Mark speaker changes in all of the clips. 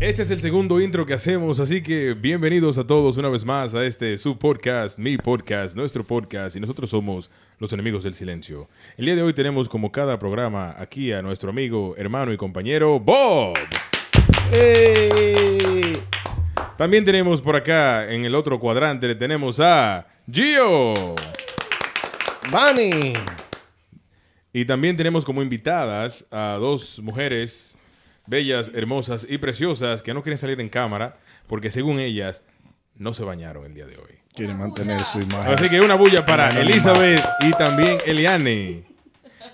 Speaker 1: Este es el segundo intro que hacemos, así que bienvenidos a todos una vez más a este su podcast, mi podcast, nuestro podcast y nosotros somos los enemigos del silencio. El día de hoy tenemos como cada programa aquí a nuestro amigo, hermano y compañero Bob.
Speaker 2: Eh,
Speaker 1: También tenemos por acá en el otro cuadrante le tenemos a Gio.
Speaker 3: Bunny.
Speaker 1: Y también tenemos como invitadas a dos mujeres bellas, hermosas y preciosas que no quieren salir en cámara porque según ellas no se bañaron el día de hoy.
Speaker 3: Quiere mantener su imagen.
Speaker 1: Así que una bulla para Elizabeth y también Eliane.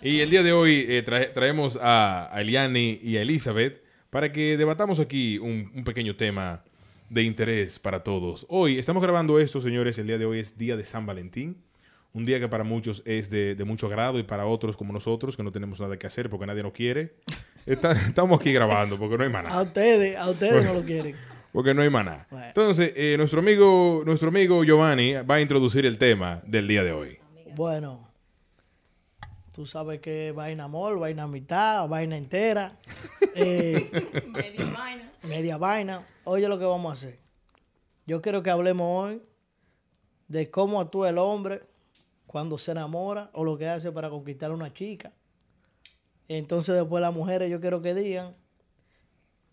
Speaker 1: Y el día de hoy eh, trae- traemos a a Eliane y a Elizabeth para que debatamos aquí un, un pequeño tema de interés para todos. Hoy estamos grabando esto, señores. El día de hoy es día de San Valentín. Un día que para muchos es de, de mucho agrado y para otros como nosotros, que no tenemos nada que hacer porque nadie nos quiere, está- estamos aquí grabando porque no hay maná.
Speaker 2: A ustedes, a ustedes no lo quieren.
Speaker 1: Porque no hay maná.
Speaker 2: Ah. Bueno.
Speaker 1: Entonces, eh, nuestro, amigo, nuestro amigo Giovanni va a introducir el tema del día de hoy.
Speaker 2: Bueno, tú sabes que vaina mol, vaina mitad, vaina entera, eh,
Speaker 4: Media vaina.
Speaker 2: media vaina. Oye, lo que vamos a hacer. Yo quiero que hablemos hoy de cómo actúa el hombre cuando se enamora o lo que hace para conquistar a una chica. Entonces, después las mujeres, yo quiero que digan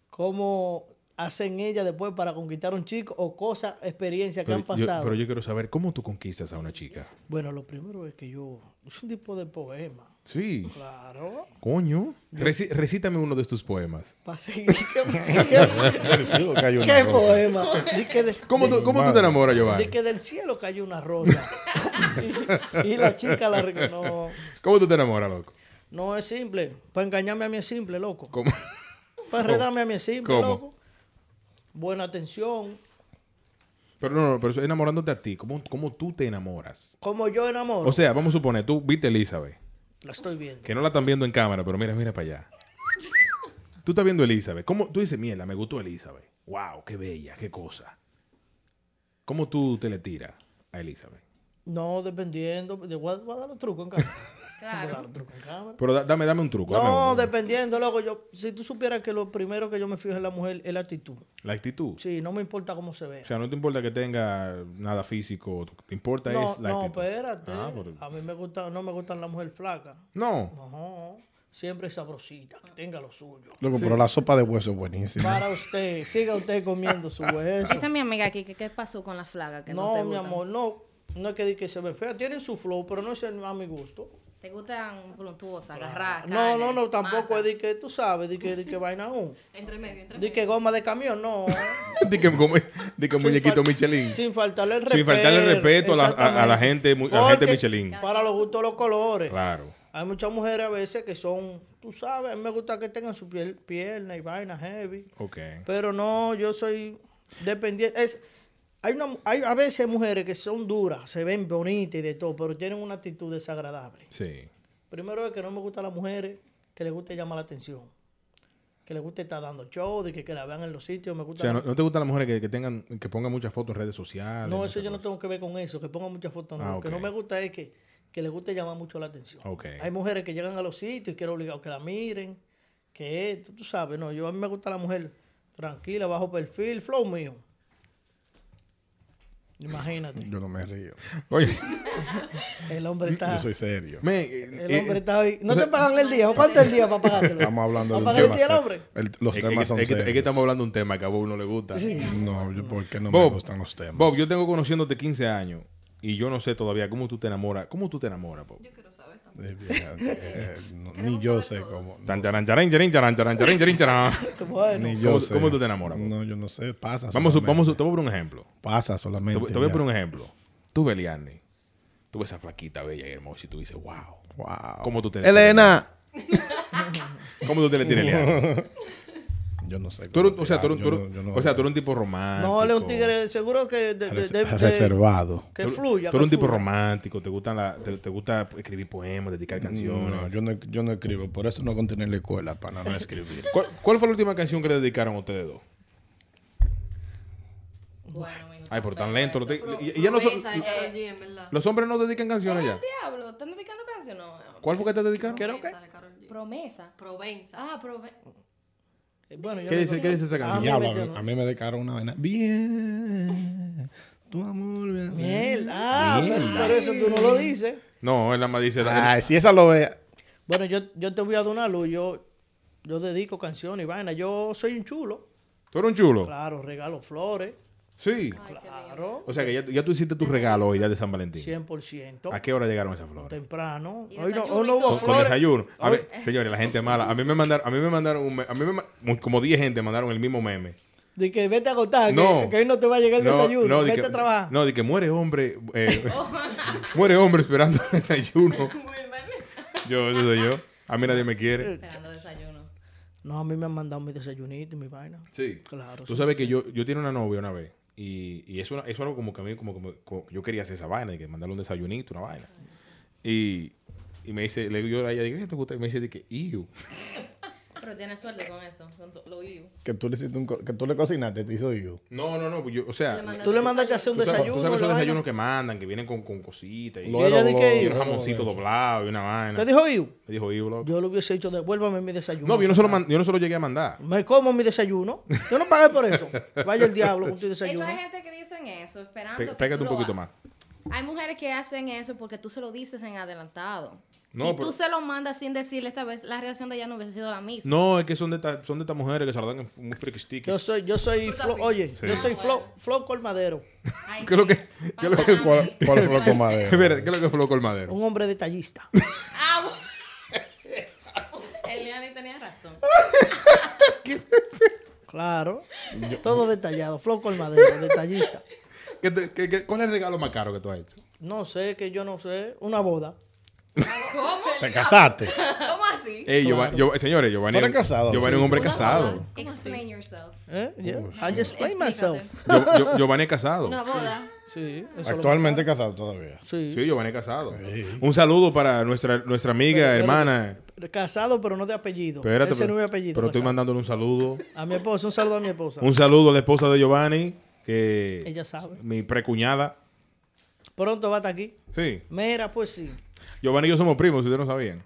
Speaker 2: cómo hacen ellas después para conquistar a un chico o cosas, experiencias que
Speaker 1: Pero
Speaker 2: han
Speaker 1: yo-
Speaker 2: pasado.
Speaker 1: pero yo quiero saber cómo tú conquistas a una chica.
Speaker 2: Bueno, lo primero es que yo. Es un tipo de poema.
Speaker 1: Sí.
Speaker 2: Claro.
Speaker 1: Coño. Reci- recítame uno de tus poemas.
Speaker 2: Pa' seguir. ¿Qué,
Speaker 3: Del cielo cayó
Speaker 2: qué-
Speaker 3: una
Speaker 2: qué
Speaker 3: rosa.
Speaker 2: poema? Di que, de-
Speaker 1: ¿Cómo, tú, cómo tú te enamoras,
Speaker 2: di
Speaker 1: Giovanni?
Speaker 2: que del cielo cayó una rosa. y, y la chica la rec- no,
Speaker 1: ¿Cómo tú te enamoras, loco?
Speaker 2: no es simple. Para engañarme a mí es simple, loco.
Speaker 1: ¿Cómo?
Speaker 2: Para enredarme a mí es simple,
Speaker 1: ¿Cómo?
Speaker 2: loco. Buena atención.
Speaker 1: Pero no, no, pero eso es enamorándote a ti. ¿Cómo, cómo tú te enamoras?
Speaker 2: Como yo enamoro.
Speaker 1: O sea, vamos a suponer, tú viste a Elizabeth,
Speaker 2: la estoy viendo.
Speaker 1: que no la están viendo en cámara, pero mira, mira para allá. Tú estás viendo a Elizabeth. ¿Cómo? Tú dices, mierda, me gustó Elizabeth. Wow, qué bella, qué cosa. ¿Cómo tú te le tiras a Elizabeth?
Speaker 2: No, dependiendo. Yo voy a, voy a dar los trucos en cámara. Voy a dar
Speaker 4: Claro.
Speaker 2: los trucos en cámara.
Speaker 1: Pero da- dame, dame un truco. dame
Speaker 2: No,
Speaker 1: uno.
Speaker 2: dependiendo, loco. Yo, si tú supieras que lo primero que yo me fijo en la mujer es la actitud.
Speaker 1: La actitud.
Speaker 2: Sí, no me importa cómo se ve.
Speaker 1: O sea, no te importa que tenga nada físico, te importa
Speaker 2: No,
Speaker 1: es la
Speaker 2: no,
Speaker 1: actitud.
Speaker 2: espérate.
Speaker 1: Ah, pero-
Speaker 2: A mí me gusta, no me gustan las mujeres flacas.
Speaker 1: No.
Speaker 2: No, siempre sabrosita, que tenga lo suyo.
Speaker 3: Loco, pero la sopa de hueso es buenísima.
Speaker 2: Para usted, siga usted comiendo su hueso.
Speaker 4: Esa es mi amiga aquí. que- ¿Qué pasó con la flaga? Que no,
Speaker 2: No,
Speaker 4: te
Speaker 2: mi
Speaker 4: gustan?
Speaker 2: amor, no. No es que diga que se ven feas, tienen su flow, pero no es el- a mi gusto.
Speaker 4: ¿Te gustan voluntuosas, agarrar?
Speaker 2: No, no, no, tampoco es de que tú sabes, de que, de que vaina aún.
Speaker 4: Entre medio,
Speaker 2: De
Speaker 4: entre medio.
Speaker 2: que goma de camión, no.
Speaker 1: Di que, como- di que
Speaker 2: Sin
Speaker 1: muñequito
Speaker 2: fal-
Speaker 1: Michelin.
Speaker 2: Sin faltarle el respeto.
Speaker 1: Sin faltarle el respeto a la- a- a la gente mu- a la gente
Speaker 2: Porque
Speaker 1: Michelin.
Speaker 2: Para los gustos, los colores.
Speaker 1: Claro.
Speaker 2: Hay muchas mujeres a veces que son, tú sabes, a mí me gusta que tengan su piel, pierna y vaina heavy.
Speaker 1: Ok.
Speaker 2: Pero no, yo soy dependiente. Es, hay, una, hay a veces mujeres que son duras, se ven bonitas y de todo, pero tienen una actitud desagradable.
Speaker 1: Sí.
Speaker 2: Primero es que no me gustan las mujeres que les guste llamar la atención. Que les guste estar dando show, de que, que la vean en los sitios. Me
Speaker 1: O
Speaker 2: gusta
Speaker 1: sea,
Speaker 2: la-
Speaker 1: ¿no, no te gustan las mujeres que, que tengan, que pongan muchas fotos en redes sociales?
Speaker 2: No,
Speaker 1: muchas
Speaker 2: eso yo no
Speaker 1: cosas?
Speaker 2: tengo que ver con eso, que pongan muchas fotos. No.
Speaker 1: Ah,
Speaker 2: Lo que no
Speaker 1: ok.
Speaker 2: me gusta es que, que les guste llamar mucho la atención.
Speaker 1: Ok.
Speaker 2: Hay mujeres que llegan a los sitios y quiero obligado que la miren, que esto, tú sabes, no, yo a mí me gusta la mujer tranquila, bajo perfil, flow mío. Imagínate,
Speaker 3: Yo no me río.
Speaker 1: Oye,
Speaker 2: el hombre
Speaker 3: Yo
Speaker 2: está...
Speaker 3: soy serio.
Speaker 1: men, eh,
Speaker 2: El
Speaker 1: eh,
Speaker 2: hombre está hoy... ¿No te pagan el día? ¿O ¿Cuánto el día para pagártelo?
Speaker 3: Estamos hablando de un
Speaker 2: ¿Para pagar el
Speaker 3: tema
Speaker 2: día el
Speaker 3: serio.
Speaker 2: hombre?
Speaker 3: El- los
Speaker 1: es que-
Speaker 3: temas son
Speaker 1: es que, es que
Speaker 3: serios.
Speaker 1: estamos hablando de un tema que a Bob no le gusta.
Speaker 3: No, yo porque no
Speaker 1: Bob,
Speaker 3: me gustan los temas.
Speaker 1: Bob, yo tengo conociéndote 15 años y yo no sé todavía cómo tú te enamoras. ¿Cómo tú te enamoras, Bob?
Speaker 3: Eh, bien, eh, no, ni yo sé cómo.
Speaker 1: Tan, charan, charan, charan, charan, charan, charan, charan, charan.
Speaker 2: Pues Bueno,
Speaker 3: Ni
Speaker 1: ¿Cómo-
Speaker 3: yo sé.
Speaker 1: cómo tú te enamoras, Bob?
Speaker 3: No, yo no sé. Pasa
Speaker 1: Vamos, a-
Speaker 3: solamente.
Speaker 1: vamos, a- te voy a poner un ejemplo.
Speaker 3: Pasa
Speaker 1: Te,
Speaker 3: solamente.
Speaker 1: voy- te voy a
Speaker 3: ya.
Speaker 1: poner un ejemplo. Tú ves Liani. Tú ves esa flaquita bella y hermosa y tú dices, wow.
Speaker 3: Wow.
Speaker 1: ¿Cómo tú te
Speaker 3: ¡Elena!
Speaker 1: ¿Cómo tú te le tienes a Liani?
Speaker 3: Yo no sé.
Speaker 1: Tú eres-
Speaker 3: cómo
Speaker 1: o sea, tú eres,
Speaker 3: tirar.
Speaker 1: tú
Speaker 3: Ah, Yo
Speaker 1: eres-
Speaker 3: no- yo no-
Speaker 1: o sea, tú eres un tipo romántico.
Speaker 2: no, él es un tigre seguro que... de- de-
Speaker 3: res-
Speaker 2: de- de-
Speaker 3: reservado.
Speaker 2: que
Speaker 1: Tú-
Speaker 2: fluya.
Speaker 1: Tú eres un
Speaker 2: que
Speaker 1: tipo
Speaker 2: fluya.
Speaker 1: romántico, te, gustan la- te, te gusta escribir poemas, dedicar canciones.
Speaker 3: No, yo no, yo no escribo. Por eso no continué en la escuela, para no escribir.
Speaker 1: ¿Cuál, cuál fue la última canción que le dedicaron a ustedes dos?
Speaker 4: Bueno, mijo,
Speaker 1: Ay, pero tan
Speaker 4: feo
Speaker 1: lento.
Speaker 4: eso.
Speaker 1: no te-
Speaker 4: Pero-
Speaker 1: y- y ya no son-
Speaker 4: Esa es Karol G, en verdad.
Speaker 1: los hombres no dedican canciones ya.
Speaker 4: Diablo, ¿están dedicando canciones? No,
Speaker 1: ¿Cuál fue que te dedicaron?
Speaker 2: Creo que...
Speaker 4: Promesa. Provenza. Ah, Provenza.
Speaker 2: Eh, Bueno, yo
Speaker 1: ¿Qué
Speaker 2: no
Speaker 1: dice-
Speaker 2: digo
Speaker 1: qué
Speaker 2: yo.
Speaker 1: dice esa
Speaker 2: Ah,
Speaker 1: canción?
Speaker 2: me
Speaker 3: Diablo, a
Speaker 2: metió,
Speaker 3: mí,
Speaker 2: ¿no?
Speaker 3: a mí me decaron una vaina. Bien. Tu amor me hace.
Speaker 2: Miel. Ah, pero,
Speaker 3: Mierda.
Speaker 2: pero eso tú no lo dices.
Speaker 1: No, él nada más dice. la-
Speaker 3: Ay, si esa lo ve.
Speaker 2: Bueno, yo, yo te voy a dar una luz. Yo, yo dedico canciones y vaina. Yo soy un chulo.
Speaker 1: ¿Tú eres un chulo?
Speaker 2: Claro, regalo flores.
Speaker 1: Sí.
Speaker 4: Ay, qué lindo.
Speaker 2: Claro,
Speaker 1: O sea que ya, ya tú hiciste tu regalo hoy, ya de San Valentín.
Speaker 2: 100%.
Speaker 1: ¿A qué hora llegaron esas flores?
Speaker 2: Temprano.
Speaker 4: Y
Speaker 2: Hoy no,
Speaker 4: desayuno
Speaker 2: hoy no
Speaker 4: y
Speaker 2: hubo
Speaker 4: todo.
Speaker 1: Con, con
Speaker 2: flores.
Speaker 1: desayuno. A
Speaker 2: Hoy-
Speaker 1: ver, señores, la gente es mala. A mí me mandaron, a mí me mandaron un me- a mí me ma- mu- como 10 gente mandaron el mismo meme.
Speaker 2: De que vete a contar, que-
Speaker 1: No.
Speaker 2: que, hoy no te va a llegar el desayuno.
Speaker 1: no, de
Speaker 2: vete
Speaker 1: que-
Speaker 2: a trabajar.
Speaker 1: No, de que muere hombre, eh,
Speaker 2: Oh.
Speaker 1: muere hombre esperando el desayuno.
Speaker 4: Wilmer,
Speaker 1: Yo, eso soy yo. A mí nadie me
Speaker 2: Eh,
Speaker 1: quiere.
Speaker 4: Esperando desayuno.
Speaker 2: No, a mí me han mandado mi desayunito y mi vaina.
Speaker 1: Sí.
Speaker 2: Claro.
Speaker 1: Tú sabes que yo, yo tenía una novia una vez. Y, y eso, eso algo como que a mí, como, como- como- yo quería hacer esa vaina, de que mandarle un desayunito, una vaina. Y, y me dice, le digo yo a ella, digo, "¿Qué te gusta? Y me dice, de que, "Ew".
Speaker 4: Pero tienes suerte con eso, con tu- lo vivo.
Speaker 3: Que tú le, hiciste un co- que tú le cocinaste, te hizo yo.
Speaker 1: No, no, no, yo, o sea,
Speaker 4: Le mandaste
Speaker 2: Tú le mandaste a hacer un
Speaker 1: tú sabes-
Speaker 2: desayuno.
Speaker 1: Tú sabes
Speaker 2: la
Speaker 1: esos
Speaker 2: vaina.
Speaker 1: desayunos que mandan, que vienen con, con cositas. Y,
Speaker 2: Lo- ella dije que-
Speaker 1: y un jamoncito doblado y una vaina.
Speaker 2: ¿Te dijo Iu?
Speaker 1: Me dijo, "Ew, loco".
Speaker 2: Yo le hubiese dicho, devuélvame mi desayuno.
Speaker 1: No, yo no, se lo man- yo no se lo llegué a mandar.
Speaker 2: Me como mi desayuno. Yo no pagué por eso. Vaya el diablo con tu
Speaker 4: De hecho,
Speaker 2: desayuno.
Speaker 4: hay gente que dicen eso,
Speaker 2: Ah,
Speaker 4: esperando.
Speaker 1: Pe-
Speaker 4: que tú
Speaker 1: pégate un
Speaker 4: lo
Speaker 1: poquito
Speaker 4: hagas.
Speaker 1: más.
Speaker 4: Hay mujeres que hacen eso porque tú se lo dices en adelantado.
Speaker 1: No,
Speaker 4: si
Speaker 1: pero-
Speaker 4: tú se lo mandas sin decirle esta vez, la reacción de ella no hubiese sido la misma.
Speaker 1: No, es que son de estas son de estas mujeres que se la dan en muy friki
Speaker 2: Yo
Speaker 1: stickies.
Speaker 2: soy, yo soy, Flo-
Speaker 4: fina.
Speaker 2: oye,
Speaker 1: Sí.
Speaker 2: yo
Speaker 1: Ah,
Speaker 2: soy Flo,
Speaker 4: bueno.
Speaker 2: Flo Colmadero.
Speaker 4: Ay,
Speaker 1: ¿Qué es lo
Speaker 4: sí,
Speaker 1: que- qué es lo que-
Speaker 4: pasa
Speaker 3: ¿Cuál,
Speaker 4: hambre.
Speaker 3: cuál fue lo que madera?
Speaker 1: Espera, ¿qué es lo que colocó el madero?
Speaker 2: Un hombre detallista.
Speaker 4: Ah, bueno. Eliani tenía razón.
Speaker 2: Claro. Todo detallado. Flo Colmadero, detallista.
Speaker 1: ¿Qué te- qué- qué- ¿Cuál es el regalo más caro que tú has hecho?
Speaker 2: No sé, que yo no sé. Una boda.
Speaker 4: ¿Cómo?
Speaker 3: ¿Te casaste?
Speaker 4: ¿Cómo así?
Speaker 1: Ey, Giova- Giova- señores, Giovanni.
Speaker 3: Tú eres casado,
Speaker 1: Giovanni es un
Speaker 3: sí.
Speaker 1: hombre
Speaker 4: Una
Speaker 1: casado.
Speaker 4: boda. Explain yourself.
Speaker 2: ¿Eh? Yeah. I just explain myself.
Speaker 1: Yo- yo- Giovanni es casado.
Speaker 4: Una boda.
Speaker 2: Sí, eso lo-
Speaker 3: Actualmente casado todavía.
Speaker 2: Sí.
Speaker 1: Sí, Giovanni es casado. Un saludo para nuestra, nuestra amiga, hermana.
Speaker 2: Casado, pero no de apellido.
Speaker 1: Espérate,
Speaker 2: Ese no
Speaker 1: pero,
Speaker 2: es mi apellido.
Speaker 1: pero estoy
Speaker 2: casado.
Speaker 1: mandándole un saludo.
Speaker 2: A mi esposa, un saludo a mi esposa.
Speaker 1: Un saludo a la esposa de Giovanni, que
Speaker 2: Ella sabe.
Speaker 1: mi precuñada.
Speaker 2: Pronto va a estar aquí.
Speaker 1: Sí.
Speaker 2: Mira, pues sí.
Speaker 1: Giovanni y yo somos primos, si ustedes no sabían.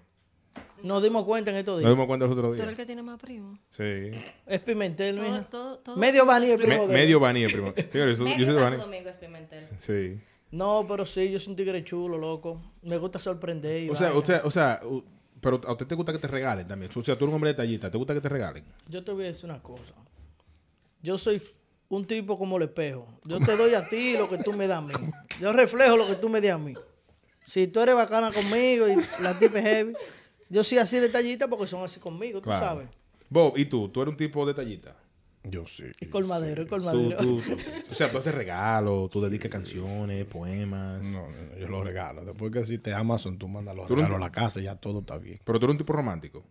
Speaker 2: Nos dimos cuenta en estos
Speaker 1: Nos
Speaker 2: días.
Speaker 1: dimos cuenta los otros
Speaker 4: Tú eres el
Speaker 1: días.
Speaker 4: que tiene más primo.
Speaker 1: Sí.
Speaker 2: Es Pimentel,
Speaker 4: Todo,
Speaker 2: mija.
Speaker 4: todo, todo.
Speaker 2: Medio Bani es primo
Speaker 1: Me-
Speaker 2: de él.
Speaker 1: medio Bani, el primo. Señores, yo soy- yo
Speaker 4: Medio
Speaker 1: soy de
Speaker 4: Santo
Speaker 1: Bani.
Speaker 4: Domingo es Pimentel.
Speaker 1: Sí.
Speaker 2: No, pero sí, yo soy un tigre chulo, loco. Me gusta sorprender. y
Speaker 1: O sea,
Speaker 2: vaina.
Speaker 1: usted, o sea, u- pero a usted te gusta que te regalen también. O sea, tú eres un hombre detallista, ¿te gusta que te regalen?
Speaker 2: Yo te voy a decir una cosa. Yo soy f- un tipo como el espejo. Yo te doy a ti lo que tú me das a mí. Yo reflejo lo que tú me das a mí. Si tú eres bacana conmigo y la tipa es heavy, yo soy así detallista porque son así conmigo, tú
Speaker 1: Claro.
Speaker 2: sabes.
Speaker 1: Bob, ¿y tú? ¿Tú eres un tipo detallista?
Speaker 3: Yo sí.
Speaker 2: Y colmadero, y
Speaker 1: Tú,
Speaker 2: colmadero.
Speaker 1: tú, o sea, tú haces regalos, tú dedicas canciones, poemas.
Speaker 3: No, no, no, yo lo regalo. Después que hiciste Amazon, tú mandas los
Speaker 1: Tú no-
Speaker 3: regalos a la casa y ya todo está bien.
Speaker 1: Pero tú eres un tipo romántico.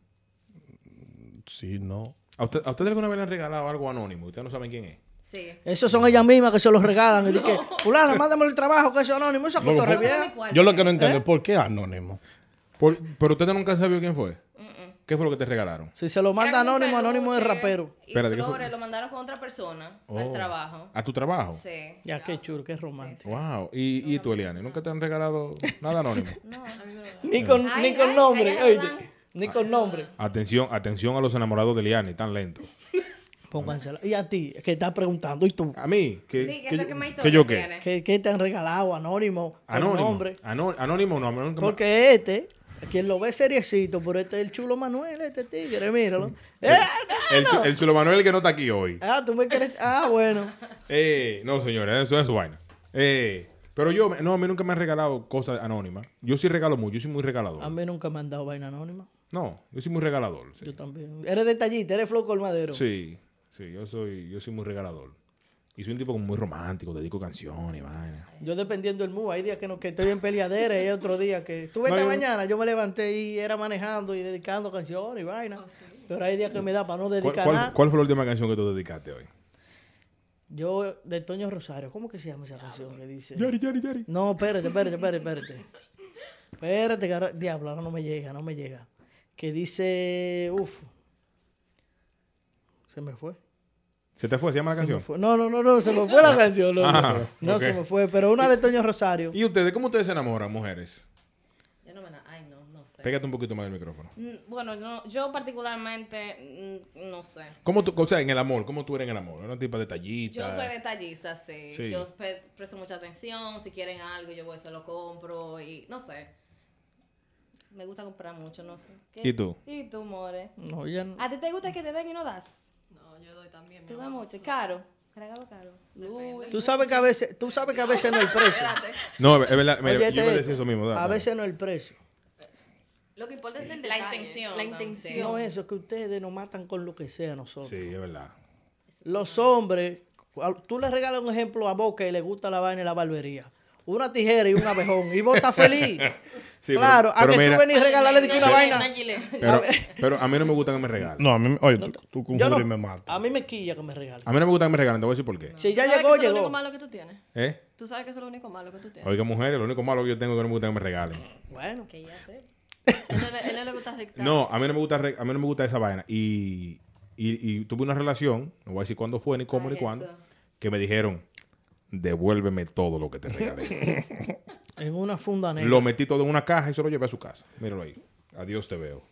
Speaker 3: Sí, no.
Speaker 1: ¿A usted, a usted alguna vez le han regalado algo anónimo? Ustedes no saben quién es.
Speaker 4: Sí.
Speaker 2: Esos son ellas mismas que se los regalan. Y dicen, fulana, mándame el trabajo, que eso es anónimo. Esa
Speaker 3: Loco,
Speaker 2: cosa
Speaker 3: ¿por-
Speaker 2: revieja.
Speaker 3: Yo lo que no entiendo es
Speaker 2: ¿Eh?
Speaker 3: por qué anónimo.
Speaker 1: Por- pero usted nunca sabido quién fue. ¿Qué fue lo que te regalaron?
Speaker 2: Si se lo manda anónimo, anónimo es
Speaker 4: es
Speaker 2: rapero.
Speaker 4: Y
Speaker 1: Espérate, ¿qué fue?
Speaker 4: flores lo mandaron con otra persona
Speaker 1: Oh.
Speaker 4: al trabajo.
Speaker 1: ¿A tu trabajo?
Speaker 4: Sí.
Speaker 2: Ya, qué chulo, qué romántico.
Speaker 1: Wow. ¿Y, y tú, Eliane? ¿Nunca te han regalado nada anónimo?
Speaker 4: No, a mí me lo
Speaker 2: Ni con,
Speaker 4: Ay,
Speaker 2: ni con
Speaker 4: ay,
Speaker 2: nombre,
Speaker 4: ay,
Speaker 2: oye.
Speaker 4: ay.
Speaker 2: Ni con nombre.
Speaker 1: Atención, atención a los enamorados de Eliane, tan lento.
Speaker 2: Póngansela. Y a ti, que estás preguntando, ¿y tú?
Speaker 1: A mí, que,
Speaker 4: Sí, que
Speaker 1: que
Speaker 4: eso
Speaker 1: yo-
Speaker 4: que más
Speaker 1: que yo
Speaker 4: historia
Speaker 1: qué.
Speaker 4: tiene.
Speaker 2: ¿Qué, qué te han regalado? Anónimo. con
Speaker 1: Anónimo.
Speaker 2: nombre.
Speaker 1: Ano- Anónimo no, nunca me-
Speaker 2: Porque este, quien lo ve seriecito, pero este es el chulo Manuel, este tigre, míralo. ¡Eh!
Speaker 1: El, chu- el Chulo Manuel que no está aquí hoy.
Speaker 2: Ah, tú me quieres. Ah, bueno.
Speaker 1: Eh, no, señores, eso es su vaina. Eh, pero yo, no, a mí nunca me han regalado cosas anónimas. Yo sí regalo mucho, yo soy muy regalador.
Speaker 2: A mí nunca me han dado vaina anónima.
Speaker 1: No, yo soy muy regalador. Sí,
Speaker 2: Yo también. Eres detallista, eres floco el madero.
Speaker 1: sí, sí, yo soy, yo soy muy regalador. Y soy un tipo como muy romántico, dedico canciones, vaina.
Speaker 2: Yo dependiendo del mood, hay días que, no, que estoy en peleadera y hay otro día que... Tuve
Speaker 1: No,
Speaker 2: esta
Speaker 1: yo-
Speaker 2: mañana, yo me levanté y era manejando y dedicando canciones y vaina. Pero hay días que me da para no
Speaker 1: ¿Cuál,
Speaker 2: dedicar
Speaker 1: cuál,
Speaker 2: nada.
Speaker 1: cuál fue la última canción que tú dedicaste hoy?
Speaker 2: Yo, de Toño Rosario, ¿cómo que se llama esa canción que dice?
Speaker 1: Yari, yari, yari.
Speaker 2: No, espérate, espérate, espérate, espérate. Espérate, que ahora- diablo, ahora no me llega, no me llega. Que dice, uf. Se me fue.
Speaker 1: ¿Se te fue? ¿Se llama la
Speaker 2: Se me
Speaker 1: canción?
Speaker 2: fue. No, no, no, no, se me fue la canción. No, no,
Speaker 1: Ah,
Speaker 2: se me- no,
Speaker 1: ok.
Speaker 2: se me fue, pero una de Toño Rosario.
Speaker 1: ¿Y ustedes? ¿Cómo ustedes se enamoran, mujeres?
Speaker 4: Yo no me la... Ay, no, no sé. sé.
Speaker 1: Pégate un poquito más del micrófono.
Speaker 4: Mm, Bueno, no- yo particularmente mm, no sé.
Speaker 1: ¿Cómo tú, o sea, en el amor, cómo tú eres en el amor? ¿Eres una tipa
Speaker 4: Yo
Speaker 1: detallita?
Speaker 4: soy detallista, sí.
Speaker 1: Sí.
Speaker 4: Yo pre- presto mucha atención. Si quieren algo, yo voy, se lo compro y no sé. Me gusta comprar mucho, no sé. ¿Qué-
Speaker 1: ¿Y tú?
Speaker 4: ¿Y tú, More?
Speaker 2: No, ya no.
Speaker 4: ¿A ti te gusta que te den y no das?
Speaker 5: No, yo doy también. mi
Speaker 4: ¿Te da
Speaker 5: amor.
Speaker 4: mucho? ¿Caro? ¿Regalo caro? Uy.
Speaker 2: Tú sabes que a veces, tú sabes que a veces no el precio.
Speaker 1: No, es verdad. mira,
Speaker 2: Oye,
Speaker 1: yo iba a
Speaker 2: este,
Speaker 1: decir eso mismo. dale,
Speaker 2: a
Speaker 1: dale.
Speaker 2: veces no el precio.
Speaker 5: Lo que importa es el
Speaker 4: La
Speaker 5: detalle.
Speaker 4: intención
Speaker 5: La
Speaker 4: también.
Speaker 5: intención.
Speaker 2: No eso, es que ustedes nos matan con lo que sea a nosotros.
Speaker 1: Sí, es verdad.
Speaker 2: Los hombres, cual- tú le regalas un ejemplo a Boca y le gusta la vaina y la barbería. Una tijera y un abejón. Y vos estás feliz.
Speaker 1: Sí, pero-
Speaker 2: claro,
Speaker 1: pero
Speaker 2: a que
Speaker 1: mira-
Speaker 2: tú venís y regalarle de que una
Speaker 5: Una
Speaker 2: vaina.
Speaker 5: gilet, una
Speaker 1: Pero,
Speaker 5: gilet.
Speaker 1: pero a mí no me gusta que me regalen.
Speaker 3: No, a mí, me- oye, tú, tú con
Speaker 2: Yo
Speaker 3: Juli
Speaker 2: no- Ah,
Speaker 3: me matas.
Speaker 2: A mí me quilla que me regalen.
Speaker 1: A mí no me gusta que me regalen, te voy a decir por qué.
Speaker 2: Si
Speaker 5: ¿Tú
Speaker 2: ya
Speaker 5: sabes
Speaker 2: llegó,
Speaker 5: que eso Es lo único
Speaker 2: llegó.
Speaker 5: malo que tú tienes.
Speaker 1: ¿Eh?
Speaker 5: Tú sabes que eso es lo único malo que tú tienes.
Speaker 1: Oiga, mujeres, lo único malo que yo tengo es que no me gusta que me regalen.
Speaker 2: Bueno,
Speaker 4: Que ya sé.
Speaker 5: Él no le- él no le gusta aceptar.
Speaker 1: No, a mí no me gusta, re- a mí no me gusta esa vaina. Y, y, y tuve una relación, no voy a decir cuándo fue, ni cómo,
Speaker 4: Ay,
Speaker 1: ni cuándo,
Speaker 4: eso.
Speaker 1: que me dijeron, devuélveme todo lo que te regalé.
Speaker 2: en una funda negra.
Speaker 1: lo metí todo en una caja y se lo llevé a su casa. Míralo ahí. Adiós te veo.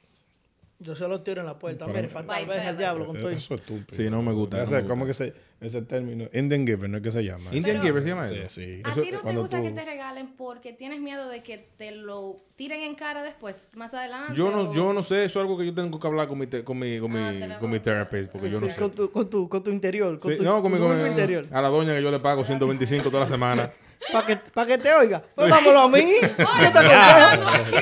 Speaker 2: Yo se lo tiro en la puerta. Mire, falta
Speaker 5: Bye,
Speaker 2: vez al
Speaker 5: fellas.
Speaker 2: diablo con todo eso.
Speaker 3: Eh, Eso es estúpido.
Speaker 1: Sí, no me gusta,
Speaker 3: Ese,
Speaker 1: no me
Speaker 3: ¿Cómo que
Speaker 1: gusta.
Speaker 3: se, ese término? Indian giver, ¿no es que se llama?
Speaker 1: Indian Giver se llama
Speaker 3: Sí,
Speaker 1: eso.
Speaker 3: sí.
Speaker 4: ¿A
Speaker 2: Ah,
Speaker 3: Eso-
Speaker 4: ti no te
Speaker 3: cuando
Speaker 4: gusta que
Speaker 3: tú-
Speaker 4: te regalen porque tienes miedo de que te lo tiren en cara después, más adelante?
Speaker 1: Yo no,
Speaker 4: o-
Speaker 1: yo no sé, eso es algo que yo tengo que hablar con mi, te- con mi, con mi,
Speaker 4: Ah, te la
Speaker 1: con mi
Speaker 4: voy a-
Speaker 1: therapist, porque yo no
Speaker 2: Sí,
Speaker 1: sé.
Speaker 2: con, tu, con, tu, con tu interior. Con
Speaker 1: Sí,
Speaker 2: tu,
Speaker 1: no, con mi,
Speaker 2: tu
Speaker 1: con mi-
Speaker 2: único interior.
Speaker 1: a la doña que yo le pago 125 toda la semana.
Speaker 2: Para que, pa' que te oiga. Pues dámelo a mí. Yo te aconsejo.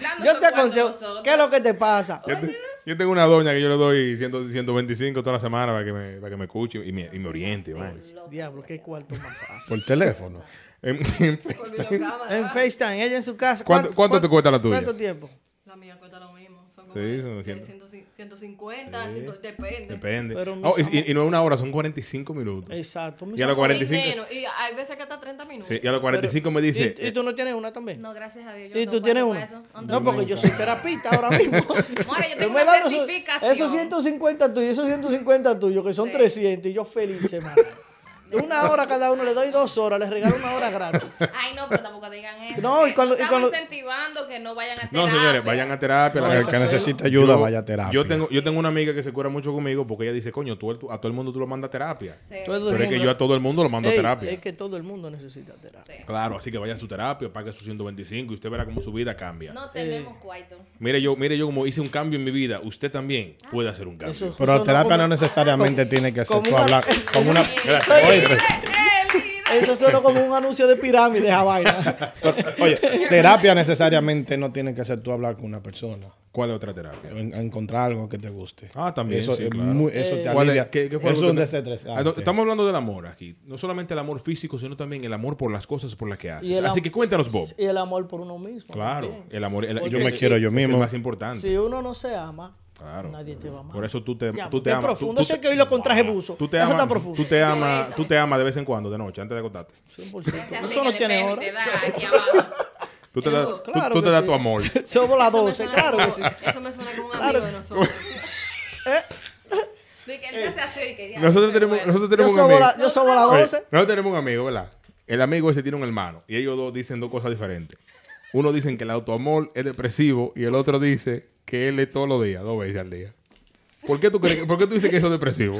Speaker 4: Dame
Speaker 2: Yo
Speaker 4: esos
Speaker 2: te
Speaker 4: cuartos
Speaker 2: aconsejo.
Speaker 4: nosotros.
Speaker 2: ¿Qué es lo que te pasa?
Speaker 1: Yo, te- yo tengo una doña que yo le doy 100 125 toda la semana para que me, para que me escuche y me, y me oriente. man.
Speaker 4: Loco.
Speaker 2: Diablo, qué cuarto más fácil.
Speaker 3: Por teléfono.
Speaker 1: En- en-
Speaker 5: Con videocámara.
Speaker 2: En FaceTime, ella en su casa.
Speaker 1: ¿Cuánto- cuánto te cuesta la tuya?
Speaker 2: ¿Cuánto tiempo?
Speaker 5: La mía cuesta lo mismo. Son como
Speaker 1: Sí, son
Speaker 5: de
Speaker 1: 100.
Speaker 5: 100, 150, 100, depende.
Speaker 1: depende.
Speaker 2: Pero mis
Speaker 1: Oh, y- y, y no es una hora, son 45 minutos.
Speaker 2: Exacto. mis
Speaker 1: Y a los
Speaker 2: amores.
Speaker 1: 45
Speaker 5: Y, menos, y hay veces que hasta 30 minutos.
Speaker 1: Sí, y a los 45 me dice.
Speaker 2: ¿Y, y tú no tienes una también?
Speaker 4: No, gracias a Dios. yo
Speaker 2: ¿Y
Speaker 4: no
Speaker 2: tú
Speaker 4: puedo
Speaker 2: tienes
Speaker 4: con
Speaker 2: una?
Speaker 4: eso.
Speaker 2: No, porque yo soy terapista ahora mismo.
Speaker 4: More, yo
Speaker 2: Tú
Speaker 4: tengo
Speaker 2: me
Speaker 4: una
Speaker 2: dando su-
Speaker 4: certificación.
Speaker 2: esos 150 tuyos, esos 150 tuyos, que son
Speaker 4: Sí.
Speaker 2: 300, y yo feliz, hermano. Una hora cada uno, le doy dos horas, les regalo una hora gratis.
Speaker 4: Ay, no, pero tampoco digan eso.
Speaker 2: No, y
Speaker 4: que
Speaker 2: cuando- y
Speaker 4: Estamos
Speaker 2: cuando-
Speaker 4: incentivando que no vayan a terapia.
Speaker 1: No, señores, vayan a terapia.
Speaker 3: No,
Speaker 1: la-
Speaker 3: el que necesita ayuda, vaya a terapia.
Speaker 1: Yo tengo, yo tengo una amiga que se cura mucho conmigo porque ella dice, coño, tú, a todo el mundo tú lo mandas a terapia.
Speaker 4: Sí.
Speaker 2: Todo el
Speaker 1: Pero es que
Speaker 2: mundo-
Speaker 1: yo a todo el mundo lo mando
Speaker 2: Ey,
Speaker 1: a terapia.
Speaker 2: Es que todo el mundo necesita terapia.
Speaker 1: Claro, así que vaya a su terapia, pague sus 125 y usted verá cómo su vida cambia.
Speaker 4: No tenemos cuarto.
Speaker 1: Mire yo, mire yo como hice un cambio en mi vida, usted también puede hacer un cambio.
Speaker 2: Ah. Eso-
Speaker 3: Pero
Speaker 2: eso
Speaker 3: terapia no
Speaker 2: como-
Speaker 3: necesariamente
Speaker 2: como-
Speaker 3: tiene que ser
Speaker 2: como
Speaker 3: tú
Speaker 2: una-
Speaker 3: hablar. Como una. Oye, pero-
Speaker 2: Eso suena como un anuncio de pirámide, esa vaina.
Speaker 3: Oye, terapia necesariamente no tiene que ser tú hablar con una persona.
Speaker 1: ¿Cuál es otra terapia?
Speaker 3: En- encontrar algo que te guste.
Speaker 1: Ah, también,
Speaker 3: Eso,
Speaker 1: sí,
Speaker 3: es
Speaker 1: claro.
Speaker 3: muy- eso
Speaker 2: Eh,
Speaker 3: te
Speaker 1: ¿Cuál es?
Speaker 3: alivia.
Speaker 1: ¿Qué- qué fue
Speaker 3: eso
Speaker 1: lo
Speaker 3: es un
Speaker 1: que te- Ah, no,
Speaker 3: desestresante.
Speaker 1: Estamos hablando del amor aquí. No solamente el amor físico, sino también el amor por las cosas por las que haces.
Speaker 2: Y el
Speaker 1: Así
Speaker 2: am-
Speaker 1: que cuéntanos, Bob.
Speaker 2: Y el amor por uno mismo.
Speaker 1: Claro,
Speaker 2: también.
Speaker 1: el amor. el-
Speaker 2: Porque
Speaker 3: Yo me
Speaker 1: es-
Speaker 3: quiero yo
Speaker 1: es
Speaker 3: mismo.
Speaker 1: el más importante.
Speaker 2: Si uno no se ama,
Speaker 1: Claro.
Speaker 2: nadie te va a amar.
Speaker 1: Por eso tú te,
Speaker 2: Ya,
Speaker 1: tú te
Speaker 2: qué
Speaker 1: amas. Tú-
Speaker 2: profundo.
Speaker 1: tú
Speaker 2: Sé
Speaker 1: te-
Speaker 2: que hoy lo contraje buzo.
Speaker 1: Tú te
Speaker 2: Eso está
Speaker 1: amas,
Speaker 2: profundo.
Speaker 1: tú te amas, tú te amas de vez en cuando, de noche, antes de acostarte.
Speaker 2: 100%. Eso no tiene hora.
Speaker 1: Tú te das, tú-
Speaker 2: Claro
Speaker 1: tú
Speaker 2: que
Speaker 1: te das
Speaker 2: sí.
Speaker 1: tu amor.
Speaker 2: Somos las
Speaker 5: Eso me
Speaker 2: 12,
Speaker 5: suena
Speaker 2: claro
Speaker 5: como-
Speaker 2: que sí.
Speaker 5: Eso me suena como un amigo de nosotros.
Speaker 4: De que él ya se hace que ya.
Speaker 1: Eh, Nosotros tenemos, nosotros
Speaker 2: Yo
Speaker 1: tenemos un
Speaker 2: sobo
Speaker 1: amigo.
Speaker 2: la- yo sobo las
Speaker 1: Oye,
Speaker 2: 12.
Speaker 1: Nosotros tenemos un amigo, ¿verdad? El amigo ese tiene un hermano y ellos dos dicen dos cosas diferentes. Uno dicen que el autoamor es depresivo y el otro dice que él es todos los días, dos veces al día. ¿Por qué tú, crees que- por qué tú dices que eso es depresivo?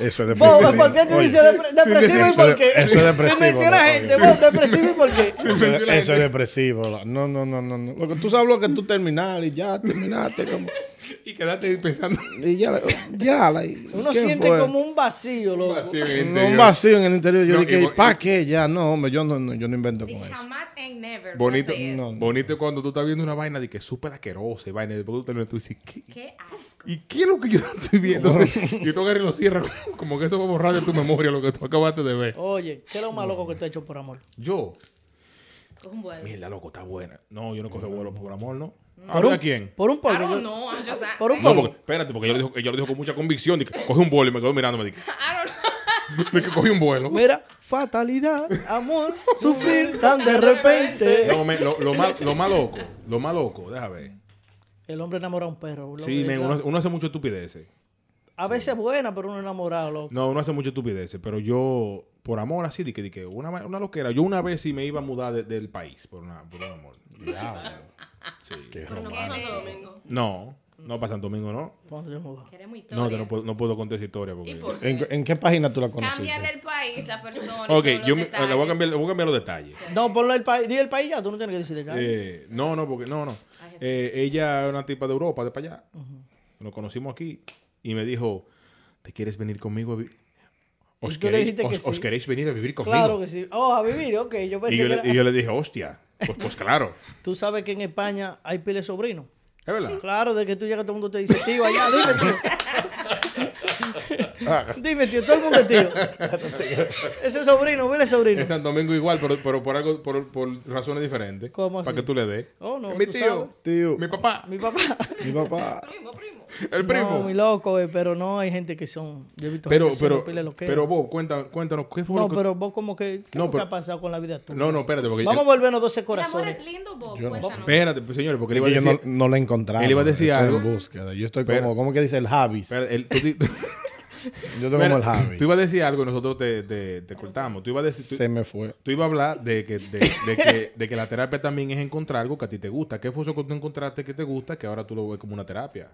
Speaker 3: Eso es
Speaker 2: Bob,
Speaker 3: depresivo.
Speaker 2: ¿por qué tú
Speaker 3: Oye,
Speaker 2: dices depre- depresivo y
Speaker 3: eso
Speaker 2: por
Speaker 3: es-
Speaker 2: qué?
Speaker 3: eso es depresivo,
Speaker 2: Si menciona
Speaker 3: no,
Speaker 2: gente,
Speaker 3: oye.
Speaker 2: Bob, depresivo y por qué.
Speaker 3: Eso, es- eso es depresivo. No, no, no, no. no. Lo que tú sabes lo que tú terminar y ya terminaste. Como,
Speaker 1: Y quedaste pensando
Speaker 3: y ya, ya. la- ¿y
Speaker 2: Uno
Speaker 3: qué
Speaker 2: siente
Speaker 3: fue?
Speaker 2: como un vacío, loco.
Speaker 1: vacío en el
Speaker 3: No,
Speaker 1: interior.
Speaker 3: un vacío en el interior. Yo
Speaker 1: No, y
Speaker 3: dije,
Speaker 1: vo-
Speaker 3: ¿para
Speaker 1: y-
Speaker 3: qué? Ya, no, hombre, yo no, no, yo no invento con eso.
Speaker 4: Jamás en never.
Speaker 1: Bonito,
Speaker 4: hace eso.
Speaker 3: No, no.
Speaker 1: bonito es cuando tú estás viendo una vaina de que es súper asquerosa y vaina de tú terminas, tú dices, ¿qué?
Speaker 4: Qué asco.
Speaker 1: ¿Y qué es lo que yo no estoy viendo? Entonces, y tú agarras y lo cierras como- como que eso va a borrar de tu memoria lo que tú acabaste de ver.
Speaker 2: Oye, ¿qué es lo más loco que tú has hecho por amor?
Speaker 1: Yo,
Speaker 4: Coge un vuelo.
Speaker 1: mierda, loco, está buena. No, yo no cogí vuelo por amor, ¿no?
Speaker 2: ¿Por
Speaker 1: ¿Ahora
Speaker 2: un-
Speaker 1: a quién?
Speaker 2: Por un
Speaker 4: I
Speaker 2: polvo.
Speaker 4: don't
Speaker 2: yo-
Speaker 4: know. I'm just
Speaker 2: Por
Speaker 4: asking.
Speaker 2: un
Speaker 1: No,
Speaker 2: polvo.
Speaker 1: porque, espérate, porque yo lo dijo, ella lo dijo con mucha convicción. Dije, cogí un vuelo y me quedó mirándome. Dije, de que cogí un vuelo.
Speaker 2: Mira, fatalidad, amor, sufrir tan de repente.
Speaker 1: No, me- lo, lo, más, lo más loco, lo más loco, déjame ver.
Speaker 2: El hombre enamora a un perro. loco,
Speaker 1: Sí,
Speaker 2: es
Speaker 1: men,
Speaker 2: la-
Speaker 1: uno, uno hace mucho estupideces.
Speaker 2: A veces buena, pero uno enamorado, loco.
Speaker 1: No, uno hace mucho estupideces, pero yo por amor así, de que, de que una, una loquera. Yo una vez sí me iba a mudar de- del país por, una, por un amor.
Speaker 3: Diablo.
Speaker 1: Sí.
Speaker 3: Qué
Speaker 5: Pero no
Speaker 3: romántico.
Speaker 5: para Santo Domingo.
Speaker 1: No, no para Santo Domingo, no.
Speaker 2: ¿Cuándo yo mudé?
Speaker 4: Queremos historia.
Speaker 1: No, que no puedo, no puedo contar esa historia. Porque...
Speaker 5: ¿Y por
Speaker 3: ¿En,
Speaker 5: qué?
Speaker 3: en qué página tú la
Speaker 4: Cambiar
Speaker 3: conociste?
Speaker 4: del país la persona. y
Speaker 1: Ok,
Speaker 4: todos los
Speaker 1: yo me- eh, le voy a
Speaker 4: detalles.
Speaker 1: cambiar, le voy a cambiar los detalles.
Speaker 2: No, ponlo el país. Di el país ya, tú no tienes que decir de cara.
Speaker 1: Eh, no, no, porque no, no.
Speaker 4: Ay, Jesús.
Speaker 1: Eh, ella es una tipa de Europa, de para allá. Nos conocimos aquí y me dijo, ¿te quieres venir conmigo? a vi- ¿Os,
Speaker 2: tú le
Speaker 1: queréis,
Speaker 2: dijiste que
Speaker 1: os- os
Speaker 2: sí?
Speaker 1: queréis venir a vivir conmigo?
Speaker 2: Claro que sí. Oh, a vivir, ok. Yo pensé
Speaker 1: y, yo
Speaker 2: que
Speaker 1: le,
Speaker 2: era-
Speaker 1: y yo le dije, hostia, pues, pues claro.
Speaker 2: Tú sabes que en España hay pile sobrinos.
Speaker 1: Es verdad.
Speaker 2: Claro, de que tú llegas, todo el mundo te dice tío allá. Dime tío. Dime tío, todo el mundo es tío. Ese sobrino, vile sobrino.
Speaker 1: En Santo Domingo igual, pero, pero por algo, por, por razones diferentes.
Speaker 2: ¿Cómo
Speaker 1: Para
Speaker 2: así?
Speaker 1: que tú le des.
Speaker 2: Oh, no,
Speaker 1: mi
Speaker 2: tú
Speaker 1: tío,
Speaker 3: Tío,
Speaker 1: mi papá,
Speaker 2: Mi papá.
Speaker 3: mi papá.
Speaker 5: Primo, primo.
Speaker 1: el primo.
Speaker 2: No, muy loco, eh, pero no hay gente que son. Yo he visto
Speaker 1: pero,
Speaker 2: gente
Speaker 1: pero,
Speaker 2: pile loquera.
Speaker 1: pero vos, cuéntanos, cuéntanos ¿qué fue
Speaker 2: No,
Speaker 1: lo que-
Speaker 2: pero vos como que... ¿Qué
Speaker 1: No,
Speaker 2: no,
Speaker 1: pero-
Speaker 2: ha pasado con la vida tuya?
Speaker 1: No, no, espérate. Porque
Speaker 2: Vamos a volvernos 12
Speaker 4: El amor es
Speaker 2: corazones.
Speaker 4: lindo, Bob.
Speaker 3: Yo no-
Speaker 4: Cuéntanos.
Speaker 1: Espérate, pues, señores, porque le iba a
Speaker 3: yo
Speaker 1: decir...
Speaker 3: no, no la encontraba.
Speaker 1: Él iba a decir
Speaker 3: estoy
Speaker 1: algo.
Speaker 3: en búsqueda. Yo estoy
Speaker 1: Pero-
Speaker 3: como, ¿cómo que dice el Javis?
Speaker 1: Espérate, él- tú di-
Speaker 3: Yo estoy como el
Speaker 1: Mira,
Speaker 3: Javis.
Speaker 1: Tú ibas a decir algo y nosotros te, te, te cortamos. Tú ibas a decir...
Speaker 3: Se
Speaker 1: Tú,
Speaker 3: me fue.
Speaker 1: tú ibas a hablar de que, de, de que, de que la terapia también es encontrar algo que a ti te gusta. ¿Qué fue eso que tú encontraste que te gusta que ahora tú lo ves como una terapia?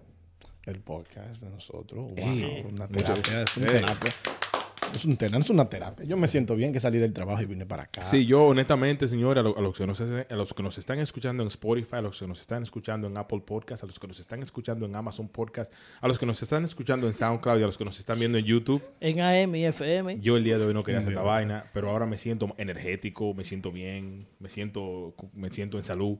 Speaker 3: El podcast de nosotros. Wow,
Speaker 1: Ey,
Speaker 3: una
Speaker 1: muchas-
Speaker 3: terapia. Es una
Speaker 1: Ey.
Speaker 3: terapia. Es un tema, es una terapia. Yo me siento bien que salí del trabajo y vine para acá.
Speaker 1: Sí, yo honestamente, señores, a, lo- a los que nos, a los que nos están escuchando en Spotify, a los que nos están escuchando en Apple Podcast, a los que nos están escuchando en Amazon Podcast, a los que nos están escuchando en SoundCloud y a los que nos están viendo en YouTube,
Speaker 2: En AM y FM.
Speaker 1: yo el día de hoy no quería hacer esta
Speaker 3: Dios.
Speaker 1: vaina, pero ahora me siento energético, me siento bien, me siento, me siento en salud.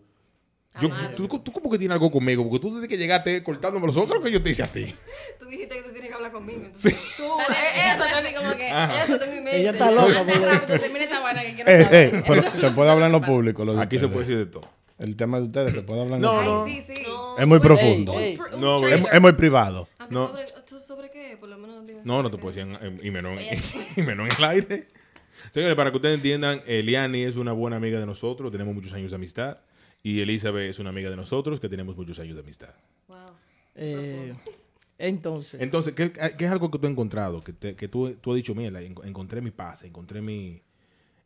Speaker 1: Yo-
Speaker 4: Amado.
Speaker 1: tú, tú como que tienes algo conmigo, porque tú desde que llegaste cortándome los ojos, creo que yo te hice a ti.
Speaker 5: Tú dijiste que tú tienes que hablar conmigo. Entonces, tú,
Speaker 4: Dale,
Speaker 5: eh, eso,
Speaker 4: así
Speaker 5: también,
Speaker 4: como que-
Speaker 5: eso está en mi mente.
Speaker 2: Ella está loca.
Speaker 4: Anda rápido, termina esta vaina que quiero
Speaker 3: Eh,
Speaker 4: saber.
Speaker 3: eh, pero se puede hablar en lo público. Lo de
Speaker 1: Aquí se
Speaker 3: ustedes.
Speaker 1: puede decir de todo.
Speaker 3: El tema de ustedes se puede hablar en
Speaker 1: No,
Speaker 3: lo
Speaker 4: Ay,
Speaker 3: público.
Speaker 1: no.
Speaker 4: sí, sí.
Speaker 5: No.
Speaker 3: Es muy profundo.
Speaker 5: Un
Speaker 2: Ey,
Speaker 5: pr- un
Speaker 1: no,
Speaker 5: trailer.
Speaker 3: Es, es muy privado.
Speaker 5: Aunque
Speaker 1: no.
Speaker 5: sobre, ¿tú ¿Sobre qué? Por lo menos dime.
Speaker 1: No, no te puedo decir, en- en- y menos, en- y menos en el aire. Señores, para que ustedes entiendan, Eliani es una buena amiga de nosotros, tenemos muchos años de amistad. Y Elizabeth es una amiga de nosotros que tenemos muchos años de amistad.
Speaker 4: Wow.
Speaker 2: eh, entonces.
Speaker 1: Entonces, ¿qué, qué es algo que tú has encontrado? Que, te- que tú, tú has dicho, mira, en- encontré mi paz, encontré mi...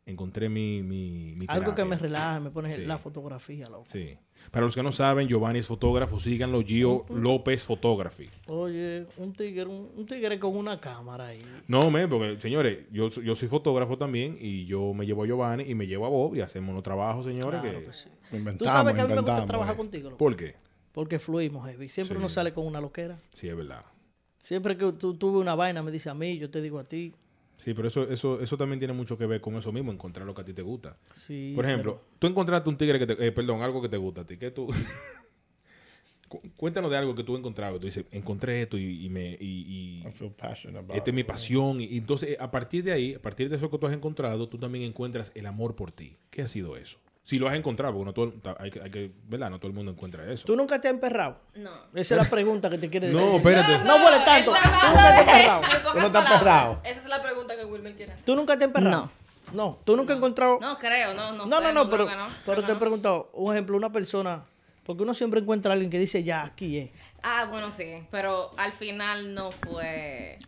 Speaker 1: Encontré mi... mi, mi
Speaker 2: Algo que
Speaker 1: terapia".
Speaker 2: me relaje, me pones
Speaker 1: Sí.
Speaker 2: la fotografía, loco.
Speaker 1: Sí. Para los que no saben, Giovanni es fotógrafo, síganlo, Gio López Photography.
Speaker 2: Oye, un tigre, un, un tigre con una cámara ahí.
Speaker 1: No, men, porque, señores, yo, so- yo soy fotógrafo también y yo me llevo a Giovanni y me llevo a Bob y hacemos unos trabajos, señores.
Speaker 2: Claro
Speaker 1: que-
Speaker 2: que sí.
Speaker 3: Inventamos,
Speaker 2: Tú sabes que a mí me gusta
Speaker 3: inventamos,
Speaker 2: trabajar
Speaker 3: eh.
Speaker 2: contigo, loco.
Speaker 1: ¿Por qué?
Speaker 2: Porque fluimos, heavy. Siempre
Speaker 1: Sí.
Speaker 2: uno sale con una loquera.
Speaker 1: Sí, es verdad.
Speaker 2: Siempre que tú tuve una vaina, me dice a mí, yo te digo a ti.
Speaker 1: Sí, pero eso, eso, eso también tiene mucho que ver con eso mismo, encontrar lo que a ti te gusta.
Speaker 2: Sí,
Speaker 1: Por ejemplo, tú encontraste un tigre que te... eh, perdón, algo que te gusta a ti. que tú... Cu- Cuéntanos de algo que tú encontraste. que Tú dices, encontré esto y, y me... y- y-
Speaker 2: Ah,
Speaker 3: I feel passionate about
Speaker 1: esta Este es mi
Speaker 3: it.
Speaker 1: pasión. Y entonces, eh, a partir de ahí, a partir de eso que tú has encontrado, tú también encuentras el amor por ti. ¿Qué ha sido eso? Si lo has encontrado, porque no todo, el- ta- hay, que- hay que, ¿verdad? No todo el mundo encuentra
Speaker 2: pero-
Speaker 1: eso.
Speaker 2: ¿Tú nunca te has emperrado?
Speaker 4: No.
Speaker 2: Esa es la pregunta que te quiere decir.
Speaker 1: No, espérate.
Speaker 2: No huele tanto.
Speaker 5: Él
Speaker 2: Tú
Speaker 5: está
Speaker 2: nunca te has
Speaker 5: hablando de-
Speaker 2: emperrado.
Speaker 5: en pocas
Speaker 3: Tú no estás
Speaker 5: palabras,
Speaker 3: perrado.
Speaker 5: Esa es la pregunta que Wilmer quiere hacer.
Speaker 2: ¿Tú nunca te has emperrado? No. No, tú nunca has encontrado...
Speaker 4: No creo, no, no.
Speaker 2: No,
Speaker 4: sé,
Speaker 2: no, no,
Speaker 4: creo
Speaker 2: pero,
Speaker 4: que no.
Speaker 2: pero te he preguntado, un ejemplo, una persona, porque uno siempre encuentra a alguien que dice, ya, aquí es.
Speaker 4: Ah, bueno, sí. Pero al final no fue.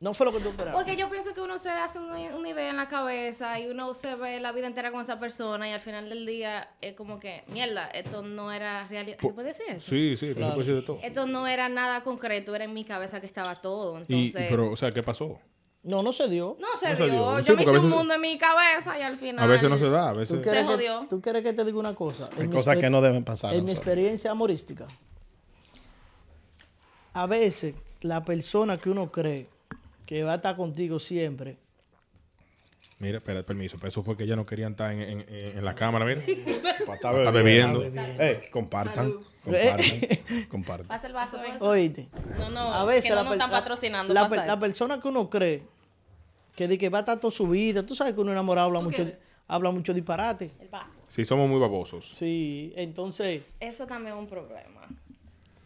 Speaker 2: No fue lo que tú esperabas.
Speaker 4: Porque yo pienso que uno se hace una, una idea en la cabeza y uno se ve la vida entera con esa persona y al final del día es como que, mierda, esto no era realidad. ¿Se puede decir eso?
Speaker 1: Sí, sí, pero se puede decir de todo.
Speaker 4: Esto no era nada concreto, era en mi cabeza que estaba todo.
Speaker 1: Y- y,
Speaker 4: Entonces,
Speaker 1: pero, o sea, ¿qué pasó?
Speaker 2: No, no se dio.
Speaker 4: no se
Speaker 1: no se
Speaker 4: dio.
Speaker 1: dio. Sí,
Speaker 4: Yo
Speaker 1: porque a
Speaker 4: me hice un
Speaker 1: veces-
Speaker 4: mundo en mi cabeza y al final.
Speaker 1: A veces no se da, a veces...
Speaker 2: ¿Tú quieres que-
Speaker 4: jodió.
Speaker 2: ¿Tú quieres que te diga una cosa?
Speaker 3: Hay
Speaker 2: En mi
Speaker 3: cosas
Speaker 2: exper-
Speaker 3: que no deben pasar.
Speaker 2: En mi
Speaker 3: nosotros.
Speaker 2: experiencia amorística, a veces la persona que uno cree que va a estar contigo siempre,
Speaker 1: Mira, espera, permiso. pero Eso fue que ya no querían estar en, en- en- en la cámara, mira.
Speaker 3: Para estar
Speaker 1: Para estar
Speaker 3: bebiendo.
Speaker 1: bebiendo.
Speaker 3: Eh, compartan. Compartan. compartan.
Speaker 4: Pasa el vaso, ven.
Speaker 2: oíste,
Speaker 4: No, no.
Speaker 2: a veces
Speaker 4: que no
Speaker 2: la,
Speaker 4: nos
Speaker 2: per-
Speaker 4: están
Speaker 2: la-
Speaker 4: patrocinando.
Speaker 2: la,
Speaker 4: pasa
Speaker 2: per-
Speaker 4: esto.
Speaker 2: la persona que uno cree que, di que va a estar toda su vida, tú sabes que uno enamorado habla, mucho,
Speaker 5: crees?
Speaker 2: habla mucho disparate.
Speaker 4: el vaso.
Speaker 1: Sí, somos muy babosos.
Speaker 2: Sí, entonces
Speaker 4: Eso también es un problema.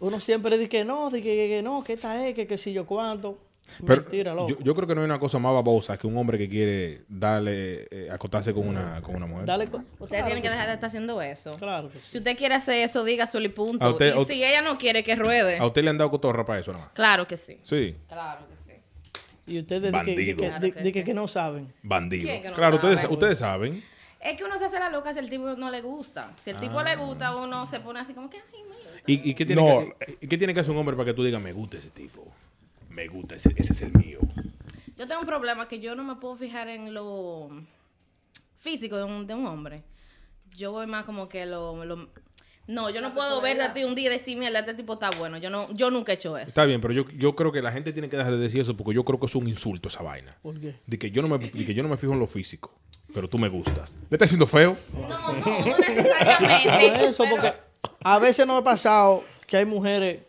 Speaker 2: uno siempre dice que no, dice que, que- que no, que esta es, que qué sé yo cuánto.
Speaker 1: Pero
Speaker 2: Mentira, loco.
Speaker 1: yo, yo creo que no hay una cosa más babosa que un hombre que quiere darle, eh, acotarse con una, con una mujer.
Speaker 2: Dale, co-
Speaker 4: Ustedes
Speaker 2: claro que
Speaker 4: tienen que
Speaker 2: sí,
Speaker 4: dejar de estar haciendo eso.
Speaker 2: Claro que sí.
Speaker 4: Si usted quiere hacer eso, diga solo y punto.
Speaker 1: A usted-
Speaker 4: y
Speaker 1: a-
Speaker 4: si ella no quiere que ruede,
Speaker 1: ¿A usted le han dado cotorra para eso nada más?
Speaker 4: claro que sí.
Speaker 1: Sí.
Speaker 4: Claro que sí.
Speaker 2: Y ustedes di que, di
Speaker 1: Bandido.
Speaker 2: que- di-
Speaker 4: Claro que
Speaker 2: di que-
Speaker 4: sí.
Speaker 2: que no saben.
Speaker 1: Bandido.
Speaker 4: ¿Quién que no
Speaker 1: claro, ustedes,
Speaker 4: sabe?
Speaker 1: ustedes saben.
Speaker 4: Es que uno se hace la loca si el tipo no le gusta. Si el tipo le gusta, uno se pone así como que, ay, me gusta.
Speaker 1: ¿Y, y qué, tiene
Speaker 3: No.
Speaker 1: que, y qué tiene que hacer un hombre para que tú digas, me gusta ese tipo? Me gusta, ese, ese es el mío.
Speaker 4: Yo tengo un problema que yo no me puedo fijar en lo físico de un, de un hombre. Yo voy más como que lo... lo- no, yo no puedo ver a ti un día y decir, mierda, este tipo está bueno. Yo no, yo nunca he hecho eso.
Speaker 1: Está bien, pero yo, yo creo que la gente tiene que dejar de decir eso porque yo creo que es un insulto esa vaina.
Speaker 2: ¿Por qué?
Speaker 1: De que yo no me, de que yo no me fijo en lo físico, pero tú me gustas. ¿Le está diciendo feo?
Speaker 4: No, no, no necesariamente.
Speaker 2: Por eso,
Speaker 4: pero-
Speaker 2: porque a veces no me ha pasado que hay mujeres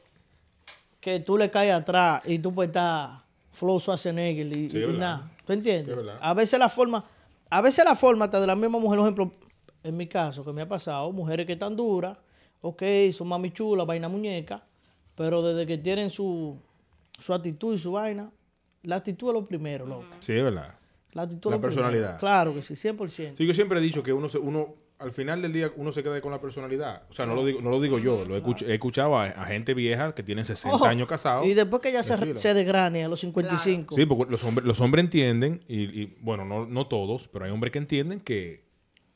Speaker 2: que tú le caes atrás y tú puedes estar flow Schwarzenegger y,
Speaker 1: Sí,
Speaker 2: y
Speaker 1: es verdad.
Speaker 2: nada. ¿Tú entiendes?
Speaker 1: Es verdad.
Speaker 2: a veces la forma, a veces la forma hasta de la misma mujer, por ejemplo, en mi caso, que me ha pasado, mujeres que están duras, ok, son mami chulas, vaina muñeca, pero desde que tienen su, su actitud y su vaina, la actitud es lo primero, loco.
Speaker 1: Sí, es verdad.
Speaker 2: La actitud
Speaker 1: La
Speaker 2: es lo primero.
Speaker 1: personalidad.
Speaker 2: Claro que sí, 100%.
Speaker 1: Sí, yo siempre he dicho que uno, se- uno al final del día uno se queda con la personalidad. O sea, no lo digo, no lo digo yo, lo he, escuch- he escuchado a, a gente vieja que tiene 60
Speaker 2: Ojo,
Speaker 1: años casados.
Speaker 2: Y después que ya se,
Speaker 1: Decirlo.
Speaker 2: se desgrane a los 55.
Speaker 1: Sí, porque los hombres, los hombres entienden, y, y, bueno, no, no todos, pero hay hombres que entienden que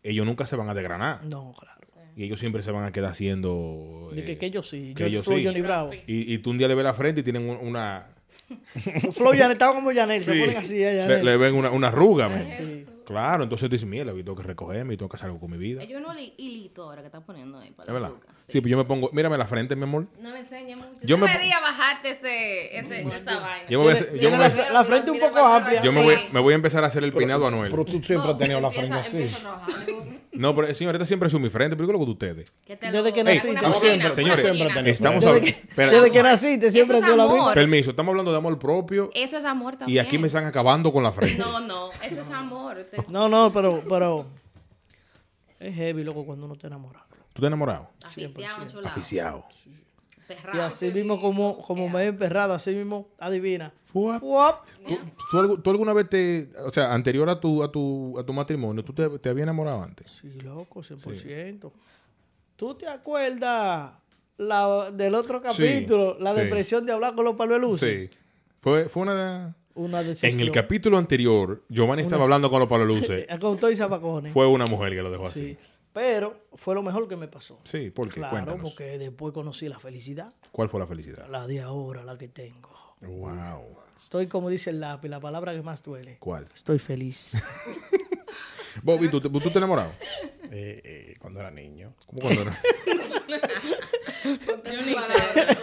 Speaker 1: ellos nunca se van a desgranar.
Speaker 2: No, claro.
Speaker 1: Y ellos siempre se van a quedar haciendo...
Speaker 2: De que,
Speaker 1: eh,
Speaker 2: que yo sí.
Speaker 1: que
Speaker 2: yo
Speaker 1: ellos
Speaker 2: Flow
Speaker 1: sí.
Speaker 2: Johnny Bravo.
Speaker 1: Y, y tú un día le ves la frente y tienen un- una...
Speaker 2: Flow Janet estaba como Janet. Se
Speaker 1: Sí.
Speaker 2: ponen así a
Speaker 1: le,
Speaker 2: Janet.
Speaker 1: le ven una, una arruga, men.
Speaker 2: Sí.
Speaker 1: Claro, entonces tú dices, mierda, yo tengo que recogerme y tengo que hacer algo con mi vida.
Speaker 4: Hay uno li- hilito ahora que estás poniendo ahí
Speaker 1: Es
Speaker 4: para las
Speaker 1: verdad.
Speaker 4: lucas.
Speaker 1: Sí, pero yo me pongo... Mírame la frente, mi amor.
Speaker 4: No le enseñe mucho.
Speaker 1: Yo
Speaker 4: Yo
Speaker 1: me-
Speaker 4: debería bajarte ese, ese- esa vaina.
Speaker 1: Yo me voy a hacer-
Speaker 2: Tiene-
Speaker 1: yo me
Speaker 2: tiene
Speaker 1: voy a
Speaker 2: la,
Speaker 1: hacer-
Speaker 2: fre- la frente un
Speaker 5: Mira,
Speaker 2: poco
Speaker 5: mira,
Speaker 2: amplia.
Speaker 1: yo me
Speaker 5: Sí.
Speaker 1: voy, me voy a empezar a hacer el peinado a Noel.
Speaker 3: Pero tú siempre has tenido la
Speaker 5: Empieza-
Speaker 3: frente así.
Speaker 5: Empieza a trabajar. ¿no?
Speaker 1: No, pero señorita siempre es mi frente, pero yo lo que ustedes.
Speaker 4: Que te
Speaker 2: Desde
Speaker 4: lo-
Speaker 2: que
Speaker 4: una
Speaker 2: nací,
Speaker 4: cocina,
Speaker 2: tú
Speaker 4: una
Speaker 3: siempre-
Speaker 1: Señores,
Speaker 3: siempre
Speaker 4: cocina.
Speaker 3: tenés-
Speaker 1: estamos
Speaker 2: Desde
Speaker 1: hablando.
Speaker 2: que,
Speaker 1: Espera.
Speaker 2: desde que naciste siempre
Speaker 4: Eso es
Speaker 2: ha sido la
Speaker 4: amor.
Speaker 2: misma.
Speaker 1: Permiso, estamos hablando de amor propio
Speaker 4: Eso es amor también.
Speaker 1: y aquí me están acabando con la frente.
Speaker 4: No, no, eso es amor. Te-
Speaker 2: No, no, pero, pero es heavy, loco, cuando uno te enamora.
Speaker 1: ¿Tú te enamorado?
Speaker 4: Aficiado, chulado.
Speaker 1: Aficiado.
Speaker 4: Perrao.
Speaker 2: Y así mismo como, como me he emperrado, así mismo, adivina.
Speaker 1: Fuap.
Speaker 2: Fuap.
Speaker 1: ¿Tú, tú algu- tú alguna vez te, o sea, anterior a tu, a tu, a tu matrimonio, tú te, te habías enamorado antes?
Speaker 2: Sí, loco, 100%. ¿Tú te acuerdas la, del otro capítulo, la
Speaker 1: sí.
Speaker 2: depresión de hablar con los palueluces?
Speaker 1: Fue, fue una.
Speaker 2: Una decisión.
Speaker 1: En el capítulo anterior, Giovanni estaba hablando con los palaluces.
Speaker 2: Eh, Con todo y zapacones.
Speaker 1: Fue una mujer que lo dejó
Speaker 2: Sí.
Speaker 1: así.
Speaker 2: Pero fue lo mejor que me pasó.
Speaker 1: Sí, porque
Speaker 2: Claro,
Speaker 1: cuéntanos.
Speaker 2: porque después conocí la felicidad,
Speaker 1: ¿Cuál fue la felicidad?
Speaker 2: la de ahora, la que tengo.
Speaker 1: Wow.
Speaker 2: Estoy como dice el lápiz, la palabra que más duele.
Speaker 1: ¿Cuál?
Speaker 2: Estoy feliz.
Speaker 1: Bobby, ¿tú, te- tú te enamorado?
Speaker 3: Eh, eh, cuando era niño. Eh,
Speaker 1: ¿Cómo cuando era?
Speaker 5: Ponte tus palabras.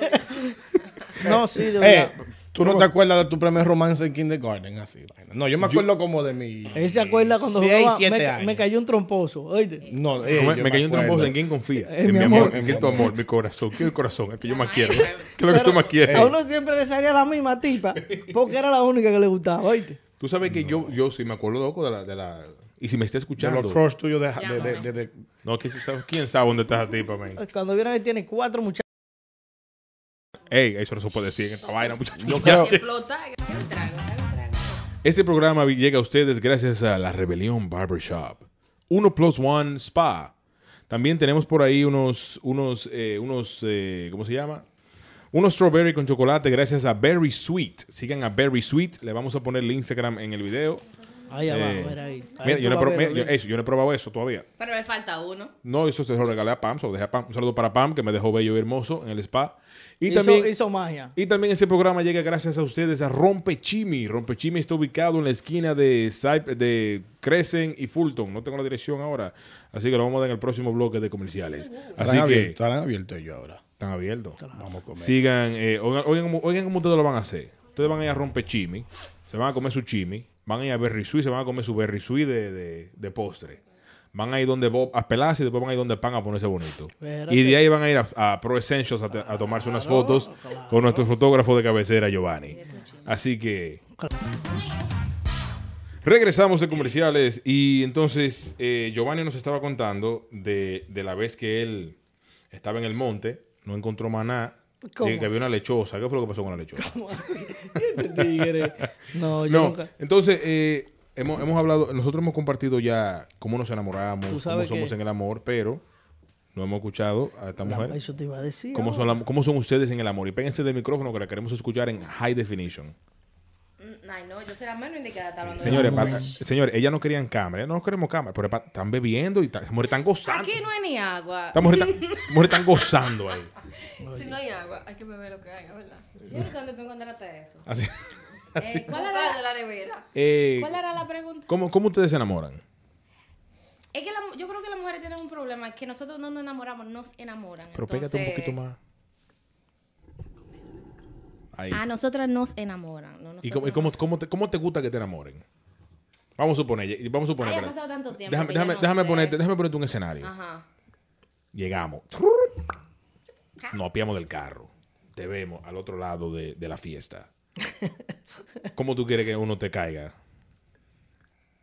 Speaker 2: no, sí, de
Speaker 3: Eh,
Speaker 2: verdad.
Speaker 3: ¿Tú no te acuerdas de tu primer romance en kindergarten? Así. vaina? No, yo me acuerdo como de mi...
Speaker 2: Él se acuerda cuando
Speaker 3: Seis,
Speaker 2: jugaba,
Speaker 3: siete
Speaker 2: me,
Speaker 3: años.
Speaker 2: me cayó un tromposo. Oíste.
Speaker 3: No, eh,
Speaker 1: No, me,
Speaker 3: yo
Speaker 1: me cayó un
Speaker 3: acuerdo.
Speaker 1: tromboso. ¿En quién confías?
Speaker 2: Eh,
Speaker 1: en mi
Speaker 2: mi
Speaker 1: amor.
Speaker 3: amor.
Speaker 1: En quién tu amor, mi corazón. Quiero el corazón, el que yo más quiero. ¿Qué es lo que
Speaker 2: Pero
Speaker 1: tú más quieres?
Speaker 2: A uno siempre le salía la misma tipa, porque era la única que le gustaba, oíste.
Speaker 1: Tú sabes que yo, yo sí me acuerdo loco de la, de la. Y si me está
Speaker 3: De
Speaker 1: escuchando.
Speaker 3: los crush tuyos de... de, de, de- de-
Speaker 1: No, que si sabes- quién sabe dónde está esa tipa, man.
Speaker 2: Cuando vieron que tiene cuatro muchachos.
Speaker 1: Ey, eso no se puede decir en esta vaina, muchachos.
Speaker 3: creo-
Speaker 4: Explota. Dale un trago, dale un trago.
Speaker 1: Este programa llega a ustedes gracias a La Rebelión Barbershop. Uno plus one spa. También tenemos por ahí unos, unos, eh, unos, eh, ¿cómo se llama? Unos strawberry con chocolate gracias a Berry Sweet. Sigan a Berry Sweet. Le vamos a poner el Instagram en el video.
Speaker 2: Ahí
Speaker 1: Eh,
Speaker 2: abajo, era ahí. Ahí
Speaker 1: Mira,
Speaker 2: tú
Speaker 1: yo no, he
Speaker 2: vas a
Speaker 1: pro-
Speaker 2: ver,
Speaker 1: mira, yo-
Speaker 3: eh,
Speaker 2: oíste.
Speaker 1: eso, yo no he probado eso todavía.
Speaker 4: Pero me falta uno.
Speaker 1: No, eso se lo regalé a Pam, se lo dejé a Pam. Un saludo para Pam, que me dejó bello y hermoso en el spa. Y
Speaker 2: hizo,
Speaker 1: también,
Speaker 2: hizo magia.
Speaker 1: y también este programa llega gracias a ustedes a Rompechimi. Rompechimi está ubicado en la esquina de, Saip- de Crescent y Fulton. No tengo la dirección ahora, así que lo vamos a dar en el próximo bloque de comerciales. Así
Speaker 3: Estarán abiertos,
Speaker 1: que
Speaker 3: estarán abiertos ellos ahora.
Speaker 1: están abiertos.
Speaker 3: Vamos a comer.
Speaker 1: Sigan, eh, oigan, oigan cómo- oigan cómo ustedes lo van a hacer. Ustedes van a ir a Rompechimi, se van a comer su chimi, van a ir a Berry Sui, se van a comer su Berry Sui de, de- de postre. Van a ir donde Bob a pelarse y después van a ir donde Pan a ponerse bonito.
Speaker 2: Espérate.
Speaker 1: Y de ahí van a ir a, a Pro Essentials a, te- a tomarse unas fotos con nuestro fotógrafo de cabecera, Giovanni. Así que. Regresamos de comerciales y entonces eh, Giovanni nos estaba contando de, de la vez que él estaba en el monte, no encontró maná,
Speaker 2: ¿Cómo
Speaker 1: y que había una lechosa. ¿Qué fue lo que pasó con la lechosa?
Speaker 2: Este tigre. No, yo
Speaker 1: No,
Speaker 2: nunca.
Speaker 1: entonces eh, hemos, hemos hablado, nosotros hemos compartido ya cómo nos enamoramos,
Speaker 2: Tú
Speaker 1: cómo
Speaker 2: sabes
Speaker 1: somos
Speaker 2: que-
Speaker 1: en el amor, pero no hemos escuchado a esta mujer.
Speaker 2: Eso te iba a decir.
Speaker 1: ¿Cómo son, la- cómo son ustedes en el amor? Y péguense del micrófono que la queremos escuchar en high definition.
Speaker 4: Mm, Ay, no, yo soy la menos indicada está hablando de
Speaker 1: Señores,
Speaker 4: eso.
Speaker 1: pa- señores, ellas no querían cámara, ellas no queremos cámara, pero pa- están bebiendo y ta- las mujeres están gozando.
Speaker 4: Aquí no hay ni agua.
Speaker 1: Estas mujeres están- las mujeres están gozando ahí.
Speaker 5: Si no hay agua, hay que beber lo que haya, ¿verdad?
Speaker 4: Yo no sé dónde tú encontraste eso.
Speaker 1: Así- así.
Speaker 4: Eh, ¿cuál, era la,
Speaker 5: Buscando la nevera.
Speaker 1: Eh,
Speaker 4: cuál era la pregunta?
Speaker 1: ¿cómo, cómo ustedes se enamoran?
Speaker 4: Es que la- yo creo que las mujeres tienen un problema, que nosotros no nos enamoramos, nos enamoran.
Speaker 1: Pero pégate un
Speaker 4: Entonces,
Speaker 1: poquito más. Ahí.
Speaker 4: A nosotras nos enamoran. Ah, No
Speaker 1: ¿Y,
Speaker 4: nosotros
Speaker 1: cómo, y
Speaker 4: no.
Speaker 1: cómo- cómo te, cómo te gusta que te enamoren? Vamos a suponer, y- vamos a suponer.
Speaker 4: Ay, ha
Speaker 1: espérate.
Speaker 4: pasado tanto tiempo
Speaker 1: déjame,
Speaker 4: que ya
Speaker 1: déjame,
Speaker 4: no
Speaker 1: déjame
Speaker 4: sé.
Speaker 1: ponerte, déjame ponerte un escenario.
Speaker 4: Ajá.
Speaker 1: Llegamos.
Speaker 4: Ah.
Speaker 1: Nos apiamos del carro. Te vemos al otro lado de, de la fiesta. ¿Cómo tú quieres que uno te caiga?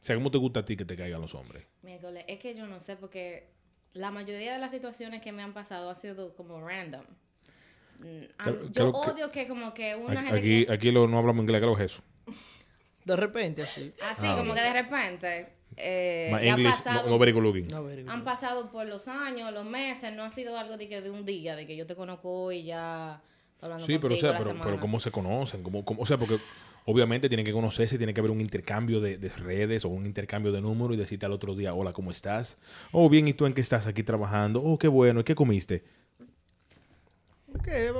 Speaker 1: O sea, ¿cómo te gusta a ti que te caigan los hombres?
Speaker 4: Miércoles, es que yo no sé porque la mayoría de las situaciones que me han pasado ha sido como random. Mm, a-
Speaker 1: Claro,
Speaker 4: yo
Speaker 1: claro que-
Speaker 4: odio que como que
Speaker 1: Aquí,
Speaker 4: una gente
Speaker 1: aquí,
Speaker 4: que-
Speaker 1: aquí lo- no hablamos inglés, claro que es eso.
Speaker 2: De repente, así.
Speaker 4: así
Speaker 1: Ah,
Speaker 4: como
Speaker 1: ok.
Speaker 4: que de repente eh,
Speaker 1: My
Speaker 4: le ha
Speaker 1: English, no,
Speaker 4: pasado-
Speaker 1: no very good looking.
Speaker 2: No, very good.
Speaker 4: han pasado por los años, los meses, no ha sido algo de que de un día, de que yo te conozco hoy y ya estoy hablando
Speaker 1: Sí, pero, o
Speaker 4: contigo
Speaker 1: sea,
Speaker 4: la
Speaker 1: pero,
Speaker 4: semana.
Speaker 1: pero ¿cómo se conocen? ¿Cómo, cómo- o sea, porque obviamente tienen que conocerse, tiene que haber un intercambio de, de redes o un intercambio de números y decirte al otro día, hola, ¿cómo estás? Oh, bien, ¿y tú en qué estás aquí trabajando? Oh, qué bueno, ¿y qué comiste?
Speaker 2: ¿Qué?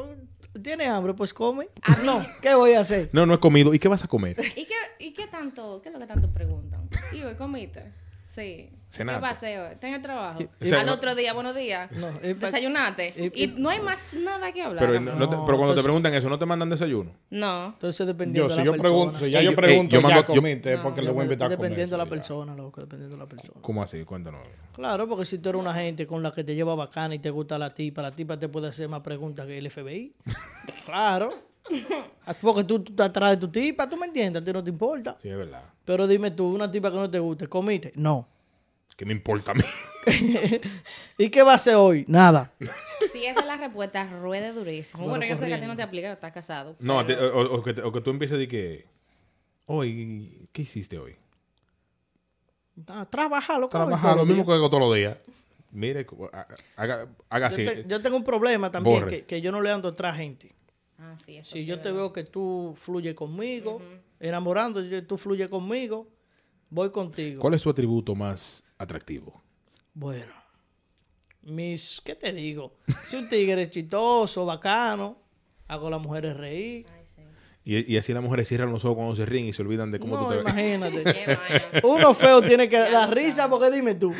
Speaker 2: ¿Tienes hambre? Pues come. no, ¿qué voy a hacer?
Speaker 1: No, no he comido. ¿Y qué vas a comer?
Speaker 4: ¿Y qué, ¿Y qué tanto, qué es lo que tanto preguntan? ¿Y hoy comiste? Sí.
Speaker 1: Cenaste.
Speaker 4: ¿Qué paseo? ¿Estás en el trabajo?
Speaker 1: O sea,
Speaker 4: Al
Speaker 1: no-
Speaker 4: otro día, buenos días.
Speaker 2: No, y-
Speaker 4: Desayunate.
Speaker 2: y-
Speaker 4: Y, no hay más nada que hablar.
Speaker 1: Pero,
Speaker 4: amor.
Speaker 1: no- no te-
Speaker 2: No,
Speaker 1: pero cuando te
Speaker 2: entonces-
Speaker 1: preguntan eso, ¿no te mandan desayuno?
Speaker 4: no.
Speaker 2: Entonces, dependiendo
Speaker 3: Yo,
Speaker 2: de la
Speaker 3: si yo
Speaker 2: persona.
Speaker 3: pregunto, si ya
Speaker 1: Ey,
Speaker 3: yo
Speaker 1: yo-
Speaker 3: pregunto,
Speaker 1: ey, yo
Speaker 3: ya
Speaker 1: mando- yo-
Speaker 3: comiste,
Speaker 4: No,
Speaker 3: porque
Speaker 2: Dep-
Speaker 3: le voy a invitar a comer.
Speaker 2: Dependiendo de la
Speaker 1: sí,
Speaker 2: persona, loco, dependiendo de la persona.
Speaker 1: ¿Cómo así? Cuéntanos.
Speaker 2: Claro, porque si tú eres una gente con la que te lleva bacana y te gusta la tipa, la tipa te puede hacer más preguntas que el FBI. claro. Ah, Porque tú, tú te atrás de tu tipa, tú me entiendes, a ti no te importa.
Speaker 1: Sí, es verdad.
Speaker 2: Pero dime tú, una tipa que no te guste, ¿comiste? No.
Speaker 1: ¿Qué me importa a mí?
Speaker 2: ¿Y qué va a hacer hoy? Nada.
Speaker 4: Si esa es la respuesta, ruede durísimo.
Speaker 2: Bueno,
Speaker 4: Bueno, yo sé que a ti
Speaker 2: corriendo.
Speaker 4: no te aplica, estás casado.
Speaker 1: No, a ti-
Speaker 4: pero-
Speaker 1: o, o que te- o que tú empieces de que, hoy, ¿qué hiciste hoy?
Speaker 2: Ah, trabajar, loco. hoy
Speaker 1: Trabajar,
Speaker 2: todo
Speaker 1: lo
Speaker 2: el
Speaker 1: mismo
Speaker 2: día.
Speaker 1: que hago todos los días. Mire, ha- haga, haga así.
Speaker 2: Yo, te- yo tengo un problema también,
Speaker 1: Borre.
Speaker 2: que, que yo no le ando atrás a gente.
Speaker 4: Ah, sí, eso
Speaker 2: Si
Speaker 4: sí,
Speaker 2: yo
Speaker 4: es
Speaker 2: te
Speaker 4: verdad.
Speaker 2: veo que tú fluyes conmigo, enamorando, yo- tú fluyes conmigo, voy contigo.
Speaker 1: ¿Cuál es su atributo más atractivo?
Speaker 2: Bueno, mis, ¿qué te digo? Si un tigre es chistoso, bacano, hago a las mujeres reír.
Speaker 4: Ay, sí.
Speaker 1: Y, y así las mujeres cierran los ojos cuando se ríen y se olvidan de cómo
Speaker 2: No,
Speaker 1: tú te ves.
Speaker 2: imagínate.
Speaker 4: Qué vaina.
Speaker 2: Uno feo tiene que
Speaker 4: Ya
Speaker 2: dar
Speaker 4: lo
Speaker 2: risa
Speaker 4: sabes.
Speaker 2: porque dime tú.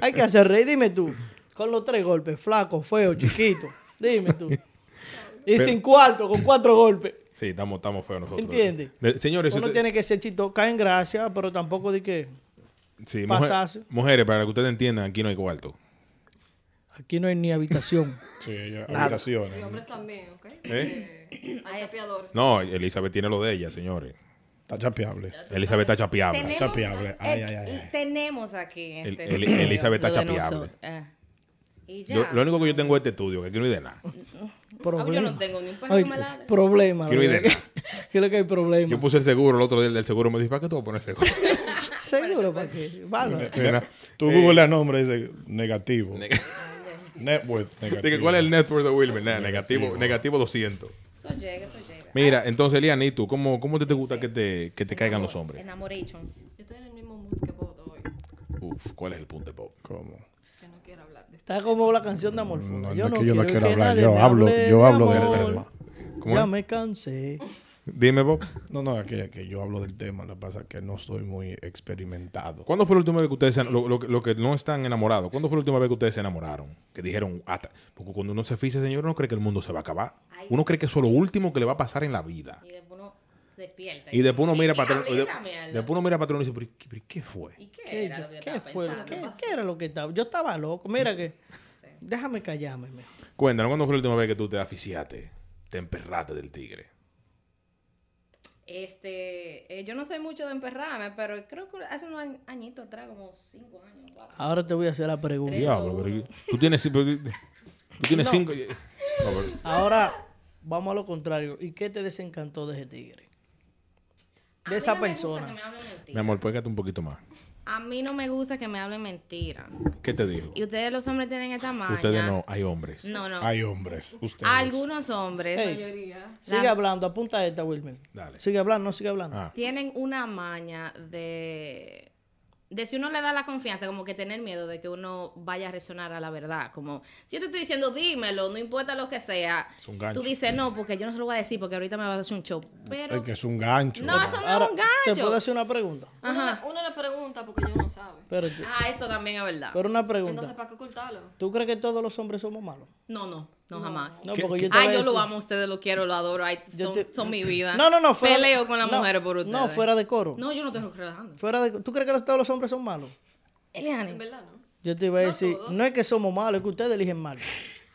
Speaker 2: Hay que hacer reír, dime tú. Con los tres golpes, flaco, feo, chiquito, dime tú. Y sin cuarto, con cuatro golpes.
Speaker 1: Sí, estamos, estamos feos nosotros.
Speaker 2: Entiende.
Speaker 1: De- señores, si
Speaker 2: Uno
Speaker 1: usted-
Speaker 2: tiene que ser chistoso, cae en gracia, pero tampoco de que
Speaker 1: sí, mujer-
Speaker 2: pasarse.
Speaker 1: mujeres, para que ustedes entiendan, aquí no hay cuarto.
Speaker 2: aquí no hay ni habitación.
Speaker 4: Ah,
Speaker 3: Sí, ya,
Speaker 2: Nada.
Speaker 5: Y
Speaker 3: habitaciones.
Speaker 5: hombres también, ¿ok?
Speaker 1: ¿Eh?
Speaker 5: Porque Hay chapeadores.
Speaker 1: No, Elizabeth tiene lo de ella, señores.
Speaker 3: Está chapeable.
Speaker 1: Elizabeth está chapeable.
Speaker 4: Tenemos-
Speaker 3: chapeable. Ay,
Speaker 4: eh,
Speaker 3: ay, ay, ay.
Speaker 4: Tenemos aquí en
Speaker 1: El-
Speaker 4: este
Speaker 1: el-
Speaker 4: estudio
Speaker 1: Elizabeth está
Speaker 4: lo de
Speaker 1: chapeable.
Speaker 4: nosotros. Ah. Y ya.
Speaker 1: Yo- lo único que yo tengo es este estudio, que aquí no hay de nada.
Speaker 4: Ah,
Speaker 2: Problema.
Speaker 4: yo no tengo ni un perro
Speaker 2: Ay,
Speaker 4: que me ladre.
Speaker 2: problema.
Speaker 1: Quiero
Speaker 2: lo que-
Speaker 1: idea.
Speaker 2: Creo que hay problema.
Speaker 1: Yo puse el seguro el otro día, el del seguro me dice, ¿para qué tú vas a poner seguro?
Speaker 2: Seguro, ¿para
Speaker 4: pues,
Speaker 2: qué? Bárbaro.
Speaker 1: Mira,
Speaker 3: Tú
Speaker 2: Eh.
Speaker 3: googleas nombre y dice negativo. Net worth
Speaker 1: Dije,
Speaker 3: negativo.
Speaker 1: ¿cuál es el network de Wilmer? Nah, negativo, negativo 200.
Speaker 4: Eso llega, eso llega.
Speaker 1: Mira, entonces, Eliana, ¿y tú? ¿Cómo, cómo te, te gusta que te, que te caigan los hombres?
Speaker 4: Enamoration.
Speaker 5: Yo estoy en el mismo mood que Boto hoy,
Speaker 1: Uf, ¿cuál es el punto de pop?
Speaker 3: ¿Cómo?
Speaker 5: que no quiero hablar de esto.
Speaker 2: Está como la canción de Amorfo.
Speaker 3: No,
Speaker 2: yo
Speaker 3: no
Speaker 2: no
Speaker 3: es que yo la
Speaker 2: quiero
Speaker 3: quiera
Speaker 2: que
Speaker 3: hablar,
Speaker 2: nadie
Speaker 3: yo
Speaker 2: me
Speaker 3: hablo-
Speaker 2: hable
Speaker 3: yo
Speaker 2: de
Speaker 3: hablo del
Speaker 2: amor.
Speaker 3: tema.
Speaker 1: ¿Cómo
Speaker 2: Ya
Speaker 1: es?
Speaker 2: me cansé.
Speaker 1: Dime, Bob.
Speaker 3: No, no, que, que yo hablo del tema, lo que pasa es que no soy muy experimentado.
Speaker 1: ¿Cuándo fue la última vez que ustedes, se- lo, lo que- lo que no están enamorados, cuándo fue la última vez que ustedes se enamoraron? Que dijeron, hasta, porque cuando uno se fija, señor, uno cree que el mundo se va a acabar.
Speaker 4: Ay.
Speaker 1: Uno cree que eso es lo último que le va a pasar en la vida.
Speaker 4: Y después uno despierta.
Speaker 1: Y después uno mira
Speaker 4: ¿Y
Speaker 1: para
Speaker 4: qué
Speaker 1: atrás. y
Speaker 4: hablé
Speaker 1: de-
Speaker 4: esa mierda?
Speaker 1: Después uno mira para atrás y uno dice, ¿pero, qué- pero qué fue?
Speaker 4: ¿Y qué,
Speaker 2: ¿Qué,
Speaker 4: era lo
Speaker 2: yo-
Speaker 4: que yo
Speaker 2: qué
Speaker 4: estaba
Speaker 2: fue?
Speaker 4: pensando?
Speaker 2: ¿Qué, qué era lo que estaba? Yo estaba loco. Mira que. Déjame callarme. mira.
Speaker 1: Cuéntanos, ¿cuándo fue la última vez que tú te aficiaste? Te emperraste del tigre.
Speaker 4: Este, eh, yo no soy mucho de emperrarme, pero creo que hace unos añ- añitos atrás, como cinco años, cuatro.
Speaker 2: Ahora te voy a hacer la pregunta.
Speaker 1: Diablo, pero tú tienes, pero- tú tienes cinco... No, pero-
Speaker 2: Ahora, vamos a lo contrario. ¿Y qué te desencantó de ese tigre?
Speaker 4: A
Speaker 2: De
Speaker 4: mí
Speaker 2: esa
Speaker 4: no me gusta que
Speaker 2: persona.
Speaker 4: me hablen mentira.
Speaker 1: mi amor, pégate un poquito más.
Speaker 4: a mí no me gusta que me hablen mentira.
Speaker 1: ¿Qué te digo?
Speaker 4: Y ustedes los hombres tienen esta maña.
Speaker 1: Ustedes no, hay hombres.
Speaker 4: No, no.
Speaker 3: Hay hombres. Ustedes.
Speaker 4: Algunos hombres
Speaker 2: Ey,
Speaker 5: mayoría.
Speaker 2: sigue
Speaker 4: La-
Speaker 2: hablando, apunta esta, Wilmer.
Speaker 1: Dale.
Speaker 2: Sigue hablando, no sigue hablando.
Speaker 1: Ah.
Speaker 4: tienen una maña de de si uno le da la confianza, como que tener miedo de que uno vaya a reaccionar a la verdad. Como, si yo te estoy diciendo, dímelo, no importa lo que sea.
Speaker 1: Es un gancho.
Speaker 4: Tú dices, no, porque yo no se lo voy a decir, porque ahorita me va a hacer un show. Pero,
Speaker 3: Es que es un gancho.
Speaker 4: no, eso no
Speaker 2: Ahora,
Speaker 4: es un
Speaker 2: te puedo
Speaker 4: gancho.
Speaker 2: hacer una pregunta.
Speaker 5: Uno, le- uno le pregunta porque ellos no saben.
Speaker 2: Espérate.
Speaker 4: Ah, esto también es verdad.
Speaker 2: Pero una
Speaker 5: Entonces,
Speaker 2: pregunta.
Speaker 5: ¿para qué ocultarlo?
Speaker 2: ¿Tú crees que todos los hombres somos malos?
Speaker 4: No, no, no, jamás.
Speaker 2: No,
Speaker 3: ¿Qué-
Speaker 2: porque
Speaker 3: qué-
Speaker 2: yo te voy
Speaker 4: Ay,
Speaker 2: a
Speaker 4: Ah, yo lo
Speaker 2: decir-
Speaker 4: amo, ustedes lo quiero, lo adoro. Ay,
Speaker 2: Yo
Speaker 4: son,
Speaker 2: te-
Speaker 4: son mi vida.
Speaker 2: No, no, no. Fuera
Speaker 4: Peleo con las
Speaker 2: no,
Speaker 4: mujeres por ustedes.
Speaker 2: No, fuera de coro.
Speaker 4: No, yo no estoy relajando.
Speaker 2: Fuera de... ¿Tú crees que los- todos los hombres son malos?
Speaker 4: Eliane.
Speaker 5: En verdad, ¿no?
Speaker 2: Yo te iba a decir, no es que somos malos, es que ustedes eligen mal.